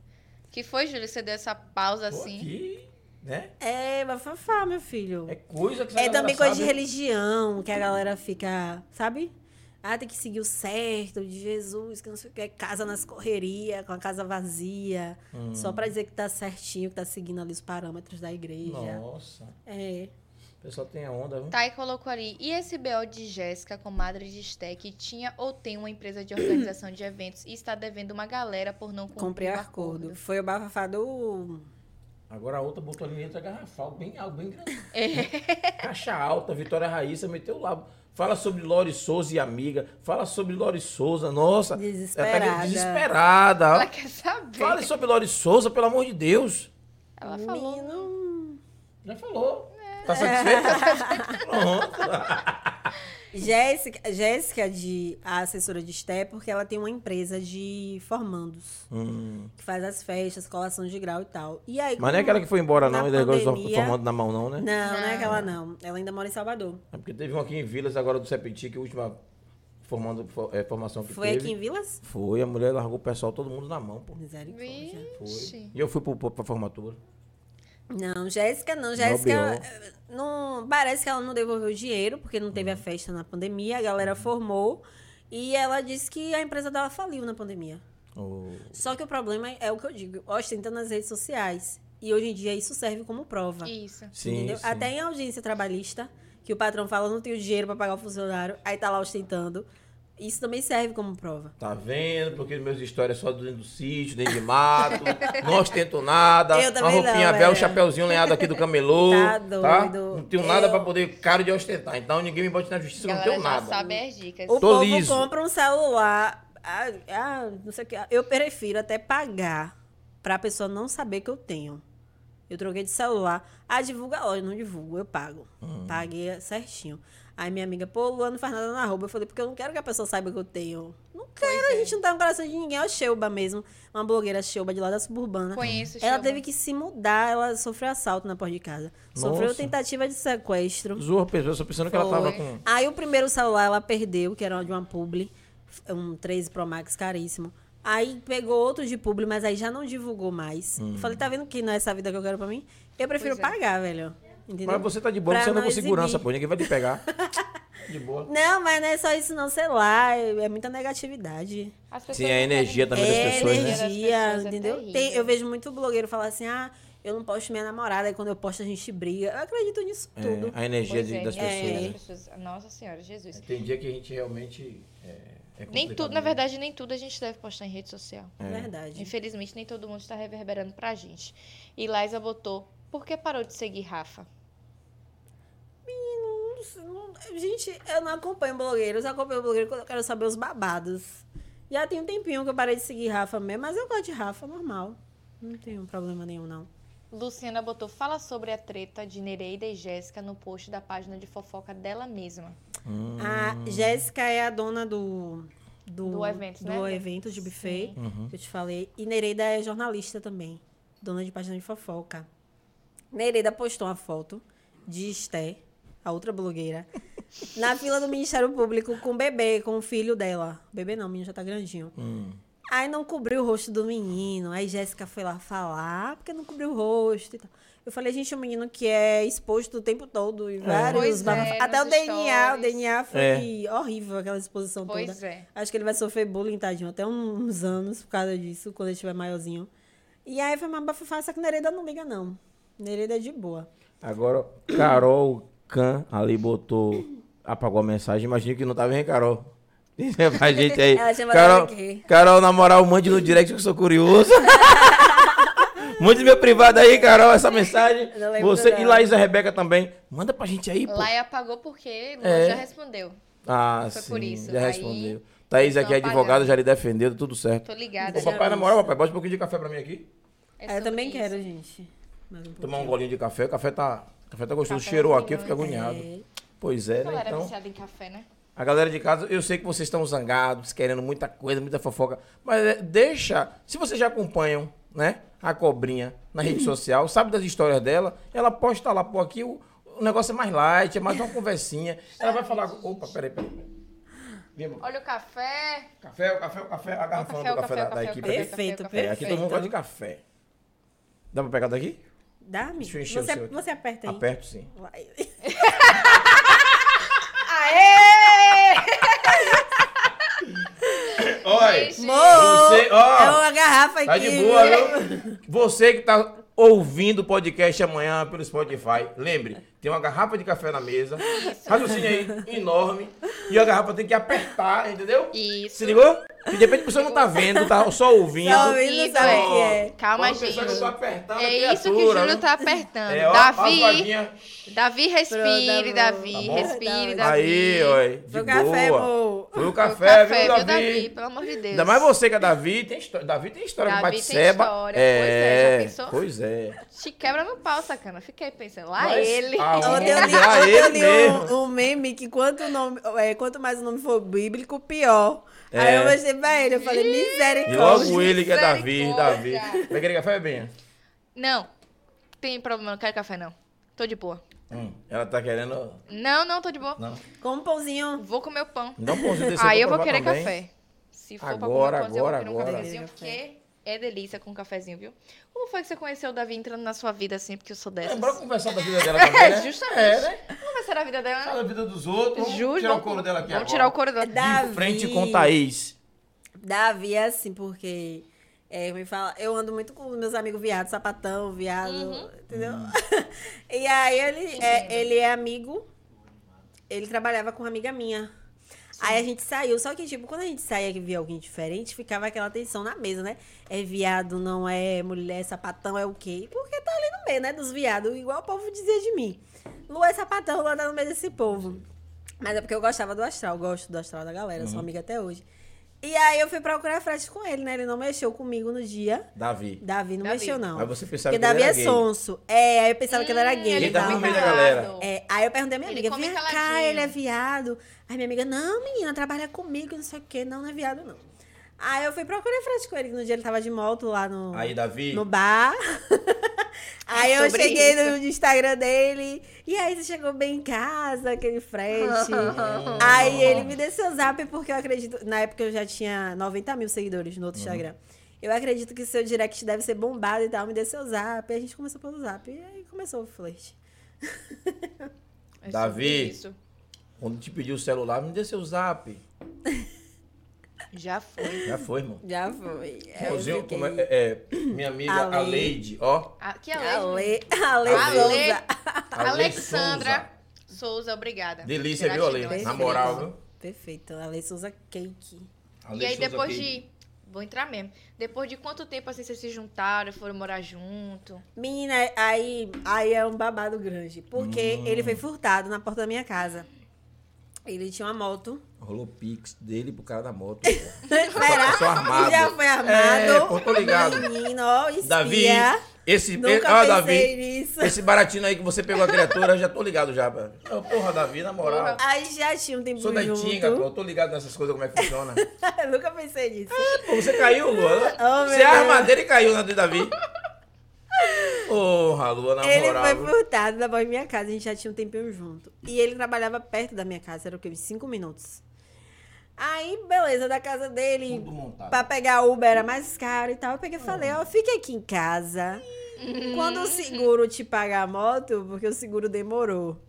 Que foi, Júlio? Você deu essa pausa Pô, assim? aqui, né? É, bafafá, meu filho. É coisa que essa É, galera também coisa sabe. de religião, que a galera fica, sabe? Ah, tem que seguir o certo de Jesus, que não sei o que, casa nas correrias, com a casa vazia, Hum. só pra dizer que tá certinho, que tá seguindo ali os parâmetros da igreja. Nossa, É. o pessoal tem a onda, viu? Thay colocou ali. tá? E esse BO de Jéssica, comadre de Sté, que tinha ou tem uma empresa de organização de eventos e está devendo uma galera por não cumprir Comprei o acordo. Foi o bafafá do. Agora a outra botou ali dentro da garrafal, bem alto, bem grande. É. Caixa alta, Vitória Raíssa, meteu o lábio. Fala sobre Lori Souza e amiga. Fala sobre Lori Souza, nossa. Ela tá Desesperada. desesperada. Ela quer saber. Fale sobre Lori Souza, pelo amor de Deus. Ela falou. Menino. Já falou. Tá satisfeito? Tá É. satisfeito. Pronto. Jéssica, Jéssica de, a assessora de Esté, porque ela tem uma empresa de formandos, Hum. que faz as festas, colação de grau e tal. E aí, Mas não é como- aquela que foi embora, não, Na e agora só pandemia- formando na mão, não, né? Não, não é aquela não. Ela ainda mora em Salvador. É porque teve uma aqui em Vilas, agora do Sepiti, que a última formando, for- é, formação que Foi teve. aqui em Vilas? Foi, a mulher largou o pessoal, todo mundo na mão, pô. Misericórdia. Foi. Vixe. E eu fui pro, pro- pra formatura. Não, Jéssica não. Jéssica. BO. eh, Não, parece que ela não devolveu o dinheiro, porque não Hum. teve a festa na pandemia, a galera formou. E ela disse que a empresa dela faliu na pandemia. Ô, Só que o problema é o que eu digo, ostenta nas redes sociais. E hoje em dia isso serve como prova. Isso. Sim, entendeu? sim. Até em audiência trabalhista, que o patrão fala não tenho dinheiro pra pagar o funcionário, aí tá lá ostentando. Isso também serve como prova. Tá vendo? Porque meus histórias só dentro do sítio, dentro de mato. não ostento nada. Eu uma também roupinha não, velha, um é. chapeuzinho lenhado aqui do camelô. Tá doido. Não tenho nada Eu- pra poder caro de ostentar. Então ninguém me bote na justiça, eu não Galera tenho já nada. sabe as dicas. Tô O povo liso. compra um celular. Ah, ah, não sei o que. Eu prefiro até pagar pra pessoa não saber que eu tenho. Eu troquei de celular. Ah, divulga hoje, não divulgo, eu pago. Hum. Paguei certinho. Aí minha amiga, pô, Luana não faz nada na roupa. Eu falei, porque eu não quero que a pessoa saiba que eu tenho. Não quero, a gente não tá no coração de ninguém. É o Sheuba mesmo. Uma blogueira Sheuba de lá da suburbana. Conheço Ela Sheldon. teve que se mudar, ela sofreu assalto na porta de casa. Sofreu Nossa. tentativa de sequestro. Zoa a pessoa, só pensando que ela tava Foi. com. Aí o primeiro celular ela perdeu, que era de uma publi, um 13 Pro Max caríssimo. Aí pegou outro de publi, mas aí já não divulgou mais. Hum. Eu Falei, tá vendo que não é essa vida que eu quero pra mim? Eu prefiro Pois é. pagar, velho. Entendeu? Mas você tá de boa, Pra você anda não com segurança, exibir. pô. Ninguém vai te pegar. de boa. Não, mas não é só isso não, sei lá, é é muita negatividade. As pessoas Sim, a não querem- energia também das é pessoas, né? energia, Das pessoas é entendeu? terrível. Tem- eu vejo muito blogueiro falar assim, ah, eu não posto minha namorada, e quando eu posto a gente briga. Eu acredito nisso É, tudo. a energia Pois de- é, das a energia pessoas. das né? pessoas. Nossa Senhora, Jesus. Tem dia É que a gente realmente. É, é Nem complicado tudo, na mesmo. verdade, nem tudo a gente deve postar em rede social. É verdade. Infelizmente, nem todo mundo está reverberando pra gente. E Liza botou, por que parou de seguir Rafa? Não- Gente, eu não acompanho blogueiros. Eu acompanho blogueiro quando eu quero saber os babados. Já tem um tempinho que eu parei de seguir Rafa mesmo, mas eu gosto de Rafa, normal. Não tenho problema nenhum, não. Luciana botou, fala sobre a treta de Nereida e Jéssica no post da página de fofoca dela mesma. Hum. A Jéssica é a dona do... Do, Do evento, né? do evento de buffet, Sim. Uhum. que eu te falei. E Nereida é jornalista também, dona de página de fofoca. Nereida postou uma foto de Esté, a outra blogueira, na fila do Ministério Público com o bebê, com o filho dela. Bebê não, o menino já tá grandinho. Hum. Aí não cobriu o rosto do menino. Aí Jéssica foi lá falar, "Ah, porque não cobriu o rosto e tal. Eu falei, gente, o menino que é exposto o tempo todo e vários. Pois é, babaf- nos Até o DNA, o stories. DNA foi É. horrível aquela exposição toda. Pois é. Acho que ele vai sofrer bullying, tadinho, até uns anos por causa disso, quando ele estiver maiorzinho. E aí foi uma bafafá, só que Nereida não liga, não. Nereida é de boa. Agora, Carol Can ali botou. Apagou a mensagem. Imagino que não tava hein, Carol? Diz aí pra gente aí. Ela tinha mandado Carol, aqui. Carol, na moral, mande no direct que eu sou curioso. Mande no meu privado aí, Carol, essa mensagem. Não lembro Você e dela. Laís e a Rebeca também. Manda pra gente aí, pô. Laia apagou porque Lu É. já respondeu. Ah, Foi sim. por isso. Já Aí, respondeu. Thaís aqui é não advogada, apagaram. já lhe defendendo, tudo certo. Tô ligada. Ô, papai, na moral, papai, bota um pouquinho de café pra mim aqui. É eu sobre também isso. quero, gente. Mais um Tomar um pouquinho. golinho de café. O café tá, o café tá gostoso. Café Cheirou é aqui, eu fico agoniado. É. Pois é, A né? galera Então, viciada em café, né? a galera de casa, eu sei que vocês estão zangados, querendo muita coisa, muita fofoca. Mas é, deixa. Se vocês já acompanham, né? A cobrinha na rede social, sabe das histórias dela, ela posta lá, pô, aqui o, o negócio é mais light, é mais uma conversinha. Ela vai falar. Opa, peraí, peraí. peraí. Vem, amor. Olha o café. Café, o café, o café, a Olha o garrafona Ah, do café, da, da equipe. café, aqui. Perfeito, o É, aqui todo mundo Perfeito. gosta de café. Dá pra pegar daqui? Dá, amigo. Deixa eu encher o seu Você, aqui. você aperta aí. Aperto sim. Vai. Aê! É Tá de boa, né? viu? Você que tá ouvindo o podcast amanhã pelo Spotify, lembre, tem uma garrafa de café na mesa. Raciocínio aí, enorme. E a garrafa tem que apertar, entendeu? Isso. Se ligou? E de repente a pessoa não tá vendo, tá só ouvindo. Só ouvindo. Ele Isso, sabe é. o que é. Calma, Pode pensar que eu tô gente. apertando a É isso que o criatura, Júlio né? tá apertando. É, ó, faz Davi, vaguinha. Davi, respire, Pronto, Davi, tá bom? respire, Verdade. Davi. Aí, ó. é, De Foi boa. o café, amor. Foi o Foi café, o café, viu, viu, Davi? Pelo amor de Deus. Ainda mais você que é Davi, tem história. Davi tem história Davi com o tem Seba. história, pois é, já pensou? Pois é. Te quebra no pau, sacana. Fiquei pensando, lá Mas ele. aonde? Ontem eu li, Ah, ontem eu ele li um- mesmo. um, meme que quanto, o nome, é, quanto mais o nome for bíblico, pior. Aí É. eu mostrei pra ele, eu falei, E misericórdia. logo ele que é Davi, Davi. Misericórdia. Vai querer café, Benha? Não, tem problema, não quero café, não. Tô de boa. Hum, ela tá querendo. Não, não, tô de boa. Não. Com um pãozinho. Vou comer o pão. Não pode descer. Aí eu pra vou provar querer também. café. Se for Agora, pra comer um pãozinho, agora, eu vou querer um agora. cafezinho, porque é delícia com um cafezinho, viu? Como foi que você conheceu o Davi entrando na sua vida assim, porque eu sou É, dessas? bora conversar da vida dela também. Né? justamente. É, né? Como vai ser a vida dela? Fala da vida dos outros. Vamos Júlio, tirar o couro dela aqui. Vamos agora. tirar o couro dela. Davi. De frente com Thaís. Davi é assim, porque é, me fala, eu ando muito com os meus amigos viados, sapatão, viado, entendeu? e aí ele é, ele é amigo, ele trabalhava com uma amiga minha. Aí a gente saiu, só que, tipo, quando a gente saía que via alguém diferente, ficava aquela tensão na mesa, né? É viado, não é mulher, é sapatão, é o quê? Porque tá ali no meio, né? Dos viados, igual o povo dizia de mim. Lu é sapatão, lá tá no meio desse povo. Mas é porque eu gostava do astral, gosto do astral da galera, Uhum. sou amiga até hoje. E aí eu fui procurar frete com ele, né? Ele não mexeu comigo no dia. Davi. Davi não Davi. mexeu, não. Mas você pensava Porque que ele Davi era é gay. sonso. É, aí eu pensava que ele Hum, era gay. ele e tá tal. no meio da galera. É, aí eu perguntei à minha Ele amiga, come vem caladinho." cá, ele é viado. Aí minha amiga, não, menina, trabalha comigo, não sei o quê. Não, não é viado, não. Aí eu fui procurar frete com ele, que no dia ele tava de moto lá no, Aí, Davi. no bar. aí eu É Sobre cheguei isso. no Instagram dele. E aí você chegou bem em casa, aquele frete. Hum. aí ele me desceu o zap, porque eu acredito. Na época eu já tinha 90 mil seguidores no Uhum. outro Instagram. Eu acredito que seu direct deve ser bombado e tal. Me desceu o zap. E a gente começou pelo zap. E aí começou o flerte. É sobre Davi. isso. Quando te pediu o celular, me dê seu zap. Já foi. Já foi, irmão. Já foi. Aí eu Inclusive, fiquei- como é, é, minha amiga, A a Leide, Leide. ó. Ah, que A alegre. Ale, a Ale Ale. Souza. a Leide Alexandra Souza. Souza, obrigada. Delícia, viu, Gratidão, Ale? Na excelente. moral, viu? Perfeito. A Ale Souza Cake. A E Leide aí Souza depois aqui. de. Vou entrar mesmo. Depois de quanto tempo assim vocês se juntaram, foram morar junto? Menina, aí, aí é um babado grande. Porque Hum. ele foi furtado na porta da minha casa. Ele tinha uma moto. Rolou pix dele pro cara da moto. Será? Só armado. Já foi armado. É, pô, tô ligado. Menino, ó, espia. Davi, esse. é. Nunca ah, pensei Davi. nisso. Esse baratinho aí que você pegou a criatura, eu já tô ligado já, velho. Ô, Porra, Davi, na moral. Aí já tinha um tempo Sou da junto. Itinga, pô. Eu tô ligado nessas coisas, como é que funciona. Nunca pensei nisso. Pô, você caiu, Lua. Oh, meu você é a Deus. armadeira e caiu na do Davi. Porra, Lua, na ele moral. foi viu? furtado da minha minha casa, a gente já tinha um tempinho junto. E ele trabalhava perto da minha casa, era o quê? Uns cinco minutos. Aí, beleza, da casa dele, Tudo montado. pra pegar Uber era mais caro e tal. Eu peguei e falei, ó, fica aqui em casa. Quando o seguro te pagar a moto, porque o seguro demorou.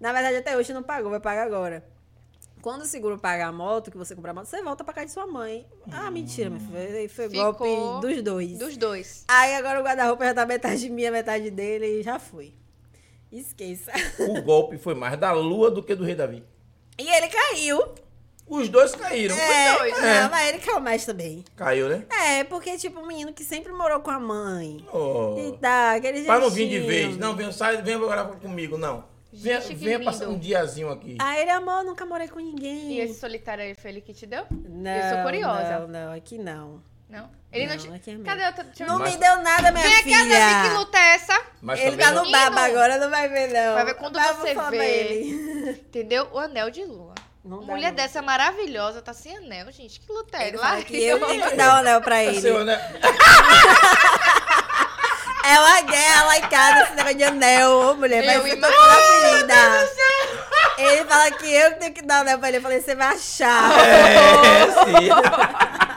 Na verdade, até hoje não pagou, vai pagar agora. Quando o seguro pagar a moto, que você comprar a moto, você volta pra casa de sua mãe. Ah, mentira, meu filho. Aí Foi Ficou golpe dos dois. Dos dois. Aí agora o guarda-roupa já tá metade minha, metade dele e já foi. Esqueça. O golpe foi mais da Lua do que do Rei Davi. E ele caiu. Os dois caíram. É, dois, né? não, mas ele caiu mais também. Caiu, né? É, porque, tipo, um menino que sempre morou com a mãe. E Oh. tá, aquele Pra não vir de jeitinho. vez. Não, vem, sai, vem agora comigo, não. Venha, Gente, que venha passar lindo. Ah, um diazinho aqui. Aí Ah, ele amou, nunca morei com ninguém. E esse solitário aí foi ele que te deu? Não, Eu sou curiosa. Não, não, aqui não. Não? Ele não, Não, te. aqui é meu. Cadê a outra? Deixa eu- Não Mas- me deu nada, minha Vem filha. cá, Davi, que luta é essa? Mas ele também tá não- no baba Menino. agora, não vai ver, não. Vai ver quando Mas eu você vou falar pra vê. ele. Entendeu? O anel de lua. Não dá, Mulher não. dessa maravilhosa, tá sem anel, gente. Que luta é? Ele Lá fala que eu tenho que dar o anel pra ele. Seu, né? É uma guerra lá em casa, esse negócio de anel, ô mulher, Eu mas você tá imagino, com Ele fala que eu que tenho que dar o anel pra ele. Eu falei, você vai achar. É, sim.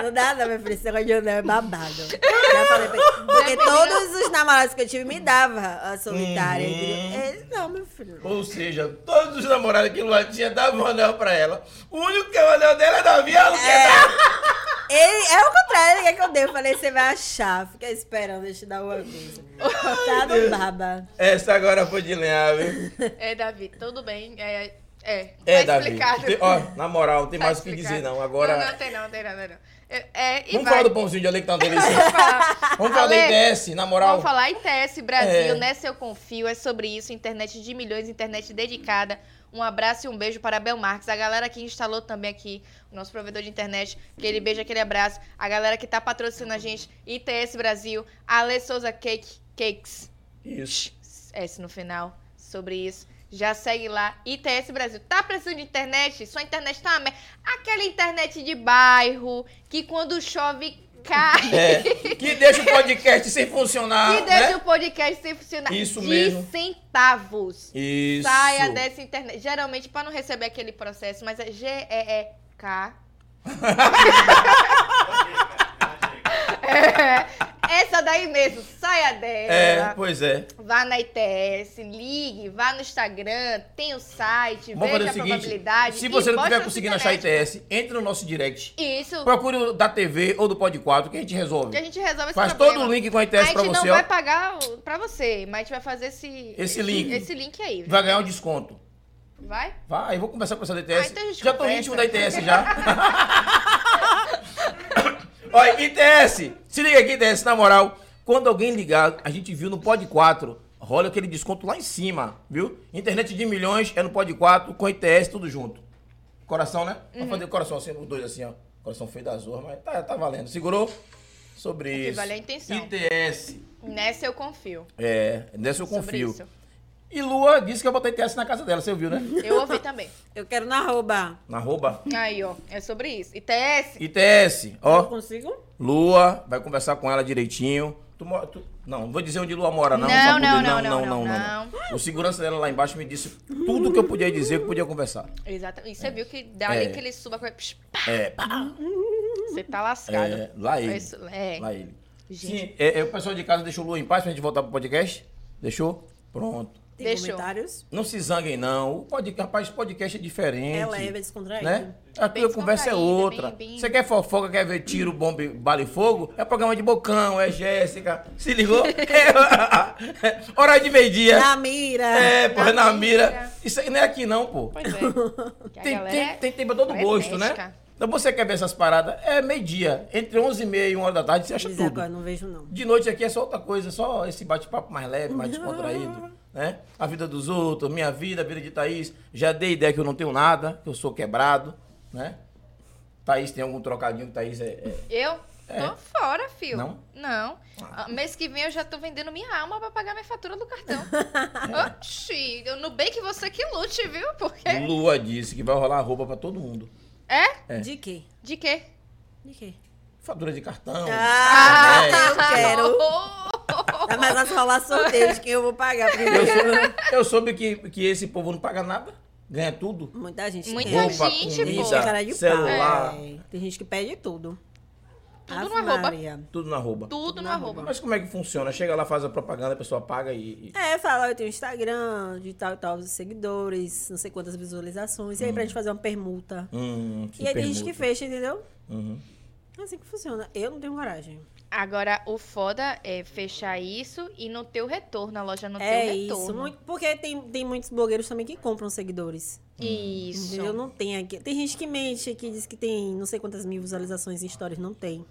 Não dá não, meu filho, esse negócio de anel é babado. Já falei pra ele. Porque todos os namorados que eu tive me dava a solitária. Uhum. entendeu? Ele, não, meu filho. Ou seja, todos os é namorados que Lua tinha davam um anel pra ela. O único que é o anel dela é Davi, ela não quer dar. Ele, é o contrário, ele quer que eu dê. Eu falei, você vai achar. Fica esperando, deixa eu te dar uma coisa. Tá no baba. Essa agora foi de lenhar, viu? É, Davi, tudo bem. É, é, É, tá Davi. explicado. Tem- ó, na moral, não tem Tá mais o que explicado. dizer, não. Agora. Não, não tem não, não tem não, não tem não. É, é, e Vamos vai. falar do pãozinho de ali que tá uma delícia. Vamos falar. Vamos falar da Ale, IDS, na moral. Vamos falar ITS, Brasil, É. nessa eu confio, é sobre isso, internet de milhões, internet dedicada. Um abraço e um beijo para a Belmarques, a galera que instalou também aqui, o nosso provedor de internet, aquele beijo, aquele abraço, a galera que tá patrocinando a gente, ITS Brasil, Ale Souza Cake, Cakes, Isso. S É no final, sobre isso. Já segue lá, ITS Brasil. Tá precisando de internet? Sua internet tá uma merda. Aquela internet de bairro, que quando chove cai. É. Que deixa o podcast sem funcionar. E deixa né? o podcast sem funcionar. Isso de mesmo. centavos. Isso. Saia dessa internet. Geralmente, pra não receber aquele processo, mas é G-E-E-K. É, essa daí mesmo. Saia É, dela. pois é. Vá na ITS, ligue, vá no Instagram, tem o site, Vamos fazer veja o a seguinte: probabilidade. se e você não bote estiver na conseguindo sua achar internet. ITS, entre no nosso direct. Isso, Procure o da TV ou do Pod 4 que a gente resolve. que a gente resolve esse Faz problema. todo o link com a A ITS gente pra não você, ó. vai pagar o- pra você, mas a gente vai fazer esse... Esse link. Esse link aí. viu? Vai ganhar um desconto. Vai? Vai, eu vou conversar com essa da Ah, ITS. então a gente já tô no conversa. ritmo da ITS já. Olha, ITS, se liga aqui, ITS, na moral. Quando alguém ligar, a gente viu no Pod 4, rola aquele desconto lá em cima, viu? Internet de milhões é no Pod 4 com ITS tudo junto. Coração, né? Vou Uhum. fazer o coração assim, os dois assim, ó. Coração feio das urras, mas tá, tá valendo. Segurou? Sobre que isso. vale é a intenção. ITS. Nessa eu confio. É, nessa eu confio. Sobre isso. Uhum. E Lua disse que ia botar ITS na casa dela, você viu, né? Eu ouvi também. Eu quero na arroba. Na rouba. Aí, ó. É sobre isso. ITS. ITS, Eu ó, consigo? Lua, vai conversar com ela direitinho. Tu, mo- tu, não, não vou dizer onde Lua mora, não. Não, só pra não, poder- não, não, O segurança dela lá embaixo me disse tudo que eu podia dizer que podia conversar. Exatamente. E você viu que dá ali É. que ele suba com. psh, pá, É, pá, Você tá lascado. é lá ele. Isso, é. Lá ele. Gente. Sim, é, é, o pessoal de casa deixou Lua em paz pra gente voltar pro podcast? Deixou? Pronto. Tem Deixou. comentários? Não se zanguem, não. O podcast, rapaz, podcast é diferente. É leve, descontraído. né? A Bem tua conversa é descontraída, outra. bem- bem- Você quer fofoca, quer ver tiro, bomba, e bala e fogo? É programa de bocão, é Jéssica. Se ligou? É, Hora de meio-dia. Na mira. É, pô, é na Na mira. mira. Isso aí não é aqui não, pô. Pois é. Que a Tem, galera tem, é- tem tempo a todo é gosto, né? fresca. Então você quer ver essas paradas? É meio-dia. Entre 11h30 e 1 hora da tarde, você acha Diz tudo. agora, não vejo não. De noite aqui é só outra coisa, só esse bate-papo mais leve, mais descontraído, né? A vida dos outros, minha vida, a vida de Thaís. Já dei ideia que eu não tenho nada, que eu sou quebrado, né? Thaís tem algum trocadinho que Thaís é... é- Eu tô fora, filho. Não? Não. Ah, Mês que vem eu já tô vendendo minha alma pra pagar minha fatura do cartão. É. Oxi. Eu não bem que você que lute, viu? Porque. Lua disse que vai rolar roupa pra todo mundo. É? É. De quê? De quê? De quê? Fatura de cartão. Ah, é. eu tá. quero. Oh! Tá mais fácil rolar sorteio de quem eu vou pagar Eu, primeiro. sou- eu soube que, que esse povo não paga nada, ganha tudo. Muita gente Muita tem. gente, roupa, pô. Tem gente que comida, é cara de celular, pau. É, Tem gente que pede tudo. Tudo Ave numa roupa. Maria. tudo na rouba. Tudo no arroba. Mas como é que funciona? Chega lá, faz a propaganda, a pessoa paga e... e- É, fala, eu tenho Instagram, de tal e tal, os seguidores, não sei quantas visualizações. E aí pra gente fazer uma permuta. Hum, se e aí tem gente que Uhum. permuta. fecha, entendeu? Uhum. É assim que funciona. Eu não tenho coragem. Agora, o foda é fechar isso e não ter o retorno. A loja não é ter o isso. retorno. muito- porque tem, tem muitos blogueiros também que compram seguidores. Isso. Entendeu? Não tem aqui. Tem gente que mente que diz que tem não sei quantas mil visualizações em stories. Não tem.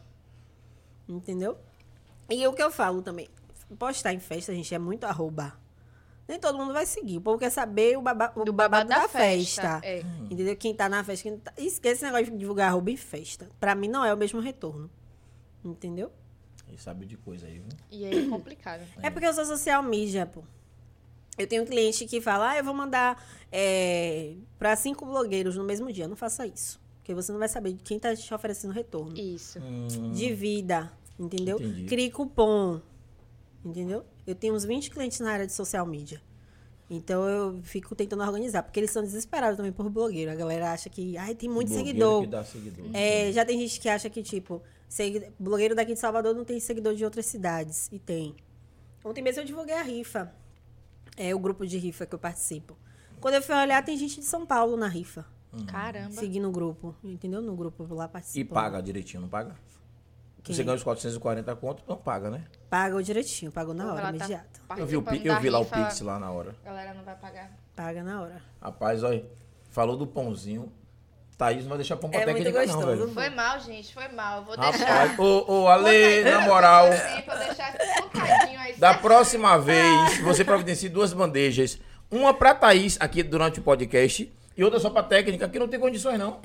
Entendeu? E o que eu falo também. Postar em festa, gente, é muito arroba. Nem todo mundo vai seguir. O povo quer saber o, baba, o Do babado babado da, da festa. festa, é. Entendeu? Quem tá na festa. Quem não tá... Esquece esse negócio de divulgar arroba em festa. Pra mim não é o mesmo retorno. Entendeu? Ele sabe de coisa aí, viu? E aí é complicado. É porque eu sou social media, pô. Eu tenho um cliente que fala, ah, eu vou mandar é, para cinco blogueiros no mesmo dia. Não faça isso. Porque você não vai saber de quem tá te oferecendo retorno. Isso. De vida, entendeu? Hum. Entendi. Crie cupom, entendeu? Eu tenho uns 20 clientes na área de social media. Então eu fico tentando organizar. Porque eles são desesperados também por blogueiro. A galera acha que, ai, tem muito Blogueiro seguidor. que dá seguidor. É, já tem gente que acha que, tipo, segui- blogueiro daqui de Salvador não tem seguidor de outras cidades. E tem. Ontem mesmo eu divulguei a rifa. É o grupo de rifa que eu participo. Quando eu fui olhar, tem gente de São Paulo na rifa. Hum. Caramba. Seguir no grupo, entendeu? No grupo lá E participando. paga direitinho, não paga? Quem? Você ganha os 440 conto, não paga, né? Paga o direitinho, pagou na hora, Ela tá imediato. Eu vi, o, pi- participando eu da vi lá o rifa. Pix lá na hora. Galera, não vai pagar. Paga na hora. Rapaz, olha, falou do pãozinho. Thaís não vai deixar pão pra É técnica, muito não, gostoso. velho. Foi mal, gente, foi mal. Eu Vou deixar. Rapaz, ô, ô, Ale, na moral. Vou deixar esse bocadinho aí. Da certinho. próxima vez, você providencie duas bandejas. Uma pra Thaís aqui durante o podcast e outra só pra técnica, que não tem condições, não.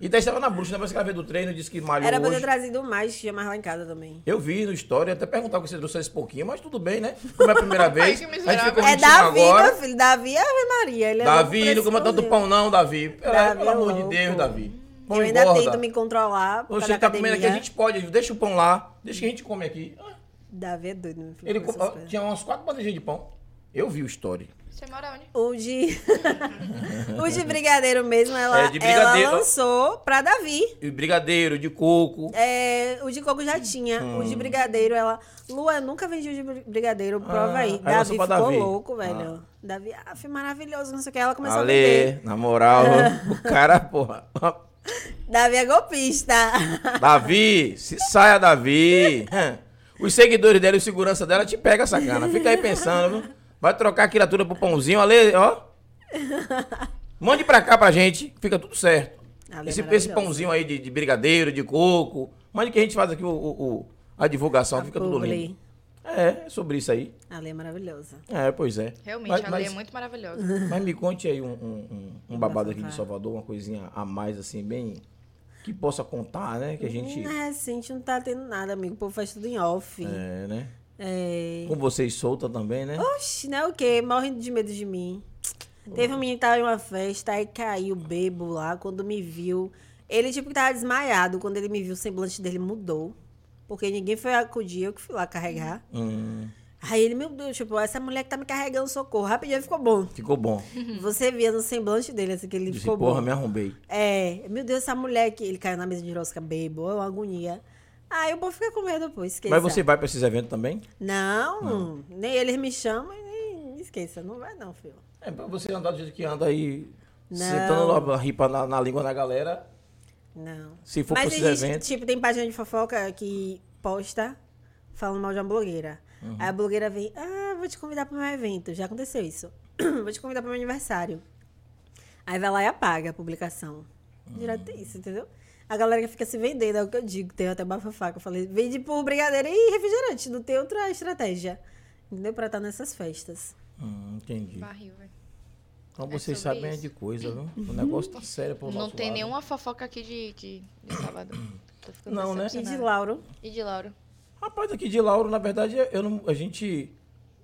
E Thaís tava na bruxa, né? Parece que ela veio do treino e disse que malhou Era pra eu ter hoje. trazido mais, tinha mais lá em casa também. Eu vi no story, até perguntar que você trouxe esse pouquinho, mas tudo bem, né? Como é a primeira vez, que a miserável. gente ficou É mentindo Davi, agora. meu filho. Davi é Ave Maria. Ele é louco por Davi, esse não coma tanto pãozinho. pão não, Davi. Pera- Davi Pelo é amor de louco. Deus, Davi. Pão Eu ainda engorda. tento me controlar. Você por causa tá da comendo aqui, academia. a gente pode, deixa o pão lá, deixa que a gente come aqui. Davi é doido, meu filho. Ele com co- essas ó, coisas. tinha umas quatro bandejas de pão. Eu vi o story. Você mora onde? O de... o de brigadeiro mesmo, ela, É, de brigadeiro. ela lançou pra Davi. E brigadeiro, de coco. É, o de coco já tinha. O de brigadeiro, ela... Lua, eu nunca vendi o de bri- brigadeiro, prova Hum. Ah, aí. aí Davi lançou pra ficou Davi. louco, velho. Davi, ah, foi maravilhoso, não sei o que. Ela começou a vender. Ale, na moral, o cara, porra. Davi é golpista. Davi, se saia, Davi. Os seguidores dela e o segurança dela te pega, sacana. Fica aí pensando, viu? Vai trocar a criatura pro pãozinho, Ale, ó. Mande pra cá pra gente, fica tudo certo. Ale é esse, esse maravilhoso. pãozinho aí de, de brigadeiro, de coco. Mande que a gente faz aqui o, o- o- a divulgação, fica tudo Publi. lindo. É, é sobre isso aí. Ale é maravilhosa. É, pois é. Realmente, Mas- a lei mas- é muito maravilhosa. Mas me conte aí um, um- um- um babado aqui de vai. Salvador, uma coisinha a mais, assim, bem. que possa contar, né? Que a gente. Não é assim, a gente não tá tendo nada, amigo. O povo faz tudo em off. É, né? É. Com vocês solta também, né? Ah. Oxi, né? O quê? Morrendo de medo de mim. Teve um menino que tava em uma festa, aí caiu bebo lá. Quando me viu, ele tipo que tava desmaiado. Quando ele me viu, o semblante dele mudou. Porque ninguém foi acudir, eu que fui lá carregar. Hum, Aí ele, meu Deus, tipo, essa mulher que tá me carregando, socorro. Rapidinho ele ficou bom. ficou bom. Você via no semblante dele, assim, que ele Disse, ficou porra, bom. me arrombei. É, meu Deus, essa mulher que ele caiu na mesa de rosca bebo, é uma agonia. Aí eu vou ficar com medo, pô, esqueça. Mas você vai pra esses eventos também? Não, nem eles me chamam e nem esqueça. Não vai não, filho. É, pra você andar do jeito que anda aí, Não. sentando a ripa na, na língua da galera. Não. Se for pra Mas esses existe, eventos. tipo, tem página de fofoca que posta falando mal de uma blogueira. Uhum. Aí a blogueira vem, ah, vou te convidar pro meu evento. Já aconteceu isso. vou te convidar pro meu aniversário. Aí vai lá e apaga a publicação. Uhum. Direto tem isso, entendeu? A galera que fica se vendendo, é o que eu digo. Tem até bafafá que eu falei, vende por brigadeiro e refrigerante. Não tem outra estratégia. Entendeu? Pra estar nessas festas. Hum, entendi. Barril, velho. Então vocês sobre sabem é isso. Uhum. de coisa, viu? O negócio tá sério pro Não nosso tem lado. nenhuma fofoca aqui de, de, de Salvador. Tô ficando Não, né? E de decepcionada. Lauro. E de Lauro. Rapaz, aqui de Lauro, na verdade, é, eu não, a gente.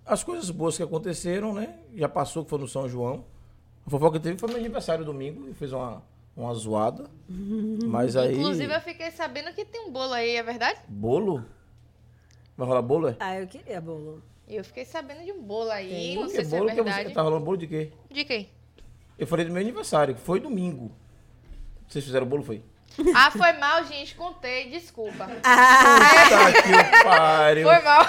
As coisas boas que aconteceram, né? Já passou, que foi no São João. A fofoca que teve foi meu aniversário domingo, e fez uma, uma zoada. Mas aí. Uhum. Inclusive, eu fiquei sabendo que tem um bolo aí, é verdade? Bolo? Vai rolar bolo? É? Ah, eu queria bolo. Eu fiquei sabendo de um bolo aí, Tem. não Por quê? sei se é bolo que verdade. você. Tá rolando bolo de quê? De quem? Eu falei do meu aniversário, que foi domingo. Vocês fizeram bolo, foi? Ah, foi mal, gente, contei, desculpa. Ah, Tá que o pariu. Foi mal.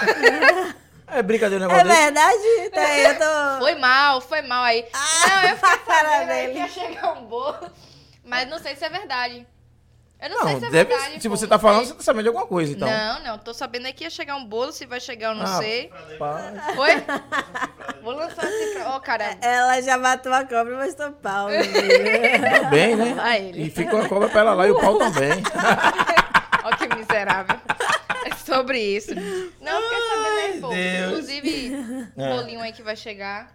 É brincadeira o É negócio desse? verdade? Tá aí, eu tô... Foi mal, foi mal aí. não, eu fiquei sabendo aí Parabéns. que ia chegar um bolo, mas não sei se é verdade. Eu não, sei Não, se é deve. verdade. se pô, você não tá falando, sei. você tá sabendo de alguma coisa, então. Não, não, tô sabendo aí que ia chegar um bolo, se vai chegar eu não Ah, sei. Pá. Foi? Vou lançar assim pra... Ó, cara. Ela já matou a cobra, mas tô pau. viu? Também, né? Lá ele. E fica uma cobra pra ela lá e o pau também. Ó que miserável. É sobre isso. Não, eu fiquei sabendo aí, pô. Deus. É. Inclusive, bolinho aí que vai chegar.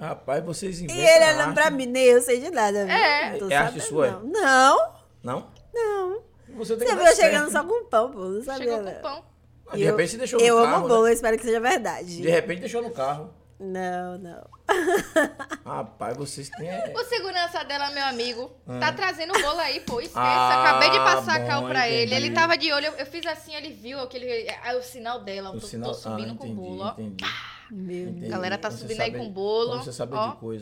Rapaz, vocês e inventam. ele olhando arte. pra mim, nem eu sei de nada. viu? É. Não tô É arte sabendo, sua, é? Não. não, Não? não. Você tem Você que viu eu chegando só com pão, pô. Não sabia. Chegou né? com pão. só. De repente você deixou Eu no amo carro. bolo, né? eu espero que seja verdade. De repente deixou no carro. Não, não. Rapaz, vocês têm. é- O segurança dela, meu amigo, tá trazendo o bolo aí, pô. Esqueça. Ah, Acabei de passar bom, a cal pra ele. entendi. Ele tava de olho. Eu, eu fiz assim, ele viu aquele. Ah, o sinal dela. Eu O tô, sinal. tô subindo ah, com o entendi, bolo, ó. entendi, Meu entendi. Galera tá Então você subindo aí sabe- com bolo, então Você sabe ó. de coisa.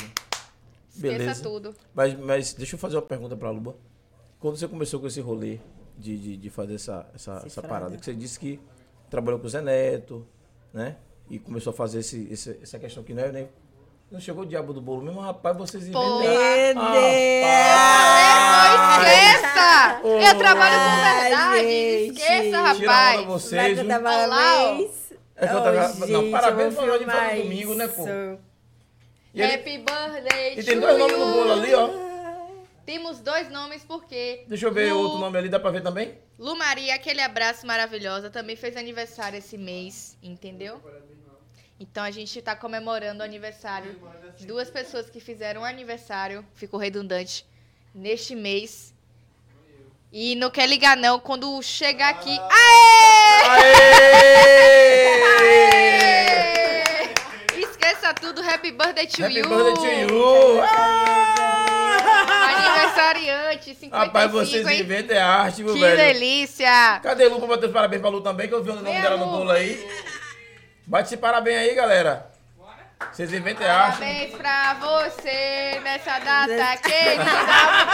Esqueça Beleza. tudo. Mas, mas deixa eu fazer uma pergunta pra Luba. Quando você começou com esse rolê de, de, de fazer essa, essa, essa Cifrada. parada, que você disse que trabalhou com o Zé Neto, né? E começou a fazer esse, esse- essa questão que não é nem. Não chegou o diabo do bolo mesmo, rapaz, vocês Pô. inventam. Meu Ah, Deus. É, Esqueça! Eu trabalho com Ai, verdade! gente. Esqueça, Tira rapaz! onda vocês, Vai viu? cantar parabéns. É que eu Oh, tava- gente, não, parabéns eu pra vou nós de falar filmar no domingo, né, pô? isso. E, ele- Happy birthday e tem to dois nomes no you. bolo ali, ó. Temos dois nomes porque... Deixa eu ver Lu, outro nome ali, dá pra ver também? Lu Maria, aquele abraço maravilhosa, também fez aniversário esse mês, entendeu? Então a gente tá comemorando o aniversário. Duas pessoas que fizeram um aniversário, ficou redundante, neste mês. E não quer ligar não, quando chegar aqui... Aê! Aê! Esqueça tudo, happy birthday to Happy you! birthday to you! Ah! Aniversariante, 55, Rapaz, vocês hein? inventam é arte, meu Que velho. delícia! Cadê Lu pra bater os parabéns pra Lu também, que eu vi o nome Vem, dela no Lu. bolo aí. Bate esse parabéns aí, galera. Vocês inventam é arte. Parabéns pra você nessa data querida.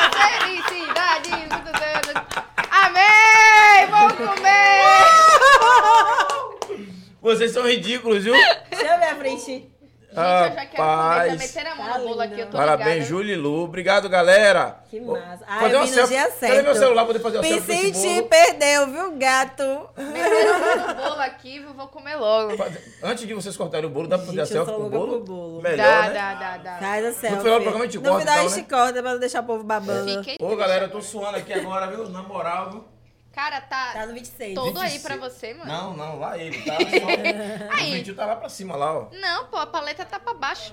Muita felicidade, muitos anos. Amém! Vamos comer! Vocês são ridículos, viu? Deixa eu ver a frente. Gente, eu já quero comer. Já Rapaz. meteram a mão né? Tá no bolo aqui, eu tô Parabéns, ligada. Júlio e Lu. Obrigado, galera. Que Vou massa. Ah, eu uma vi no selfie. dia Cadê meu certo. celular pra poder fazer uma selfie com esse Vicente bolo? perdeu, viu, gato? Meteram a mão no bolo aqui, eu vou comer logo. Fazer- Antes de vocês cortarem o bolo, dá pra fazer a Gente, eu selfie sou com o louca bolo? pro bolo. Melhor, Dá, né? dá, dá, dá. Faz a selfie. final do programa a gente corta, No final a então, gente né? corta pra não deixar o povo babando. Fiquem. Ô, galera, eu tô suando aqui agora, viu? Na moral, viu? Cara, Tá tá no 26. todo aí 26. pra você, mano. Não, não, lá ele, tá? Só- Hum. Aí. O vídeo tá lá pra cima, lá, ó. Não, pô, a paleta tá pra baixo.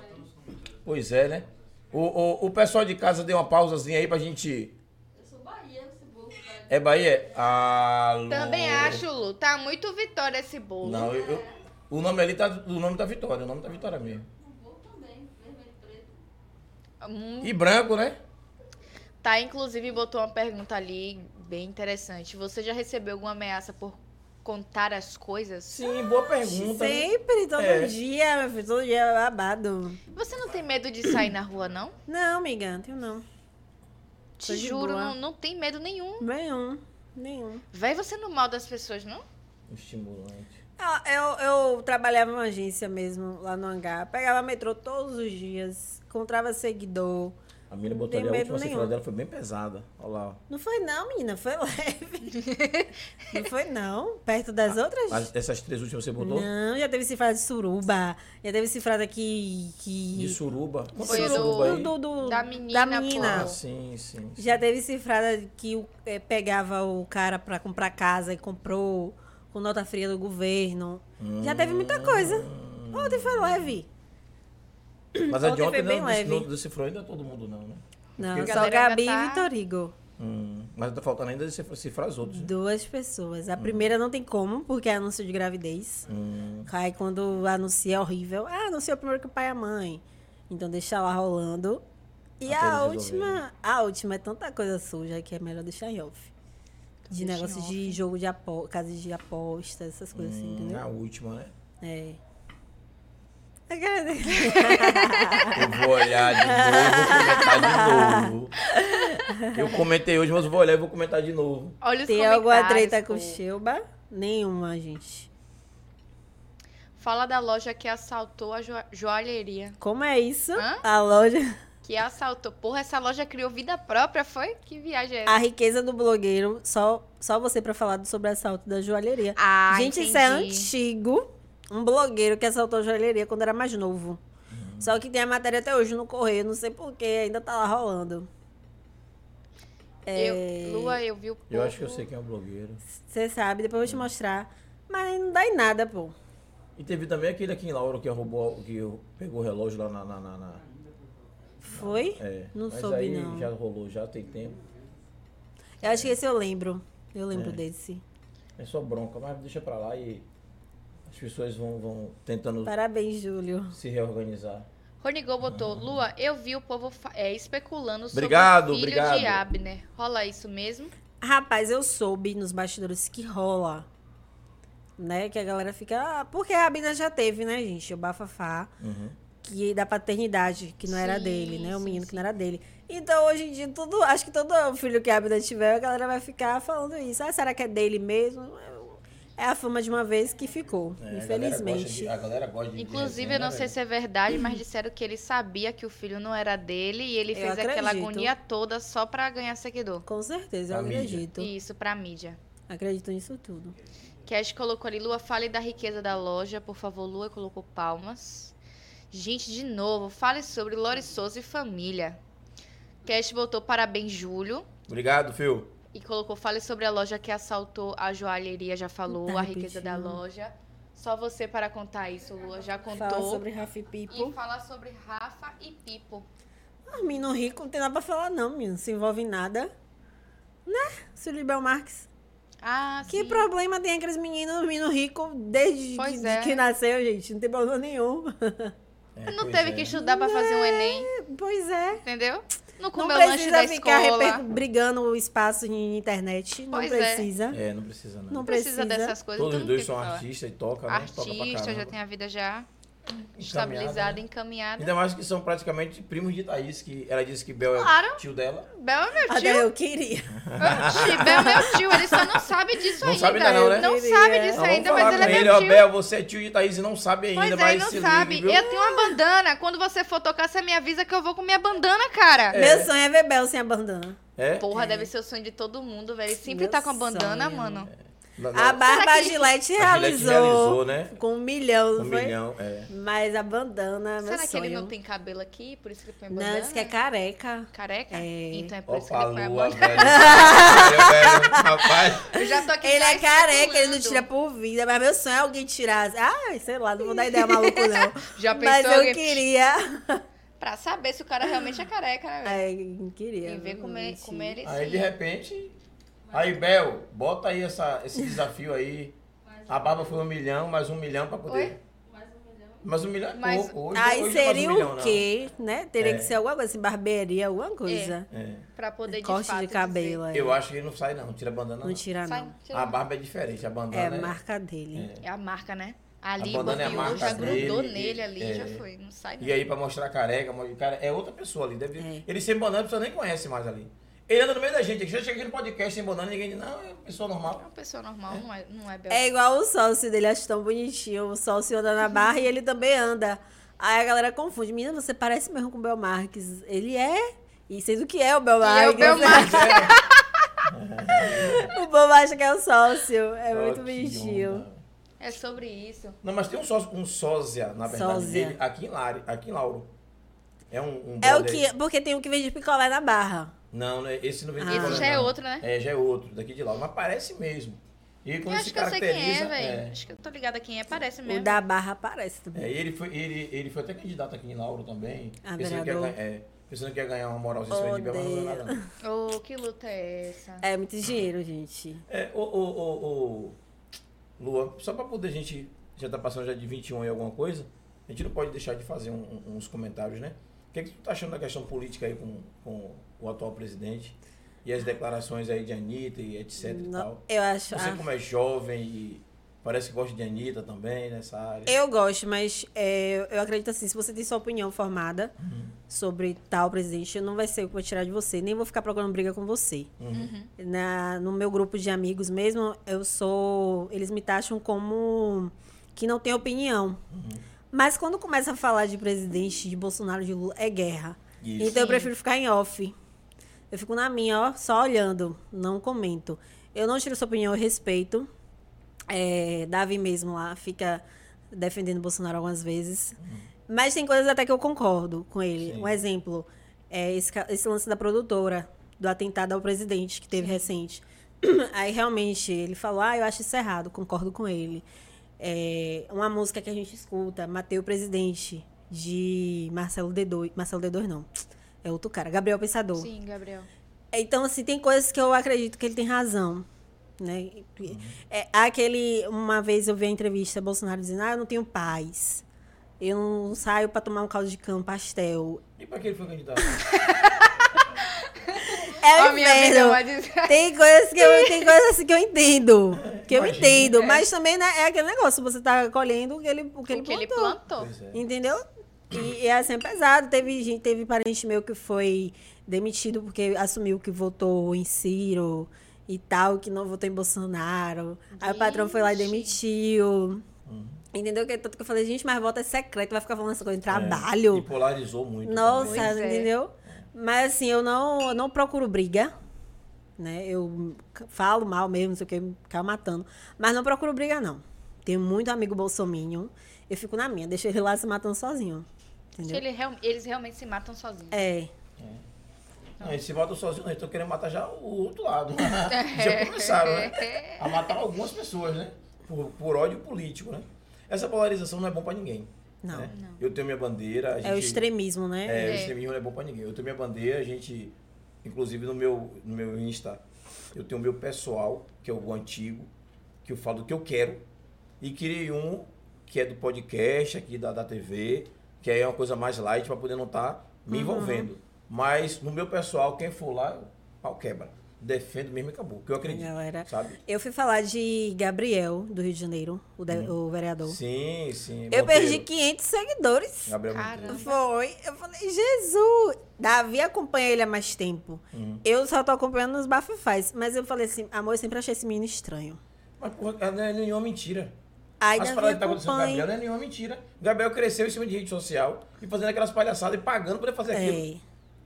Pois é, né? O, o, o pessoal de casa deu uma pausazinha aí pra gente. Eu sou Bahia nesse bolo, É Bahia? Ah, Lu. Também acho, Lu. Tá muito vitória esse bolo. Não, eu, eu- o nome ali tá. O nome tá Vitória, o nome tá Vitória mesmo. Hum, E branco, né? Tá, inclusive botou uma pergunta ali bem interessante. Você já recebeu alguma ameaça por contar as coisas? Sim, boa pergunta. né? Sempre, todo É. dia, meu filho, todo dia é babado. Você não tem medo de sair na rua, não? Não, amiga, tenho não. Te Tô de juro, boa. não, não tem medo nenhum. Nenhum, nenhum. Vai você no mal das pessoas, não? Estimulante. Ah, Eu, eu trabalhava em uma agência mesmo, lá no hangar. Pegava metrô todos os dias, encontrava seguidor. A mina Não botou tem ali a medo última cifra nenhum. dela, foi bem pesada. Olha lá, ó. Não foi não, menina, foi leve. não foi não, perto das Ah, outras... As- essas três últimas você botou? Não, já teve cifrada de suruba, já teve cifrada que... De que... suruba. Quanto Foi é de do- suruba aí? do- do- Da menina, da Ah, menina. sim, sim. Já teve cifrada que o- eh, pegava o cara pra comprar casa e comprou com nota fria do governo. Já teve muita coisa. Hum. Ontem foi leve. Mas a de Ontem ontem foi bem não, leve. não decifrou ainda todo mundo, não, né? Não, Porque- só Galera ainda Gabi tá- e Vitor Igor. Hum, mas tá faltando ainda decifrar, cifrar as outras. né? Duas pessoas. A primeira não tem como, porque é anúncio de gravidez. Hum, Aí quando anuncia é horrível. Ah, anuncia primeiro que o pai e a mãe. Então deixa lá rolando. E Até a eles resolverem. última, a última é tanta coisa suja que é melhor deixar em off. De Deixa em negócio de jogo de apo... casa de apostas, essas coisas assim, hum, entendeu? a última, né? É. A cara dele. Eu vou olhar de novo, vou comentar de novo. Eu comentei hoje, mas eu vou olhar e vou comentar de novo. Olha os Tem alguma comentários, treta com pô. o Sheuba? Nenhuma, gente. Fala da loja que assaltou a joa- joalheria. Como é isso? Hã? A loja. Que assaltou. Porra, essa loja criou vida própria, foi? Que viagem é essa? A riqueza do blogueiro. Só, só você pra falar sobre o assalto da joalheria. Ah, gente, isso é antigo. Um blogueiro que assaltou a joalheria quando era mais novo. Só que tem a matéria até hoje no correio, não sei porquê, ainda tá lá rolando. É. Eu, Lua, eu vi o Eu acho que eu povo- sei quem é o blogueiro. Você sabe, depois eu vou te mostrar. Mas não dá em nada, pô. E teve também aquele aqui em Lauro que roubou, que pegou o relógio lá na. na, na- na- Foi? é. Não mas soube, aí não. já rolou, já tem tempo. Eu acho que esse eu lembro. Eu lembro desse. É só bronca, mas deixa pra lá e as pessoas vão, vão tentando Parabéns, Júlio. se reorganizar. Ronigol botou, Lua, eu vi o povo fa- é, especulando sobre Obrigado, o filho de obrigado. Abner. Rola isso mesmo? Rapaz, eu soube nos bastidores que rola. Né? Que a galera fica. Ah, porque a Abina já teve, né, gente? O bafafá. Uhum. Que da paternidade, que não era Sim, dele, né? O sim, menino sim. que não era dele. Então, hoje em dia, tudo, acho que todo filho que a Abina tiver, a galera vai ficar falando isso. Ah, será que é dele mesmo? É a fama de uma vez que ficou, É, a galera gosta infelizmente. de- A galera gosta de né? Inclusive, eu não sei se é verdade, mas disseram que ele sabia que o filho não era dele e ele Eu fez aquela acredito. agonia toda só pra ganhar seguidor. Com certeza, eu Família. acredito. E isso pra mídia. Acredito nisso tudo. Cash colocou ali, Lua, fale da riqueza da loja, por favor. Lua colocou palmas. Gente, de novo, fale sobre Lore Souza e família. Cash botou parabéns, Júlio. Obrigado, Phil. E colocou, fale sobre a loja que assaltou a joalheria, já falou, Tá a riqueza da rapidinho. loja. Só você para contar isso, Lua, já contou. Fala sobre Rafi E Pipo. falar sobre Rafa e Pipo. Ah, menino rico, não tem nada pra falar, não, menino. Se envolve em nada. Né? Silvio Bel Marques. Ah, Que sim. problema tem aqueles meninos, menino rico, desde Pois que, é. que nasceu, gente? Não tem problema nenhum. É, Não pois teve é. que estudar pra fazer um Enem, Pois é. entendeu? Não Não comeu lanche da precisa ficar escola. reper- brigando o espaço em internet. Não Pois é. precisa. É, não precisa, não. Não Não precisa precisa. dessas coisas. Todos então não os tem dois são que falar. artistas e toca, né? Toca pra Artista, já caramba. tem a vida já Encaminhada, estabilizada, né? encaminhada. Ainda mais que são praticamente primos de Thaís, que ela disse que Bel é Claro. o tio dela. Bel é meu tio. Até eu queria. Oxi, Bel é meu tio. Ele só não sabe disso Não ainda. sabe ainda não, né? Não Ele sabe é. disso Não, vamos ainda, falar mas ele com é ele, meu ó, tio. Bel, você é tio de Thaís e não sabe ainda, Pois é, mas ele não se sabe. ligue, viu? eu tenho uma bandana. Quando você for tocar, você me avisa que eu vou com minha bandana, cara. Meu sonho é ver Bel sem a bandana. É? Porra, deve ser o sonho de todo mundo, velho. Ele sempre Meu tá com a bandana, sonho. mano. Na- na- A Barba que- Gillette a realizou, Juliette realizou, né? com um milhão, não Um foi? milhão, é. Mas a bandana, é meu Será que sonho. ele não tem cabelo aqui? Por isso que ele põe bandana? Não, disse que é careca. Careca? É. Então é por isso que Opa, ele põe a lua, bandana. velho. Valeu, velho. Rapaz, Eu já tô aqui Ele já é careca, ele não especulando. tira por vida, mas meu sonho é alguém tirar. Ai, sei lá, não vou dar ideia maluco, não. Já pensou mas eu alguém- queria. Pra saber se o cara realmente é careca, né? velho? Ai, queria. Tem ver como, é, realmente. como ele Aí sim. de repente. Aí, Bel, bota aí essa, esse desafio aí. A barba foi um milhão, mais um milhão pra poder. Oi? Mais um milhão é Mais- pouco. Hoje, Aí hoje mais seria um milhão, o não. quê, né? Teria É. que ser alguma coisa, assim, barbearia, alguma coisa. É. Pra poder de né, Corte fato de dizer. cabelo. é. Eu acho que ele não sai, não. Tira a bandana. Não Não tira, Sai, um não. tira. A barba é diferente, a É bandana. a marca dele. É a marca, né? Ali, A bandana é a bobeou, marca já grudou dele, nele e- ali, é. já foi. Não sai não. E aí, pra mostrar a careca, mo- cara, é outra pessoa ali. Deve... É. Ele sem banana, a pessoa nem conhece mais ali. Ele anda no meio da gente. Já chega aqui no podcast sem banana, ninguém diz, não, é uma pessoa É normal. uma pessoa normal, não é, não é bela. É igual o sócio dele, acho tão bonitinho. O sócio anda na barra e ele também anda. Aí a galera confunde. Menina, você parece mesmo com o Bel Marques. Ele é. E sendo que é o Bel E é Marques. o Bel Marques. o povo acha que é o sócio. É Ó, muito que bonitinho. onda. É sobre isso. Não, mas tem um sócio, um sósia, na verdade, Sósia. dele, aqui em, Lari, aqui em Lauro. É um, um É o brother. que. Porque tem um que vende picolé na barra. Não, né, esse não vem de Ah. Lauro, Esse já é não. outro, né? É, já é outro, daqui de Lauro. Mas parece mesmo. E Eu quando se acho que eu sei caracteriza... quem é, velho. é. Acho que eu tô ligada quem é, parece O mesmo. da barra parece também. É, e ele foi, ele, ele foi até candidato aqui em Lauro também. Ah, pensando, que ia, vereador. gan- é, pensando que ia ganhar uma moralzinha oh, de Bel, mas não ganhou nada. não. Ô, que luta é essa? É muito dinheiro, gente. É, ô, ô, ô, ô, Lua, só pra poder a gente já tá passando já de 21 e alguma coisa, a gente não pode deixar de fazer um- um- uns comentários, né? O que, é que tu tá achando da questão política aí com, com o atual presidente? E as declarações aí de Anitta e etc e Não, tal. eu acho. Você ah, como é jovem e parece que gosta de Anitta também nessa área. Eu gosto, mas é, eu acredito assim, se você tem sua opinião formada sobre tal presidente, não vai ser o que eu vou tirar de você, nem vou ficar procurando briga com você. Uhum. Na, no meu grupo de amigos mesmo, eu sou. Eles me taxam como que não tem opinião. Mas quando começa a falar de presidente, de Bolsonaro, de Lula, é guerra. Isso. Então Sim. eu prefiro ficar em off. Eu fico na minha, ó, só olhando, não comento. Eu não tiro sua opinião, eu respeito. É, Davi mesmo lá fica defendendo Bolsonaro algumas vezes. Mas tem coisas até que eu concordo com ele. Uhum. Sim. Um exemplo é esse, ca- esse lance da produtora, do atentado ao presidente que teve recente. Aí realmente ele falou: Ah, eu acho isso errado, concordo com ele. É, uma música que a gente escuta, Matei o Presidente, de Marcelo D2. Marcelo D2 não. É outro cara, Gabriel Pensador. Sim, Gabriel. Então, assim, tem coisas que eu acredito que ele tem razão. Né? É, aquele. Uma vez eu vi a entrevista Bolsonaro dizendo: Ah, eu não tenho paz. Eu não saio pra tomar um caldo de cana, pastel. E pra que ele foi candidato? É Ó, o minha vida é inferno. uma desgraça. Tem coisas que eu, tem coisas assim que eu entendo. Que eu Imagina. entendo. Mas também né, é aquele negócio, você tá colhendo o que ele, o que ele O que ele plantou. plantou. Pois é. Entendeu? E, e é assim, é pesado. Teve, gente, teve parente meu que foi demitido porque assumiu que votou em Ciro, e tal, que não votou em Bolsonaro. Aí o patrão foi lá e Gente. demitiu. Uhum. Entendeu? Que- Tanto que eu falei, gente, mas voto é secreto, vai ficar falando essa coisa de trabalho. É, E polarizou muito. Nossa, também. Pois é. entendeu? Mas assim, eu não, eu não procuro briga, né? Eu c- falo mal mesmo, não sei o que, ficar matando. Mas não procuro briga, não. Tenho muito amigo bolsominion. Eu fico na minha, deixo ele lá se matando sozinho. Que Entendeu? ele real- eles realmente se matam sozinhos. É. Não, eles se votam sozinhos, eles estão querendo matar já o outro lado. já começaram, né? É. A matar algumas pessoas, né? Por, por ódio político, né? Essa polarização não é bom pra ninguém. Não. né? Eu tenho minha bandeira. A gente, É o extremismo, né? É, o É. extremismo não é bom pra ninguém. Eu tenho minha bandeira, a gente, inclusive no meu, no meu Insta, eu tenho o meu pessoal, que é o antigo, que eu falo do que eu quero. E criei um que é do podcast, aqui da, da TV, que aí é uma coisa mais light pra poder não estar me Uhum. envolvendo. Mas no meu pessoal, quem for lá, pau quebra. Defendo mesmo e acabou. Que eu acredito. Galera. Sabe? Eu fui falar de Gabriel, do Rio de Janeiro, o, de- o vereador. Uhum. Sim, sim. eu perdi Monteiro. 500 seguidores. Gabriel Caramba. Monteiro. Foi. Eu falei, Jesus! Davi acompanha ele há mais tempo. Uhum. Eu só tô acompanhando nos bafafás. Mas eu falei assim, amor, eu sempre achei esse menino estranho. Mas porra, não é nenhuma mentira. Aí As Davi paradas que tá acontecendo com o Gabriel acompanha. não é nenhuma mentira. O Gabriel cresceu em cima de rede social e fazendo aquelas palhaçadas e pagando pra ele fazer aquilo.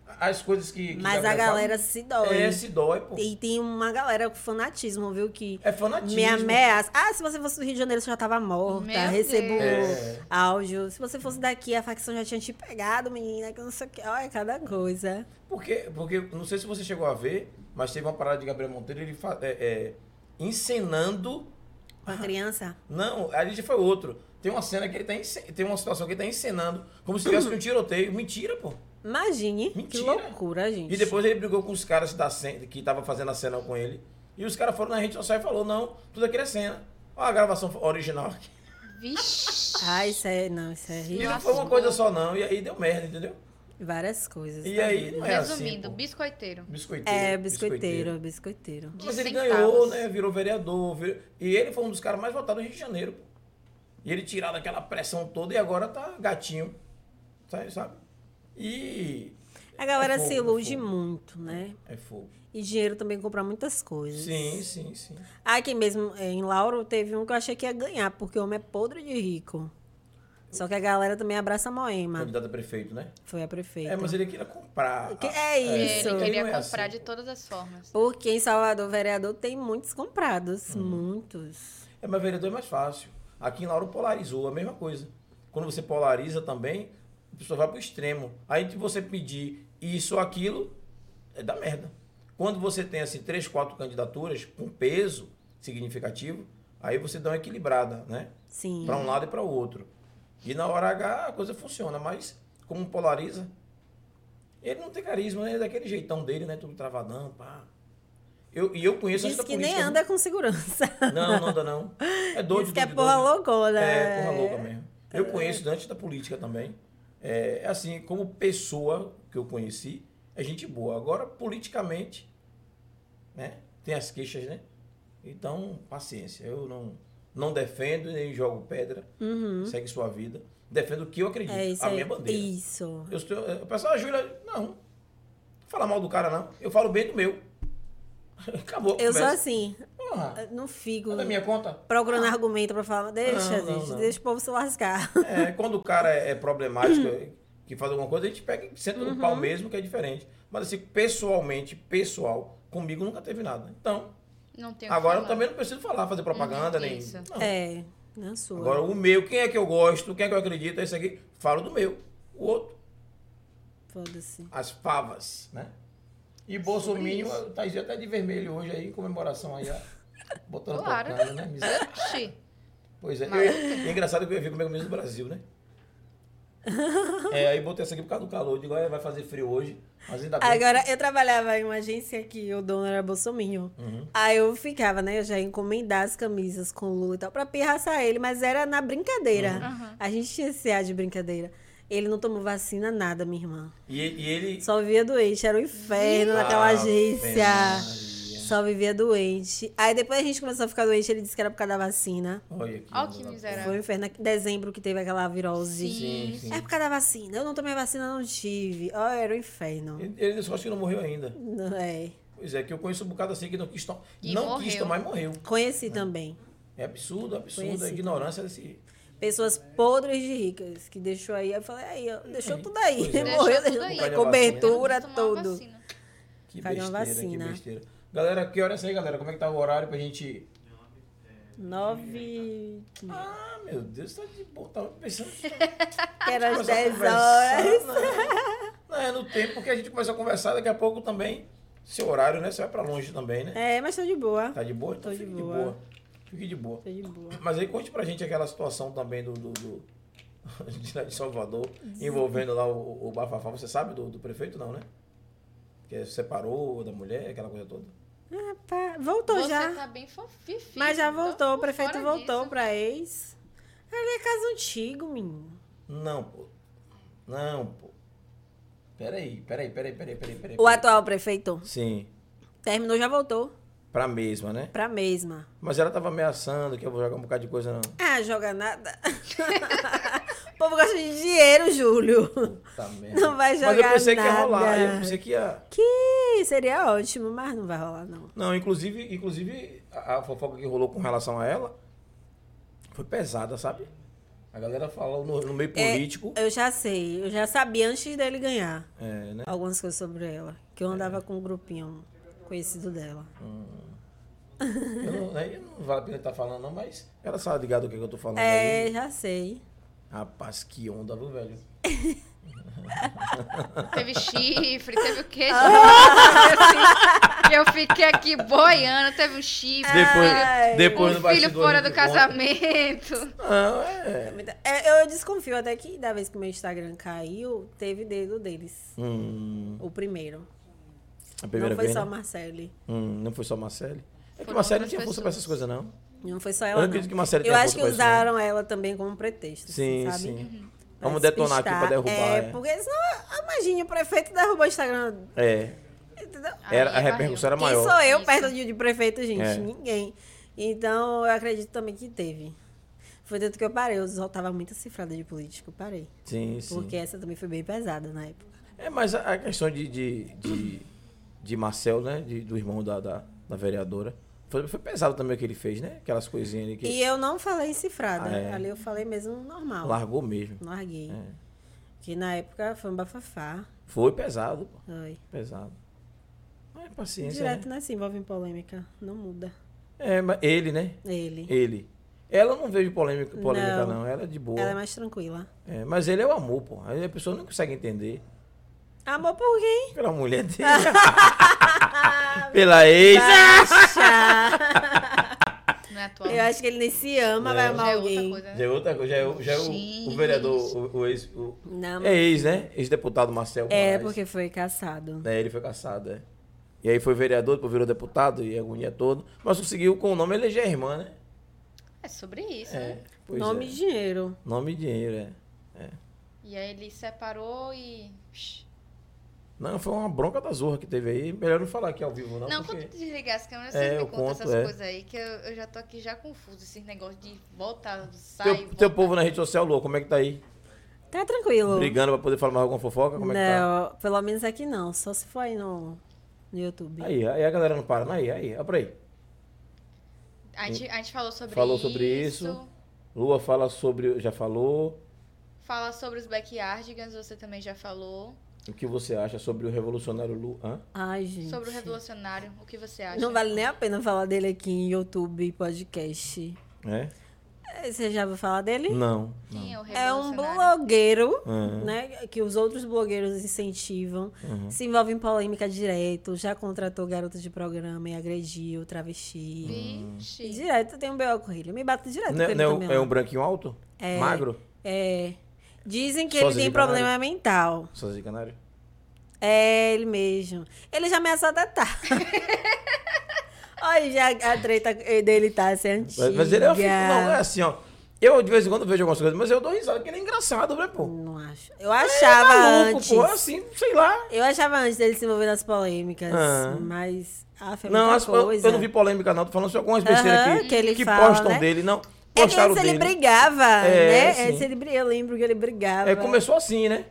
É, As coisas que. que mas a Gabriel galera se dói. fala, é, se dói, pô. E tem uma galera com fanatismo, viu? Que É fanatismo. me ameaça. Ah, se você fosse do Rio de Janeiro, você já tava morta. Meu recebo Deus. É. áudio. Se você fosse daqui, a facção já tinha te pegado, menina. Que não sei o que. Olha, cada coisa. Porque, porque, não sei se você chegou a ver, mas teve uma parada de Gabriel Monteiro, ele fa- é, é, encenando. Uma criança. Não, ali já foi outro. Tem uma cena que ele tá encenando. Tem uma situação que ele tá encenando como se tivesse um tiroteio. Mentira, pô. Imagine. Que Mentira. loucura, gente. E depois ele brigou com os caras da cena, que estavam fazendo a cena com ele. E os caras foram na rede social e falou, não, tudo aquilo é cena. Olha a gravação original aqui. Vixe. Ah, isso é. Não, isso é E ridículo. não foi uma coisa só, não. E aí deu merda, entendeu? Várias coisas. E tá aí vendo? não é Resumindo, assim. biscoiteiro. pô. Biscoiteiro. É, biscoiteiro, biscoiteiro. De Mas ele centavos. ganhou, né? Virou vereador. virou- E ele foi um dos caras mais votados no Rio de Janeiro. pô. E ele tirado aquela pressão toda e agora tá gatinho. Sabe? sabe? E. A galera É fogo, se ilude é fogo. muito, né? É fogo. E dinheiro também compra muitas coisas. Sim, sim, sim. Aqui mesmo, eh, em Lauro, teve um que eu achei que ia ganhar, porque o homem é podre de rico. Só que a galera também abraça a Moema. Candidato a prefeito, né? Foi a prefeita. É, mas ele queria comprar. Que- a- é isso. Ele não queria é comprar assim. de todas as formas. Porque em Salvador, vereador, tem muitos comprados. Uhum. Muitos. É, mas vereador é mais fácil. Aqui em Lauro polarizou, a mesma coisa. Quando você polariza também, a pessoa vai pro extremo. Aí se você pedir isso ou aquilo, é da merda. Quando você tem assim três, quatro candidaturas com peso significativo, aí você dá uma equilibrada, né? Sim. Para um lado e para o outro. E na hora H a coisa funciona, mas como polariza, ele não tem carisma, né? Ele é daquele jeitão dele, né? Tudo travadão, pá. Eu, e eu conheço Diz essa que nem política- anda com segurança. Não, não anda não. É né? doido. Diz que é doido, porra né? doido. loucona. É, porra louca mesmo. Eu conheço Dante da política também. É, assim, como pessoa que eu conheci, é gente boa. Agora, politicamente, né? Tem as queixas, né? Então, paciência. Eu não, não defendo nem jogo pedra. Segue sua vida. Defendo o que eu acredito. Uhum. É isso a aí. minha bandeira. Isso. Eu estou, o pessoal, a Júlia, não. Não fala mal do cara, não. Eu falo bem do meu. Acabou. a Eu sou conversa. assim. Porra, eu assim. Não fico. é da minha conta. procurando argumento pra falar, deixa, Não, não, gente, não. deixa o povo se lascar. É, quando o cara é é problemático, é, que faz alguma coisa, a gente pega e senta no Uhum. pau mesmo, que é diferente. Mas assim, pessoalmente, pessoal, comigo nunca teve nada. Então, Não tem o que agora eu falar. também não preciso falar, fazer propaganda, Uhum, nem. isso. Não. É, na sua. Agora, o meu, quem é que eu gosto, quem é que eu acredito, é esse aqui, falo do meu. O outro, Foda-se. as favas, né? E Bolsonaro, tá o Thaís até de vermelho hoje aí, em comemoração aí, ó. Botando Claro. tocando, né? Miséria. Oxi. Pois é. Eu ia- é engraçado que eu ia ver comigo mesmo do Brasil, né? É, aí botei essa aqui por causa do calor. Digo, "Ah, vai fazer frio hoje, mas ainda bem. Agora, eu trabalhava em uma agência que o dono era bolsominho. Uhum. Aí eu ficava, né? Eu já ia encomendar as camisas com Lula e tal, pra pirraçar ele, mas era na brincadeira. Uhum. A gente tinha esse ar de brincadeira. Ele não tomou vacina, nada, minha irmã. E, e ah, ele. Só vivia doente, era o inferno naquela Ave agência. Maria. Só vivia doente. Aí depois a gente começou a ficar doente, ele disse que era por causa da vacina. Olha aqui. Ó que mano. miséria. Foi um inferno. Dezembro que teve aquela virose. Sim. Sim, sim. É por causa da vacina. Eu não tomei a vacina, não tive. Ó, era o inferno. Ele, ele só acho que não morreu ainda. Não é. E Pois é, que eu conheço um bocado assim que não quis, to E não quis morreu. tomar e morreu. Conheci também. É absurdo, absurdo. Conheci a ignorância desse. Pessoas podres de ricas, que deixou aí, eu falei, aí, ó, deixou tudo aí. Pois é. Morreu, Deixou deixou tudo aí. tudo aí. cobertura, Tomar uma tudo. vacina. Que Cadê besteira, uma que vacina? besteira. Galera, que hora é essa aí, galera? Como é que tá o horário pra gente. Nove. Ah, meu Deus, tá de boa. Tava pensando. Que era às começar a 10 conversar, horas. Não, Não, é no tempo que a gente começou a conversar, daqui a pouco também. Seu horário, né? Você vai pra longe também, né? É, mas tô de boa. Tá de boa? Então Tô de fique boa. de boa. Fique de boa. Tô de boa. Mas aí conte pra gente aquela situação também do. do, do- de lá de Salvador, envolvendo lá o, o Bafafá. Você sabe do, do prefeito, não, né? Que separou da mulher, aquela coisa toda. Rapaz, voltou Você já. tá bem fofifinho. Mas já então voltou, o tô prefeito fora voltou disso. pra ex. Ali é caso antigo, menino. Não, pô. Não, pô. Peraí, peraí, peraí, peraí, peraí, peraí. O atual prefeito Sim, terminou, já voltou pra mesma, né? pra mesma. Mas ela tava ameaçando que eu vou jogar um bocado de coisa, não. Ah, joga nada. o povo gosta de dinheiro, Júlio. Puta Tá merda. Não vai Mas eu jogar pensei que ia nada. rolar, eu pensei que ia... Que seria ótimo, mas não vai rolar, não. Não, inclusive, inclusive a, a fofoca que rolou com relação a ela foi pesada, sabe? A galera fala no, no É, meio político, Eu já sei, eu já sabia antes dele ganhar é, né? algumas coisas sobre ela. Que É. eu andava com um grupinho conhecido dela. Eu não, né, eu não vale a pena estar falando, não, mas ela sabe ligado o que, que eu tô falando É, aí. já sei. Rapaz, que onda, viu, velho? Teve chifre, teve o quê? Ah. gente? eu fiquei aqui boiando, teve um chifre. Depois, Ai. depois um no bastidor filho a fora gente do conta. casamento. Não, é. É, Eu desconfio até que da vez que meu Instagram caiu, teve dedo deles. Hum, O primeiro. a primeira não foi vez, só a né? Marcele. Hum, não foi só a Marcele. É que Foram Marcele não outras tinha força pra essas pessoas. coisas, não. Não foi só eu ela. não não. acredito que Marcele Eu tenha acho força que pra isso, não. usaram ela também como pretexto. Sim, assim, sabe? Uhum. sim. Pra Vamos detonar aqui pra despistar. derrubar. É, É, porque senão, imagine, o prefeito derrubou o Instagram. é. Entendeu? Aí Era, a varreu. repercussão era Quem maior. sou eu Isso. perto de, de prefeito, gente? É. Ninguém. Então, eu acredito também que teve. Foi tanto que eu parei. Eu soltava muita cifrada de político. eu Parei. Sim, sim. Porque essa também foi bem pesada na época. É, mas a a questão de, de, de, de Marcel, né? De- do irmão da, da, da vereadora. Foi, foi pesado também o que ele fez, né? Aquelas coisinhas ali que E eu não falei cifrada. Ah, é. Ali eu falei mesmo normal. largou mesmo. Larguei. É. Que na época foi um bafafá. Foi pesado, pô. Ai. Pesado. Mas paciência, Direto, né? né? Se envolve em polêmica. Não muda. É, mas ele, né? Ele. Ele. Ela não vejo polêmica, polêmica não. Não. Ela é de boa. Ela é mais tranquila. É, mas ele é o amor, pô. Aí a pessoa não consegue entender. Amor por quem? Pela mulher dele. Pela ex. Tá. Não é atual. Eu acho que ele nem se ama, vai Já amar é outra alguém. coisa, Já né? é outra coisa. Já é, o- já é o, o vereador, o, o ex. o- Não, É ex, né? Ex-deputado Marcel. É, Moraes. porque foi caçado. É, ele foi caçado, é. E aí foi vereador, depois virou deputado e agonia toda. Mas conseguiu com o nome eleger a irmã, né? É sobre isso, né? É. pois Nome é. e dinheiro. Nome e dinheiro, é. é. E aí ele separou e. Shhh. Não, foi uma bronca da zorra que teve aí. Melhor não falar aqui ao vivo, não. Não, porque... quando desligar as câmeras, É, vocês eu me contam conto, essas é. coisas aí, que eu, eu já tô aqui já confuso, esses negócios de volta, sai, Teu, volta. teu povo na rede social, Lua, como é que tá aí? Tá tranquilo. Brigando pra poder falar mais alguma fofoca? Como é que tá? não, pelo menos aqui não. Só se for aí no, no YouTube. Aí, aí a galera não para. não, Aí, aí, olha pra aí. A gente, a gente falou sobre Falou isso. sobre isso. Lua fala sobre. Já falou. Fala sobre os backyardigans, você também já falou. O que você acha sobre o revolucionário Lu? Hã? Ai, gente. Sobre o revolucionário, o que você acha? Não vale nem a pena falar dele aqui em YouTube, podcast. É? É, Você já ouviu falar dele? Não. Quem é o É um revolucionário? blogueiro, Uhum. né? Que os outros blogueiros incentivam. Se envolve em polêmica direto. Já contratou garotas de programa e agrediu travesti. Vixe. Direto tem um B.O. com ele. Eu me bato direto com Né- ele né, Ah, também. é lá. um branquinho alto? É. Magro? É. Dizem que Sozinho ele tem de Canário. problema mental. Só de canário? É ele mesmo. Ele já ameaçou até tá. Olha, já a treta dele tá assim, antiga. Mas, mas ele é, um- não, é assim, ó. Eu de vez em quando vejo algumas coisas, mas eu dou risada, porque ele é engraçado, né, pô? Tá Não acho. Eu achava Maluco, antes. pô, assim, sei lá. Eu achava antes dele se envolver nas polêmicas. Ah. Mas. Ah, foi Não, muita as- eu, coisa. É eu não vi polêmica, não. Tô falando só algumas besteiras Aham, que, que ele fala, postam né? dele, não. É que Postaram antes ele dele. brigava, É, né? sim. Antes ele, bri- eu lembro que ele brigava. É, começou assim, né?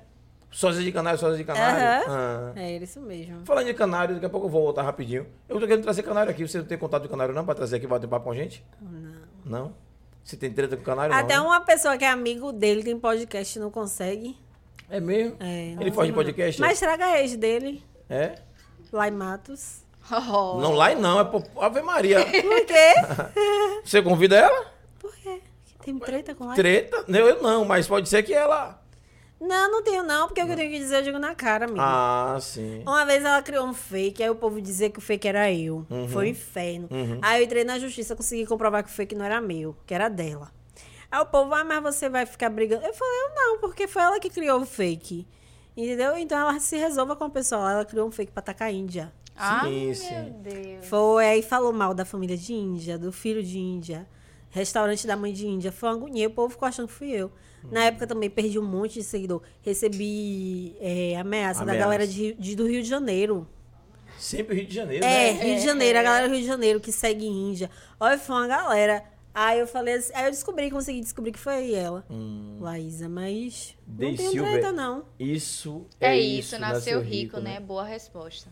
Sósia de canário, sósia de canário. Ah. É isso mesmo. Falando de canário, daqui a pouco eu vou voltar rapidinho. Eu tô querendo trazer canário aqui. Você não tem contato de canário não pra trazer aqui, bater papo com a gente? Não. Não? Você tem treta com canário? Até não, né? uma pessoa que é amigo dele tem podcast e não consegue. É mesmo? É, Ele não faz de não. podcast? Mas traga a ex dele, É? lá em Matos. Oh. Não, lá e não. É pô- Ave Maria. Por quê? Você convida ela? Por quê? Tem treta com lá? Treta? Não, Eu não, mas pode ser que ela... Não, não tenho não, porque o que eu tenho que dizer eu digo na cara, amigo. Ah, sim. Uma vez ela criou um fake, aí o povo dizia que o fake era eu. Foi um inferno. Aí eu entrei na justiça, consegui comprovar que o fake não era meu, que era dela. Aí o povo, ah, mas você vai ficar brigando. Eu falei, eu não, porque foi ela que criou o fake. Entendeu? Então ela se resolva com a pessoa lá. Ela criou um fake pra atacar a Índia. Ah, Sim, meu sim. Deus. Foi, aí falou mal da família de Índia, do filho de Índia, restaurante da mãe de Índia. Foi uma agonia, o povo ficou achando que fui eu. Na época também perdi um monte de seguidor. Recebi é, ameaça, da Ameaça. galera de, de- do Rio de Janeiro. Sempre Rio de Janeiro, né? É, Rio de Janeiro, a galera do Rio de Janeiro que segue Índia. Olha, foi uma galera. Aí eu falei assim, aí eu descobri, consegui descobrir que foi ela. Laísa, mas não Hum. Dei tem Silver. treta, não. Isso é, É, isso. isso, nasceu rico, né? Boa resposta.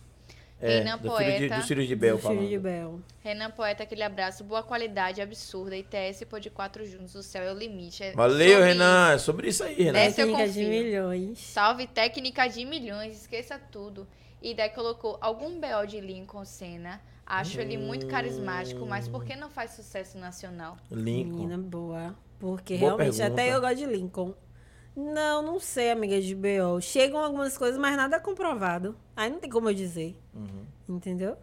É, Renan do filho de, Poeta. do Ciro de Bel Do filho de falando. Bel. Renan Poeta, aquele abraço. Boa qualidade, absurda. ITS Pod 4 juntos. O céu é o limite. É Valeu, sobre Renan. É sobre isso aí, Renan. Essa eu Técnica de confio. milhões. Salve técnica de milhões, esqueça tudo. E daí colocou algum BO de Lincoln Senna. Acho ele Hum. muito carismático, mas por que não faz sucesso nacional? Lincoln. Menina boa. Porque Boa realmente, até pergunta. eu gosto de Lincoln. Não, não sei, amiga de BO. Chegam algumas coisas, mas nada comprovado. Aí não tem como eu dizer. Uhum. Entendeu?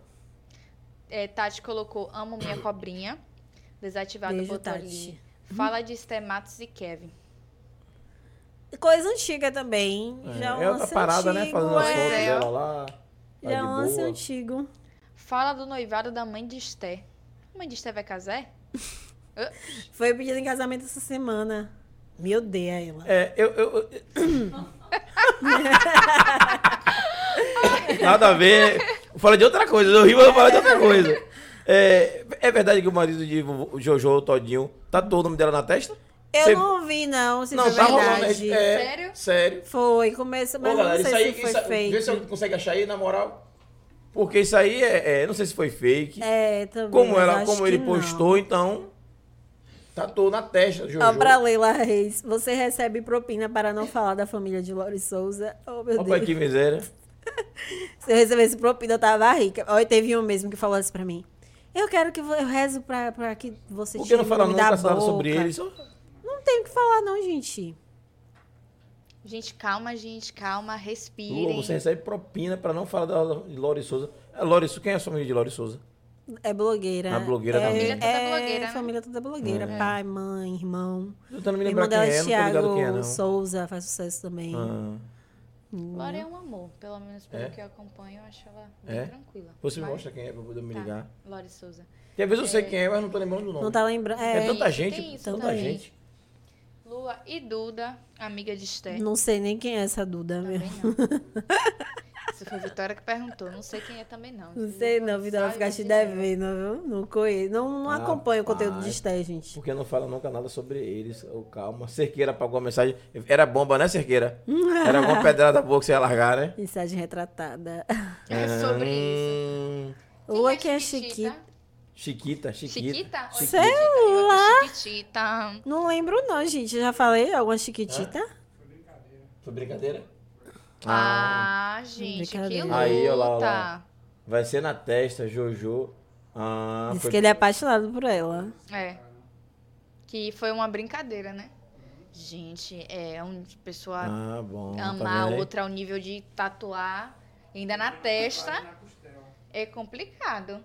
É, Tati colocou Amo Minha Cobrinha. Desativado Beijo, o botão Tati. ali. Fala de Stematos e Kevin. E Coisa antiga também. É, Já é um ela tá lance parada, né? antigo, Fazendo as é. fotos É, ó. dela lá. Tá Já é um de lance boa. antigo. Fala do noivado da mãe de Esté. A mãe de Esté vai casar? Foi pedido em casamento essa semana. Me odeia ela. É, eu. eu- eu- Nada a ver. Fala de outra coisa. Eu rio, mas eu falo de outra coisa. É, é verdade que o marido de vovô- Jojo Todinho tatuou o nome dela na testa? Eu Cê- não vi, não, se Não, foi tá rolando. verdade. É, Sério? Sério. Foi, começou, mas Ô, eu galera, não sei isso aí, se foi isso, fake. vê se alguém consegue achar aí, na moral. Porque isso aí é, é, não sei se foi fake. É, também. como mas ela, acho como ele que não. postou, então tatuou na testa do Jojo. Ó, pra Leila Reis, você recebe propina para não falar da família de Lori Souza. Oh, meu Opa, Deus. que miséria. Se eu recebesse propina, eu tava rica. Olha, teve um mesmo que falou assim pra mim. Eu quero que vo- eu rezo pra, pra que você Por que não tire o fala nome nunca da nada sobre boca?" ele? Só... Não tem o que falar, não, gente. Gente, calma, gente, calma, Lula, respirem. você é recebe propina pra não falar da de Lori Souza. É, Lori, Souza- quem é a sua amiga de Lori Souza? É blogueira. A blogueira é, da mãe. Família toda é, blogueira, né? família toda blogueira. Pai, mãe, irmão. Tô tentando me lembrar Irmão dela quem é é, não tô ligado quem é, Thiago não. Souza, faz sucesso também. Ah, Laura é um amor, pelo menos pelo É? que eu acompanho, eu acho ela bem É? tranquila. você me Mas- mostra quem é pra eu poder me Tá. ligar. Lore Souza. Porque às vezes eu sei quem é, mas não tô lembrando do nome. Não tá lembrando. É, É, tão- tanta Tem gente, isso tanta também. gente. Lua e Duda, amiga de Esté. não sei nem quem é essa Duda Também mesmo. não. Isso foi Vitória que perguntou. Não sei quem é também, não. Não sei não, Vitor, vai ficar te deve devendo, viu? Não conheço, não, não acompanho o conteúdo de Rapaz. Sté, gente. Porque não fala nunca nada sobre eles. Ô, calma. Cerqueira apagou a mensagem. Era bomba, né, Cerqueira? Era alguma pedrada boa que você ia largar, né? Mensagem retratada. É sobre isso. Hum, Quem Lua que é Chiquita. Chiquita, Chiquita. Chiquita? Oi, Chiquita. Chiquita. Chiquitita. Não lembro não, gente. Eu Já falei alguma Chiquitita? É? Foi brincadeira? Ah, gente, que É Brincadeira. luta. Aí, olha lá, olha lá. Vai ser na testa, Jojo. Ah, Diz foi- que ele é apaixonado por ela. É. Que foi uma brincadeira, né? Gente, é uma pessoa Ah, bom. tá amar vendo a aí? outra ao nível de tatuar, ainda na testa, é complicado.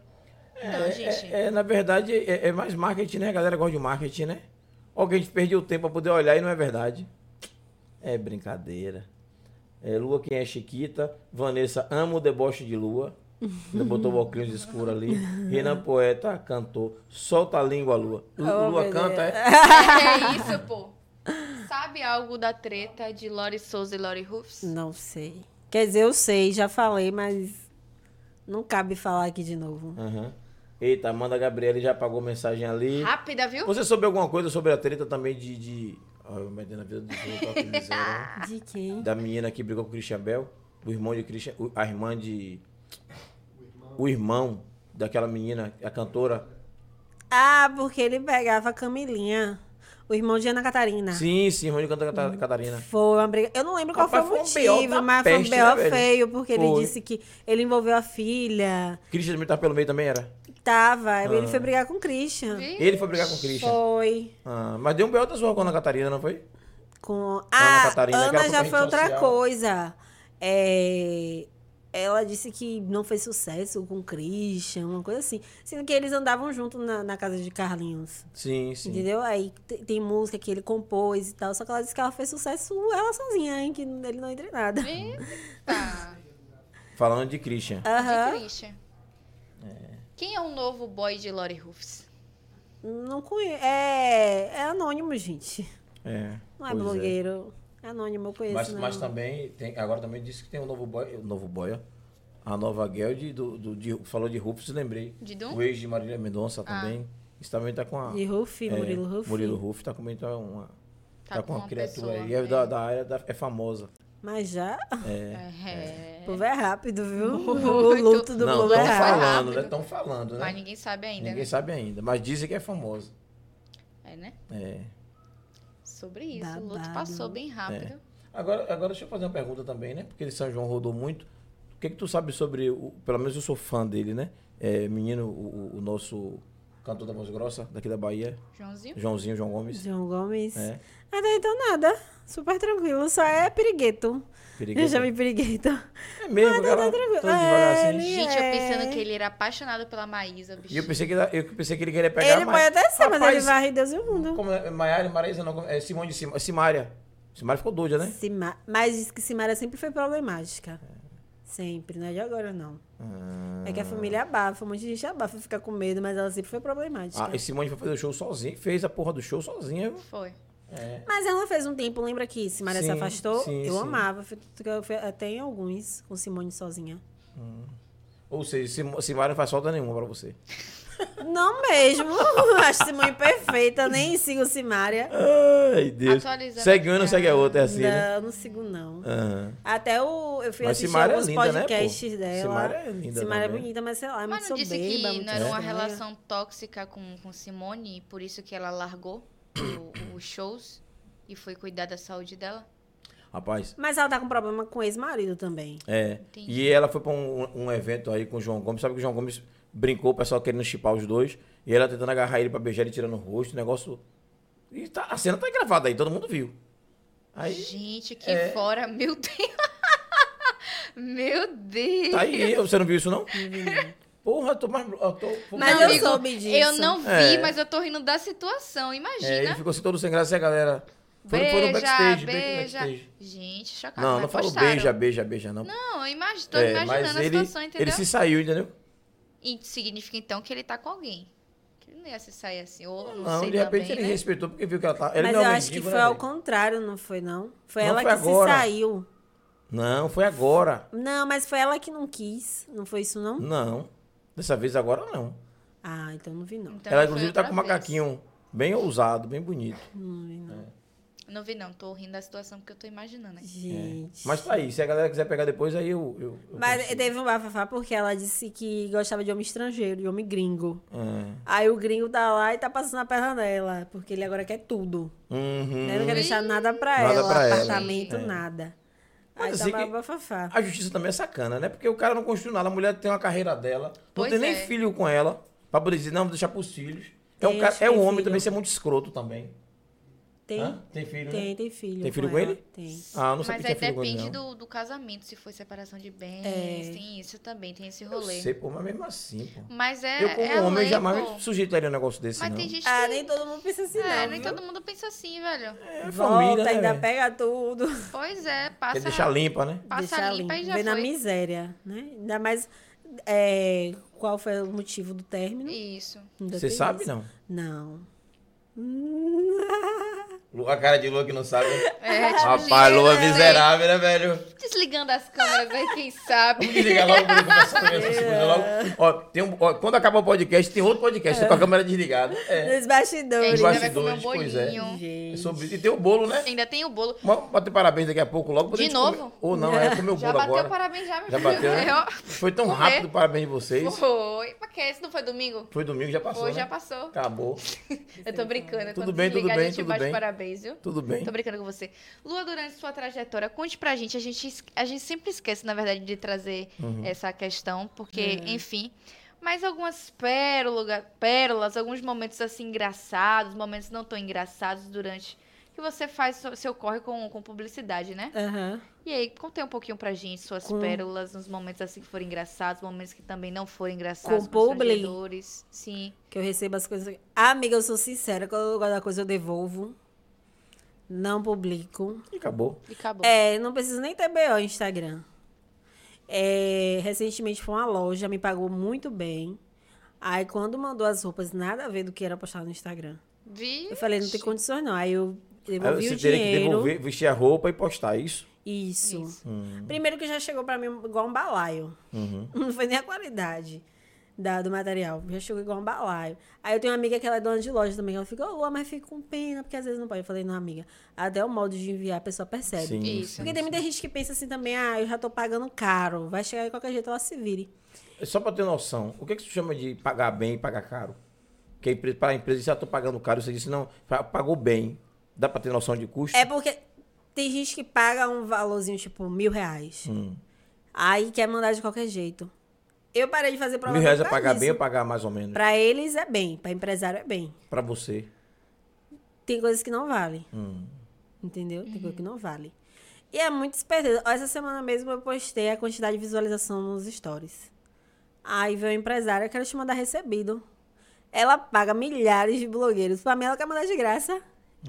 Então, gente... É, é, na verdade, é, é mais marketing, né? A galera gosta de marketing, né? Ó, que a gente perdeu o tempo pra poder olhar e não é verdade. É brincadeira. É, Lua, quem é Chiquita? Vanessa, ama o deboche de Lua. Ainda botou o óculos escuro ali. Renan Poeta, cantou. Solta a língua, Lua. Lu- Oh, Lua meu canta, é? É isso, pô. Sabe algo da treta de Lori Souza e Lori Ruffs? Hum. Não sei. Quer dizer, eu sei, já falei, mas não cabe falar aqui de novo. Aham. Eita, Amanda Gabriele já apagou mensagem ali. Rápida, viu? Você soube alguma coisa sobre a treta também de, de Olha eu metendo a vida do outro pra dizer, né? De quem? Da menina que brigou com o Christian Bell. O irmão de Christian... o- A irmã de... O irmão daquela menina, a cantora. Ah, porque ele pegava a Camilinha, o irmão de Ana Catarina. Sim, sim, irmão de cantora Hum. Cata- Catarina. Foi uma briga. Eu não lembro qual Rapaz, foi o foi um BO motivo, da mas peste, foi um B.O. né, velho? feio, porque ele Foi. disse que ele envolveu a filha. Christian também tá pelo meio também, era? Tava. Ele foi brigar com o Christian. Vi? Ele foi brigar com o Ah. Christian. Foi. Ah, mas deu um B.O. da sua com a Ana Catarina, não foi? Com... Ana Ah, Catarina, que Ana ela foi pra já rede foi outra social. coisa. É, Ela disse que não fez sucesso com o Christian, uma coisa assim. Sendo que eles andavam junto na, na casa de Carlinhos. Sim, sim. Entendeu? Aí te- tem música que ele compôs e tal. Só que ela disse que ela fez sucesso ela sozinha, hein? Que ele não entra em nada. Tá. Falando de Christian. Aham. De Christian. Quem é o novo boy de Lori Ruffs? Não conheço. É, é anônimo, gente. É. Não é pois blogueiro. É. anônimo, eu conheço. Mas, não. mas também, tem, agora também disse que tem um novo boy, um novo boy, ó. a nova Guild do, do- de- falou de Rufus, lembrei. De Doom? O ex de Marília Mendonça também. Isso também tá com a... De Rufi, é, Murilo Rufi. Murilo Ruf tá com então, uma... Tá, com uma, criatura pessoa, aí, é né? da, da área, da- é famosa. Mas já, É. o povo é rápido, viu? O Muito. luto do não, povo é estão tão falando, rápido. né? Rápido. Estão falando, né? Mas ninguém sabe ainda, Ninguém né? sabe ainda, mas dizem que é famosa. É, né? É. Sobre isso, o luto Babado. passou bem rápido. É. Agora, agora deixa eu fazer uma pergunta também, né? Porque ele São João rodou muito. O que, que tu sabe sobre. O, pelo menos eu sou fã dele, né? É, menino, o, o- o nosso cantor da voz grossa, daqui da Bahia, Joãozinho? Joãozinho, João Gomes. João Gomes. É. Até então nada. Super tranquilo. Só é pirigueto. Eu Pirigueiro. já me pirigueto. É mesmo, cara, todo devagar assim. ele Gente, eu pensando é. que ele era apaixonado pela Maísa, bicho. E eu pensei que, era- eu pensei que ele queria pegar Ele Ma- pode até ser, mas ele Rapaz, varre Deus e o mundo. Como é? Maiara e Maraísa, não. como- É Simone de Cima, Simária. Simária ficou doida, né? Sima- Mas diz que Simara sempre foi problemática. Sempre, não é de agora, não. É Ah. que a família abafa, um monte de gente abafa, fica com medo, mas ela sempre foi problemática. Ah, e Simone foi fazer o show sozinha. Fez a porra do show sozinha. Foi. Mas ela fez um tempo, lembra que Simara se é. Sim, afastou? sim, eu sim. amava, fui- eu fui até em alguns com Simone sozinha. Ou seja, Simo- Simária não faz falta nenhuma pra você. Não mesmo, acho Simone perfeita, nem sigo Simária. Ai, Deus. Atualizando Segue um e não aqui, segue a ah, outra, é assim, né? Não, não sigo não. Aham. Até o, eu fui Mas assistir Simária é alguns linda, né, pô? podcasts dela. Simária é linda Simária é também. bonita, mas sei lá, é muito Mas não disse soberba, que muito não era uma estranha. relação tóxica com, com Simone, e por isso que ela largou o- os shows e foi cuidar da saúde dela? Rapaz, Mas ela tá com problema com o ex-marido também. é. Entendi. E ela foi pra um, um evento aí com o João Gomes. Sabe que o João Gomes brincou, o pessoal querendo chipar os dois. E ela tentando agarrar ele pra beijar ele tirando o rosto. O negócio. E tá- a cena tá gravada aí, todo mundo viu. Aí. é. Gente, que fora, meu Deus! meu Deus! Tá aí, você não viu isso, não? Porra, eu tô mais. Eu tô, Mas Não, eu amigo, soube disso. Eu não vi, É. mas eu tô rindo da situação, É, ele imagina. ficou assim todo sem graça e a galera. Foi, foi no beija, backstage, bem no beija. backstage. Gente, chocado. Não, mas não falou postaram. beija, beija, beija, não. Não, eu imagi- tô É, imaginando a ele, situação, entendeu? ele se saiu, entendeu? E significa então que ele tá com alguém. Que ele não ia se sair assim. Ou não, Não, sei de repente também, ele né? respeitou porque viu que ela tá. Ele mas não é eu um acho que mendigo, foi né, ao velho? contrário, não foi não? Foi Não, ela foi que agora. se saiu. Não, foi agora. Não, mas foi ela que não quis. Não foi isso não? Não. Dessa vez agora não. Ah, então não vi não. Então, ela foi inclusive tá outra com um vez. macaquinho bem ousado, bem bonito. Não vi não. Não vi, não. Tô rindo da situação porque eu tô imaginando. Né? Gente. Mas tá aí, se a galera quiser pegar depois, aí eu. eu, eu Mas consigo. teve um bafafá porque ela disse que gostava de homem estrangeiro, de homem gringo. É. Aí o gringo tá lá e tá passando a perna nela, porque ele agora quer tudo. Uhum. Né? Não quer deixar nada pra Nada ela, pra ela. apartamento, É. nada. Mas Aí assim tava que- bafafá. A justiça também é sacana, né? Porque o cara não construiu nada, a mulher tem uma carreira dela, não Pois tem nem é. filho com ela, pra poder dizer, não, vou deixar pros filhos. É Tem, um, cara, acho que é um tem homem filho. também, você é muito escroto também. Tem, Hã? Tem filho, né? tem, tem filho. Tem filho com ela, ele? Tem. Ah, não sabia Mas que aí tinha filho com ele, depende não. do, do casamento, se foi separação de bens. É. Tem isso também, tem esse Eu rolê. sei, pô, mas mesmo assim, pô. Mas é. eu, como é homem, lei, eu jamais pô. me sujeitaria um negócio desse, Mas não. tem gente Ah, que. nem todo mundo pensa assim, é, não. nem viu? todo mundo pensa assim, velho. É Volta, família, né? ainda velho? pega tudo. Pois é, passa. Quer deixar limpa, né? Passa Deixar limpa e já Vem na foi. miséria, né? Ainda mais é, qual foi o motivo do término. Isso. Ainda Você tem sabe, isso. não? Não. Lu- A cara de Lua que não sabe. É, tipo, Rapaz, Lua é gente, miserável, né, velho? Desligando as câmeras aí, quem sabe. Vamos desligar logo pra ele começar a comer essas coisas logo. Ó, tem um, ó, quando acabar o podcast, tem outro podcast, tá com a câmera desligada. É. Nos A bastidores. gente ainda vai comer um bastidores, pois é. bolinho. É Gente. sobre- E tem o bolo, né? Ainda tem o bolo. Vamos bater parabéns daqui a pouco logo. pra De gente novo? comer. Ou não, é comer o Já bolo bateu agora. parabéns já, meu Já filho. bateu, né? Eu- Foi tão Comer. rápido, parabéns de vocês. Foi. Mas que é, esse não foi domingo? Foi domingo, já passou. Foi, né? já passou. Acabou. Eu tô brincando. Tudo Quando bem, tudo desligar, bem, a gente tudo bate bem. parabéns, viu? Tudo bem. Tô brincando com você. Lua, durante sua trajetória, conte pra gente. A gente, es- a gente sempre esquece, na verdade, de trazer Uhum. essa questão, porque, Uhum. enfim. Mas algumas pérola, pérolas, alguns momentos assim engraçados, momentos não tão engraçados durante. Que você faz so- seu corre com, com publicidade, né? Aham. E aí, contei um pouquinho pra gente suas Com- pérolas, uns momentos assim que foram engraçados, momentos que também não foram engraçados. Com publi? constrangedores. Sim. Que eu recebo as coisas. Ah, amiga, eu sou sincera. Quando eu gosto da coisa, eu devolvo. Não publico. E acabou. E acabou. É, não preciso nem ter BO em Instagram. É, recentemente foi uma loja, me pagou muito bem. Aí quando mandou as roupas, nada a ver do que era postar no Instagram. Vi. Eu falei, não tem condições não. Aí eu Aí devolvi você o teria dinheiro. que devolver, vestir a roupa e postar é isso. Isso. Isso. Primeiro que já chegou pra mim igual um balaio. Uhum. Não foi nem a qualidade da- do material. Já chegou igual um balaio. Aí eu tenho uma amiga que ela é dona de loja também. Ela fica, ô, Lua, mas fica com pena, porque às vezes não pode. Eu falei, não, amiga. Até o modo de enviar, a pessoa percebe. Sim, Isso. sim, Porque tem muita gente que pensa assim também, ah, eu já tô pagando caro, vai chegar de qualquer jeito, ela se vire. sim. Só pra ter noção, o que, que você chama de pagar bem e pagar caro? Porque para a empresa, se eu tô pagando caro, você disse, não, pa- pagou bem. Dá pra ter noção de custo? É porque tem gente que paga um valorzinho, tipo, mil reais. Hum. Aí quer mandar de qualquer jeito. Eu parei de fazer prova Mil reais por é causa pagar bem ou disso. pagar mais ou menos? Pra, Pra eles é bem, pra empresário é bem. você. Tem coisas que não valem, Hum. entendeu? Tem coisas que não valem. E é muito esperteza. Ó, Essa semana mesmo eu postei a quantidade de visualização nos stories. Aí veio a empresária, quero te mandar recebido. Ela paga milhares de blogueiros. Pra mim, ela quer mandar de graça.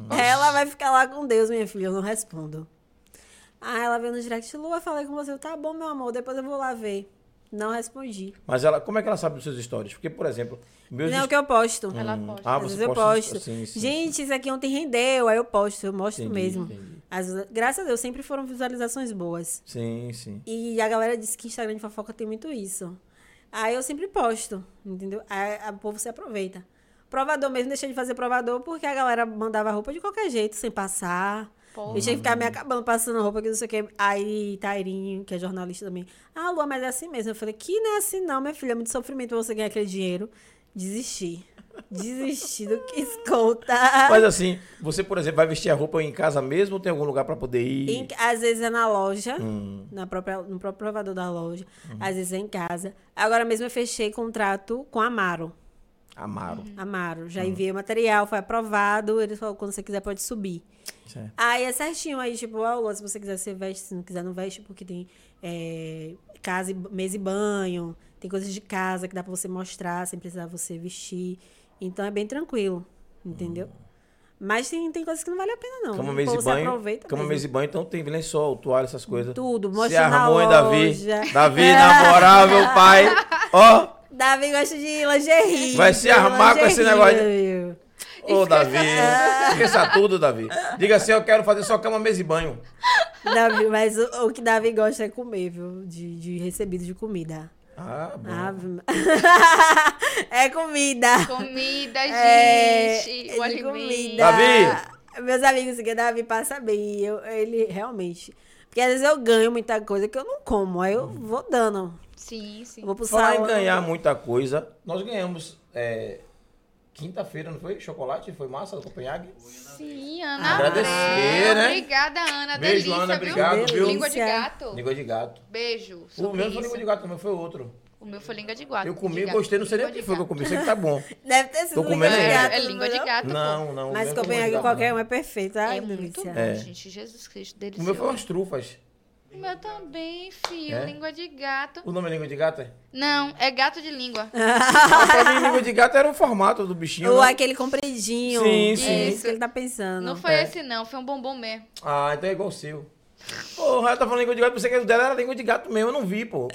Ela vai ficar lá com Deus, minha filha, eu não respondo. Aí ela veio no direct, Lua, falei com você, Eu, tá bom, meu amor, depois eu vou lá ver. Não respondi. Mas ela, como é que ela sabe dos seus stories? Porque, por exemplo, meus não é o que eu posto. Ela Hum. aposta. Ah, Às vezes você eu posta. posto. Sim, sim, Gente, isso aqui ontem rendeu, aí eu posto, eu mostro Entendi, mesmo. entendi. As- graças a Deus, sempre foram visualizações boas. Sim, sim. E a galera disse que Instagram de fofoca tem muito isso. Aí eu sempre posto, entendeu? Aí a- o povo se aproveita. Provador mesmo, deixei de fazer provador porque a galera mandava roupa de qualquer jeito, sem passar. Pô. Eu tinha que ficar me acabando passando roupa que não sei o que. Aí Tairinho, que é jornalista também. Ah, Lua, mas é assim mesmo. Eu falei, que não é assim não, minha filha. É muito sofrimento pra você ganhar aquele dinheiro. Desisti. Desisti do que escolta. Mas assim, você, por exemplo, vai vestir a roupa em casa mesmo ou tem algum lugar pra poder ir? Em- às vezes é na loja, Hum. na própria, no próprio provador da loja. Uhum. Às vezes é em casa. Agora mesmo eu fechei contrato com a Amaro. Amaro. Uhum. Amaro, Uhum. já enviei o material, foi aprovado. Ele falou, quando você quiser pode subir. Certo. Aí é certinho, aí tipo, ah, Lua, se você quiser você veste, se não quiser não veste, porque tem é, casa, e ba- mesa e banho, tem coisas de casa que dá pra você mostrar sem precisar você vestir. Então é bem tranquilo, entendeu? Mas tem, tem coisas que não vale a pena não. Uhum. Cama, O mesa povo e se banho. aproveita Cama, mesmo. mesa e banho, então tem lençol, toalha, essas coisas. Tudo, Se mostra na armou, hein, loja. É. Davi? Davi, na moral, meu pai. Ó, Davi gosta de lingerie. Vai se de armar com esse lingerie, negócio de- Davi. ô, Davi. Esqueça tudo, Davi. Diga assim, eu quero fazer só cama, mesa e banho. Davi, mas o, o que Davi gosta é comer, viu? De, de recebido de comida. Ah, bom. Ave Ma- é comida. Comida, É, gente. é o de alimento. comida. Davi! Meus amigos, que Davi passa bem. Eu, ele realmente. Porque às vezes eu ganho muita coisa que eu não como. Aí Hum. eu vou dando. Sim, sim. Eu vou pro Falar em salão. ganhar muita coisa, nós ganhamos é, quinta-feira, não foi? Chocolate? Foi massa do Copenhague? Sim, Ana. Tá. Agradecer, Abreu. né? Obrigada, Ana. Beijo, Delícia, Ana, viu? obrigado, viu? Língua de Delícia. gato. Língua de gato. Beijo. O sobre meu não isso. foi língua de gato, mas foi outro. O meu foi língua de gato. Eu comi, de gato. gostei, não sei nem o Língua que de foi que eu gato. comi, sei que tá bom. Deve ter sido Tô comendo língua de aí. gato. É, é não língua de foi, não? gato. pô. Não, não. o meu Mas não foi Copenhague língua de gato, qualquer não. um é perfeito. Ai, É muito delícia. bom, É. gente. Jesus Cristo, O meu foi delicioso. umas trufas. O meu também, filho. É? Língua de gato. O nome é língua de gato? é? Não, é gato de língua. Ah, pra mim, língua de gato era o formato do bichinho. Ou né? aquele compridinho. Sim, sim. É isso Isso. que ele tá pensando. Não foi É. esse, não. Foi um bombom mesmo. Ah, então é igual o seu. Porra, ela tá falando língua de gato, pensei que o dela era língua de gato mesmo, eu não vi, pô.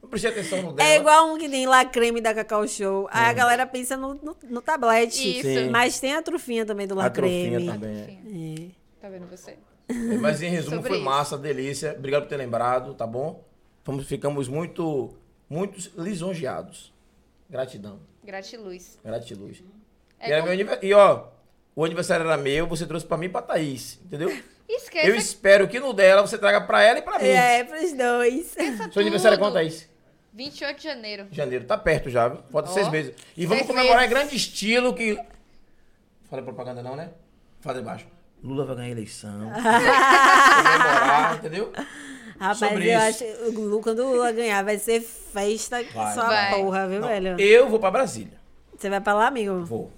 Não É. prestei atenção no dela. É igual um que tem lá creme da Cacau Show. Aí a galera pensa no, no, no tablete. Isso. Sim. Mas tem a trufinha também do lá A trufinha creme. também. Enfim, É. Tá vendo você? Mas em resumo, Sobre foi isso. massa, delícia. Obrigado por ter lembrado, tá bom? Fomos- ficamos muito, muito lisonjeados. Gratidão. Gratiluz. Gratiluz. É e, era como- meu anive- e ó, o aniversário era meu, você trouxe pra mim e pra Thaís, entendeu? Esqueça, Eu espero que no dela você traga pra ela e pra mim. É, pros dois. esqueça Seu aniversário é tudo. quando, Thaís? 28 de janeiro. Janeiro. Tá perto já, viu? Falta Ó, seis meses. E vamos seis comemorar em meses. grande estilo que... Falei propaganda não, né? Fala embaixo. Lula vai ganhar a eleição. comemorar, entendeu? Rapaz, Sobre eu isso. acho que o Lu, quando o Lula ganhar, vai ser festa que Vai. só a Vai. porra, viu, Não, velho? eu vou pra Brasília. Você vai pra lá, amigo? Vou.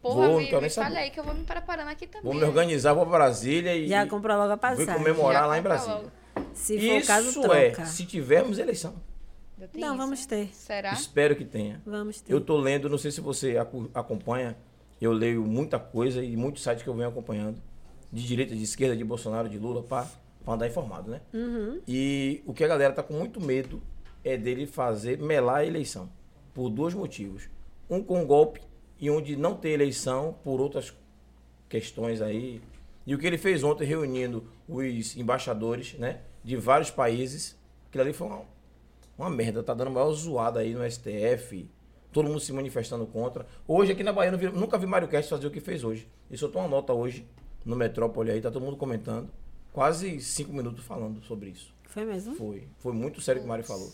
Porra, Vou, me, então me nem fala saber. aí que eu vou me preparando aqui também. Vou me né? organizar, vou pra Brasília e. Já comprou logo a Vou passagem. Já comemorar lá em conta Brasília. logo. Se for o Isso caso, é, troca. se tivermos eleição. Ainda tem Não, isso, vamos né? ter. Será? Espero que tenha. Vamos ter. Eu tô lendo, não sei se você acu- acompanha, eu leio muita coisa e muitos sites que eu venho acompanhando. De direita, de esquerda, de Bolsonaro, de Lula, pá, pra andar informado, né? E o que a galera tá com muito medo é dele fazer melar a eleição. Por dois motivos. Um com golpe e um de não ter eleição por outras questões aí. E o que ele fez ontem reunindo os embaixadores, né? De vários países, aquilo ali foi um uma, uma merda, tá dando maior zoada aí no STF, todo mundo se manifestando contra. Hoje aqui na Bahia, eu não vi- nunca vi Mário Cast fazer o que fez hoje. Ele soltou uma nota hoje no Metrópole aí, tá todo mundo comentando. Quase cinco minutos falando sobre isso. Foi mesmo? Foi. Foi muito sério o que o Mário falou.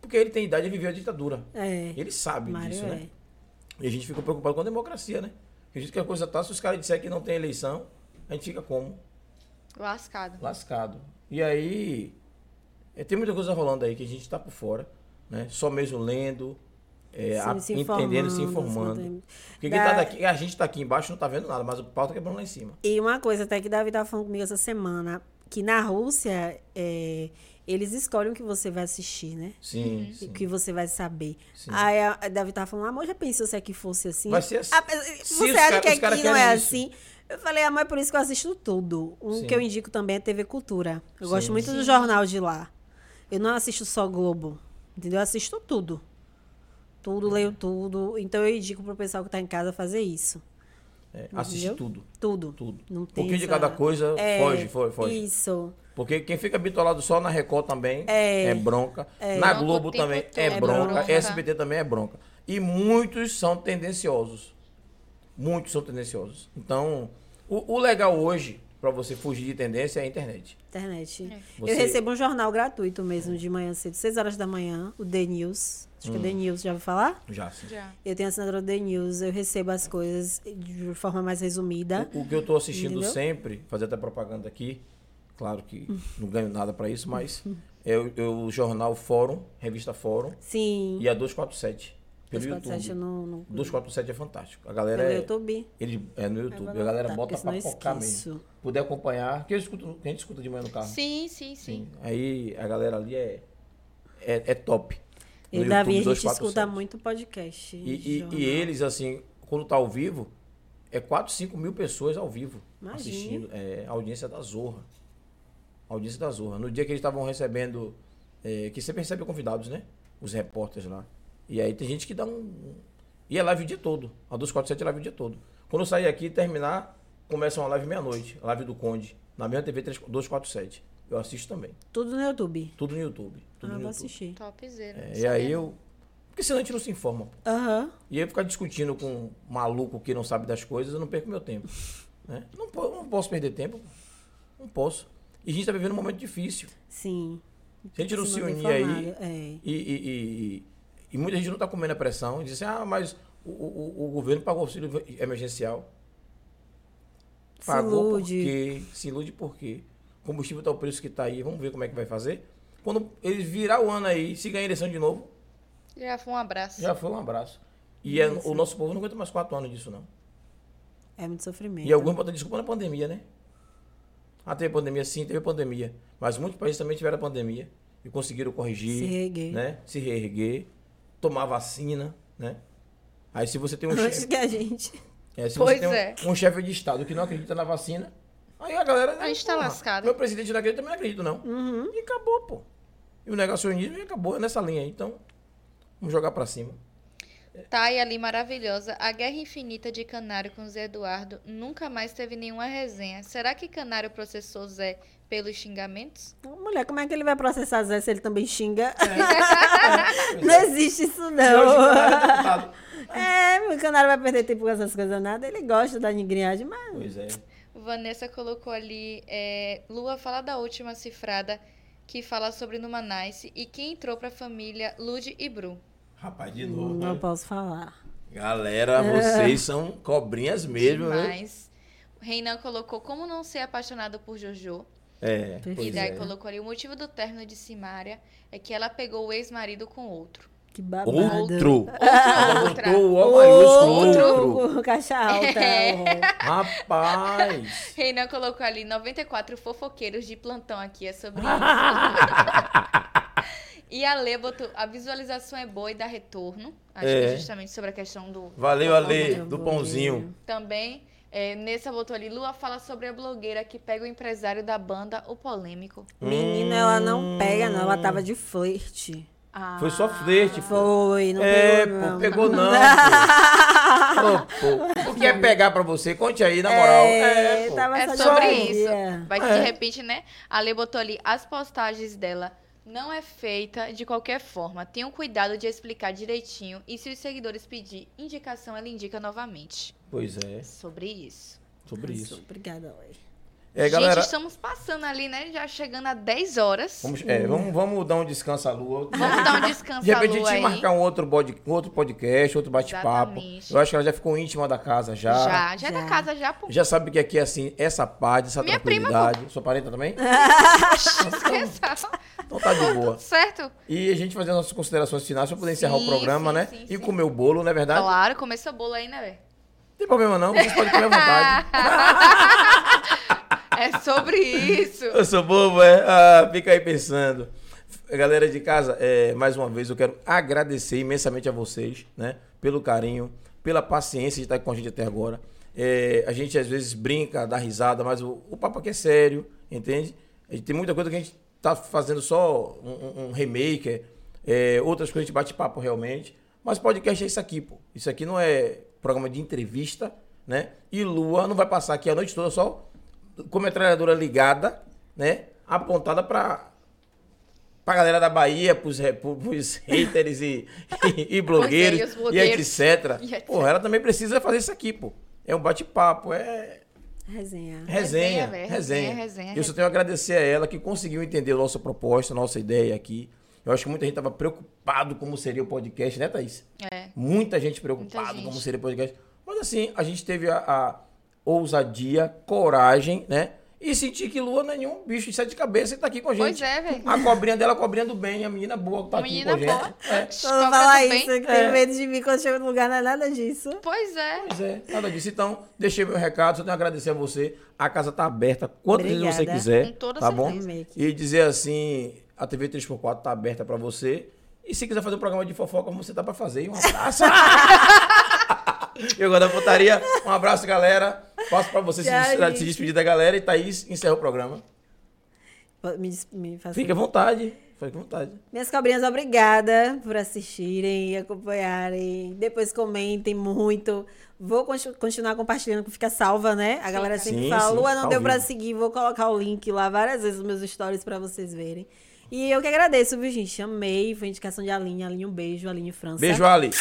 Porque ele tem idade e viveu a ditadura. É. Ele sabe Mário disso, é. né? E a gente fica preocupado com a democracia, né? Porque a gente que a coisa tá, se os caras disserem que não tem eleição, a gente fica como? Lascado. Lascado. E aí, é, tem muita coisa rolando aí que a gente tá por fora, né? Só mesmo lendo, é, Sim, a- entendendo, se informando. mantendo. Porque quem Da- tá daqui, a gente tá aqui embaixo não tá vendo nada, mas o pau tá quebrando lá em cima. E uma coisa até que Davi estava falando comigo essa semana, que na Rússia, é, eles escolhem o que você vai assistir, né? Sim, E sim. O que você vai saber. Sim. Aí a a Davi tava falando, amor, já pensou se aqui fosse assim? Vai ser assim. Ah, mas Se você os acha cara- que os cara aqui não querem é isso. assim? Eu falei, amor, é por isso que eu assisto tudo. Um Sim. que eu indico também é TV Cultura. Eu Sim. gosto muito do Sim. jornal de lá. Eu não assisto só Globo, entendeu? Eu assisto tudo. Tudo, leio tudo. Então eu indico pro pessoal que tá em casa fazer isso. É, assiste Entendeu? tudo, Tudo. tudo. Não Um tem pouquinho de essa- cada coisa, É, foge, foge, foge. Isso. Porque quem fica bitolado só na Record também é, É. bronca. Na Bronca o Globo tempo também todo. é, É bronca. bronca. SBT também é bronca. E muitos são tendenciosos. Muitos são tendenciosos. Então, o, o legal hoje, pra você fugir de tendência, é a internet. Internet. Você- Eu recebo um jornal gratuito mesmo, de manhã cedo, 6 horas da manhã, o The News. Acho que é The Hum. News, já ouviu falar? Já. sim. Já. Eu tenho assinatura do The News, eu recebo as coisas de forma mais resumida. O, o que eu tô assistindo Entendeu? sempre, fazer até propaganda aqui, claro que não ganho nada pra isso, mas é o, é o jornal Fórum, revista Fórum, Sim. e a 247. Pelo 247 eu YouTube. não. não 247 é fantástico. A galera pelo é- YouTube. Ele é no Eu YouTube. vou A galera anotar, bota tá, porque senão pra eu focar esqueço. mesmo. Puder acompanhar. Que, eu escuto, que a gente escuta de manhã no carro. Sim, sim, sim. Aí a galera ali é, é, é top. Eu e No Davi, a YouTube, gente escuta 247. muito podcast. E, e- jornal. e eles, assim, quando tá ao vivo, é 4, 5 mil pessoas ao vivo Imagina. assistindo. É, a audiência da Zorra. A audiência da Zorra. No dia que eles estavam recebendo. é, que sempre recebe convidados, né? Os repórteres lá. E aí tem gente que dá um. E é live o dia todo. A 247 é live o dia todo. Quando eu sair aqui e terminar, começa uma live meia-noite. a Live do Conde. Na mesma TV 3, 247. Eu assisto também. Tudo no YouTube. Tudo no YouTube. Tudo ah, no YouTube. vou assistir. Topzera. É, e Sabia aí eu. Porque senão a gente não se informa. pô. Aham. E aí ficar discutindo com um maluco que não sabe das coisas, eu não perco meu tempo. né? Não, po- não posso perder tempo. Não posso. E a gente está vivendo um momento difícil. Sim. Se a gente não se mantém unir aí informado, É. e, e- e- e- e muita gente não está comendo a pressão. e Diz assim, ah, mas o, o- o governo pagou auxílio emergencial. Se Pagou ilude. por quê? Se ilude por quê? O combustível está o preço que está aí. Vamos ver como é que vai fazer. Quando eles virar o ano aí, se ganhar eleição de novo, Já foi um abraço. já foi um abraço. E é- o nosso povo não aguenta mais quatro anos disso, não. É muito sofrimento. E alguns botam desculpa na pandemia, né? Ah, teve pandemia, sim, teve pandemia. Mas muitos países também tiveram pandemia e conseguiram corrigir. Se reerguer. Né? Se reerguer, tomar vacina, né? Aí se você tem um Antes chefe. que a gente. É, se Pois você tem um- é. um, chefe de Estado que não acredita na vacina, aí a galera. A gente tá "Porra, lascado." Uhum. Meu presidente não acredita, eu também não acredito, não. E acabou, pô. E o negacionismo acabou nessa linha aí. Então, vamos jogar pra cima. Thay Tá ali maravilhosa. A guerra infinita de Canário com Zé Eduardo nunca mais teve nenhuma resenha. Será que Canário processou Zé pelos xingamentos? Mulher, como é que ele vai processar Zé se ele também xinga? não existe isso, É, E hoje o não. cara é deputado. É, o canário vai perder tempo com essas coisas nada. Ele gosta da nigrinhagem, mas. Pois é. Vanessa colocou ali. é, Lua fala da última cifrada que fala sobre Numa Nice e que entrou pra família Lud e Bru. Rapaz, de novo. Não né? posso falar. Galera, É. vocês são cobrinhas mesmo, né? Mas Reinan colocou como não ser apaixonado por Jojo. É. e Pois daí é. colocou ali o motivo do término de Simária é que ela pegou o ex-marido com outro. Que babado. Outro. Outra, Ela outra. botou o O maiúsculo. Outro. Caixa alta. É. Rapaz. Reinan colocou ali 94 fofoqueiros de plantão aqui, é sobre isso. e a Lê botou, a visualização é boa e dá retorno. Acho que É. justamente sobre a questão do... Valeu, Ale, Olha, do pãozinho. Também, é, Nessa botou ali, Lua fala sobre a blogueira que pega o empresário da banda, o polêmico. Menina, Hum. ela não pega, não. Ela tava de flerte. Ah, Foi só flerte, pô. Foi, não É, pegou, pô, não. pegou não, pô. Ô, pô. O que é pegar pra você? Conte aí, na moral. É, pô. tava É só de sobre isso. alegria. Vai que É. de repente, né? A Lê botou ali as postagens dela. Não é feita de qualquer forma. Tenham cuidado de explicar direitinho. E se os seguidores pedir indicação, ela indica novamente. Pois é, Sobre isso. sobre isso. Obrigada, Lei. É, galera, Gente, estamos passando ali, né? Já chegando a 10 horas. Vamos, vamos, é, Hum. vamos, vamos dar um descanso à lua. dar um descanso De à repente a lua gente aí. marcar um outro, bod- um outro podcast, outro bate-papo. Exatamente. Eu acho que ela já ficou íntima da casa já. já, já é da Já. casa, já. Pô. Já sabe que aqui é assim, essa paz, essa Minha prima, tranquilidade. Sua parenta também? Esqueça. Então tá de boa. certo? E a gente fazer nossas considerações finais pra poder Sim, encerrar o programa, sim, né? sim, e sim. comer o bolo, não é verdade? Claro, começou o bolo aí, né, velho? Não tem problema não, vocês podem comer à vontade. É sobre isso. Eu sou bobo, é? Ah, fica aí pensando. Galera de casa, é, mais uma vez eu quero agradecer imensamente a vocês, né? Pelo carinho, pela paciência de estar com a gente até agora. É, a gente às vezes brinca, dá risada, mas o, o papo aqui é sério, entende? A gente tem muita coisa que a gente tá fazendo só um, um- um remake, é, é, outras coisas a gente bate papo realmente. Mas podcast é isso aqui, pô. Isso aqui não é programa de entrevista, né? E Lua não vai passar aqui a noite toda só com a metralhadora ligada, né? Apontada pra, pra galera da Bahia, pros, re- pro- pros haters e, e, e Pois é, blogueiros, e os blogueiros. e etc. E etc. Porra, ela também precisa fazer isso aqui, pô. É um bate-papo, é Resenha. Resenha, resenha, velho, resenha. resenha, resenha, Eu só tenho a agradecer a ela que conseguiu entender a nossa proposta, a nossa ideia aqui. Eu acho que muita gente estava preocupado como seria o podcast, né, Thaís? É. Muita gente preocupada Muita gente. como seria o podcast. Mas assim, a gente teve a, a ousadia, coragem, né? E sentir que Lua não é nenhum bicho de sete cabeças e tá aqui com a gente. Pois é, velho. A cobrinha dela, é a cobrinha do bem, a menina boa que tá aqui Menina com a gente. boa. É, Todo mundo Cobra fala do bem. isso, que tem medo de mim quando chega no lugar, não é nada disso. Pois é. pois é, nada disso. Então, deixei meu recado, só tenho a agradecer a você. A casa tá aberta quantas vezes você Obrigada. quiser. Com toda tá bom? certeza. Remake. E dizer assim, a TV 3x4 tá aberta pra você. E se quiser fazer um programa de fofoca, você tá pra fazer. E um abraço. Eu gosto da putaria. Um abraço, galera. Passo pra você se, Tchau, des- gente. se despedir da galera. E Thaís encerra o programa. Me, des- me faça- Fique à vontade. Fique à vontade. Minhas cobrinhas, obrigada por assistirem e acompanharem. Depois comentem muito. Vou conti- continuar compartilhando, que fica salva, né? A galera Fica. sempre Sim, fala, sim, Lua, não tá deu ao pra vivo." seguir. Vou colocar o link lá várias vezes nos meus stories pra vocês verem. E eu que agradeço, viu, gente? Amei. Foi indicação de Aline. Aline, um beijo. Aline França. Beijo, Ali.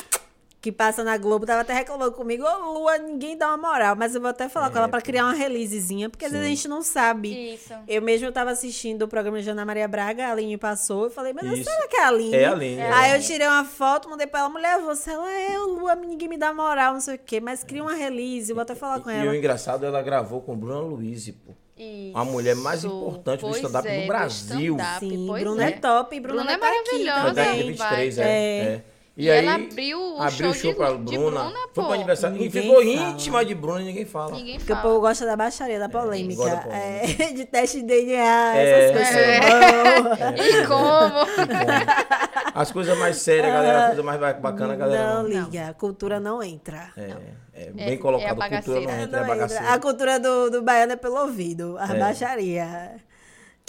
que passa na Globo, tava até reclamando comigo, ô Lua, ninguém dá uma moral, mas eu vou até falar É, com ela pra criar uma releasezinha, porque às vezes a gente não sabe. Isso. Eu mesma tava assistindo o programa de Ana Maria Braga, a Aline passou, eu falei, mas Isso. será que é a Aline? É a Aline. é. Aí eu tirei uma foto, mandei pra ela, mulher, você, ela é ô, Lua, ninguém me dá moral, não sei o quê, mas cria uma release, eu vou até falar com E- E o ela. engraçado, ela gravou com Bruna Luiz, pô. Isso. A mulher mais importante do Pois stand-up é, do do Brasil. stand-up, Sim, pois Bruna é. é. top, Bruna, Bruna é tá aqui maravilhosa. Ela é Também. de também. 23, é. É. é. E, E aí, ela abriu o abriu show o show de- pra de Bruna. Bruna, foi pô. pro aniversário. E Ninguém ficou fala. íntima de Bruna, ninguém fala. Ninguém Porque o fala. povo gosta da baixaria, da É, gosta da polêmica. polêmica. É, de teste de DNA, É. essas É. coisas. não. E como? Bom, As coisas mais sérias, galera, as coisas mais ba- bacana, galera. Não não- liga, cultura não entra. É, é É- bem é a colocado. cultura bagaceira. não É, entra, é não entra. bagaceira. A cultura do, do baiano é pelo ouvido, a baixaria.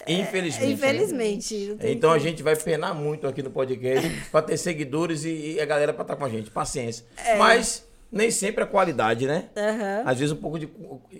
Infelizmente. Infelizmente. não tem Então a como. gente vai penar muito aqui no podcast pra ter seguidores e, e a galera pra estar com a gente. Paciência. Mas nem sempre a qualidade, né? Aham. Às vezes um pouco de.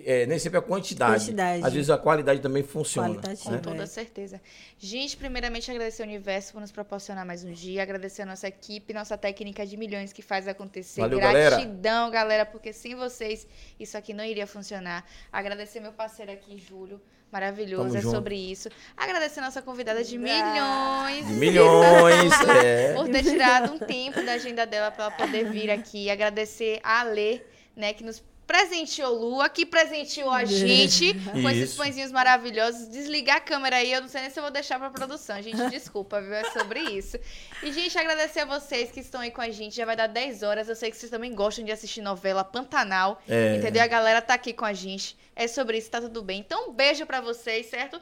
é, nem sempre a quantidade. Quantidade. Às vezes a qualidade também funciona. Qualitativo. Com né? toda É. certeza. Gente, primeiramente agradecer ao universo por nos proporcionar mais um dia, agradecer a nossa equipe, nossa técnica de milhões que faz acontecer. Valeu, galera. Gratidão, galera, porque sem vocês isso aqui não iria funcionar. Agradecer meu parceiro aqui, Júlio. Maravilhoso, Tamo é junto. sobre isso. Agradecer nossa convidada de Ah. milhões. De milhões. é. Por ter tirado um tempo da agenda dela para ela poder vir aqui. Agradecer a Lê, né, que nos presenteou Lua, que presenteou a gente com esses Isso. pãezinhos maravilhosos. Desligar a câmera aí, eu não sei nem se eu vou deixar pra produção, gente. Desculpa, viu? É sobre isso. E, gente, agradecer a vocês que estão aí com a gente. Já vai dar 10 horas. Eu sei que vocês também gostam de assistir novela Pantanal. É. Entendeu? A galera tá aqui com a gente. É sobre isso, tá tudo bem. Então, um beijo pra vocês, certo?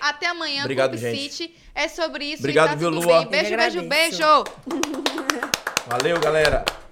Até amanhã, Obrigado, Clube gente. City. É sobre isso. e Obrigado, tá viu, tudo Lua? bem. Beijo, Eu beijo, agradeço. beijo. Valeu, galera.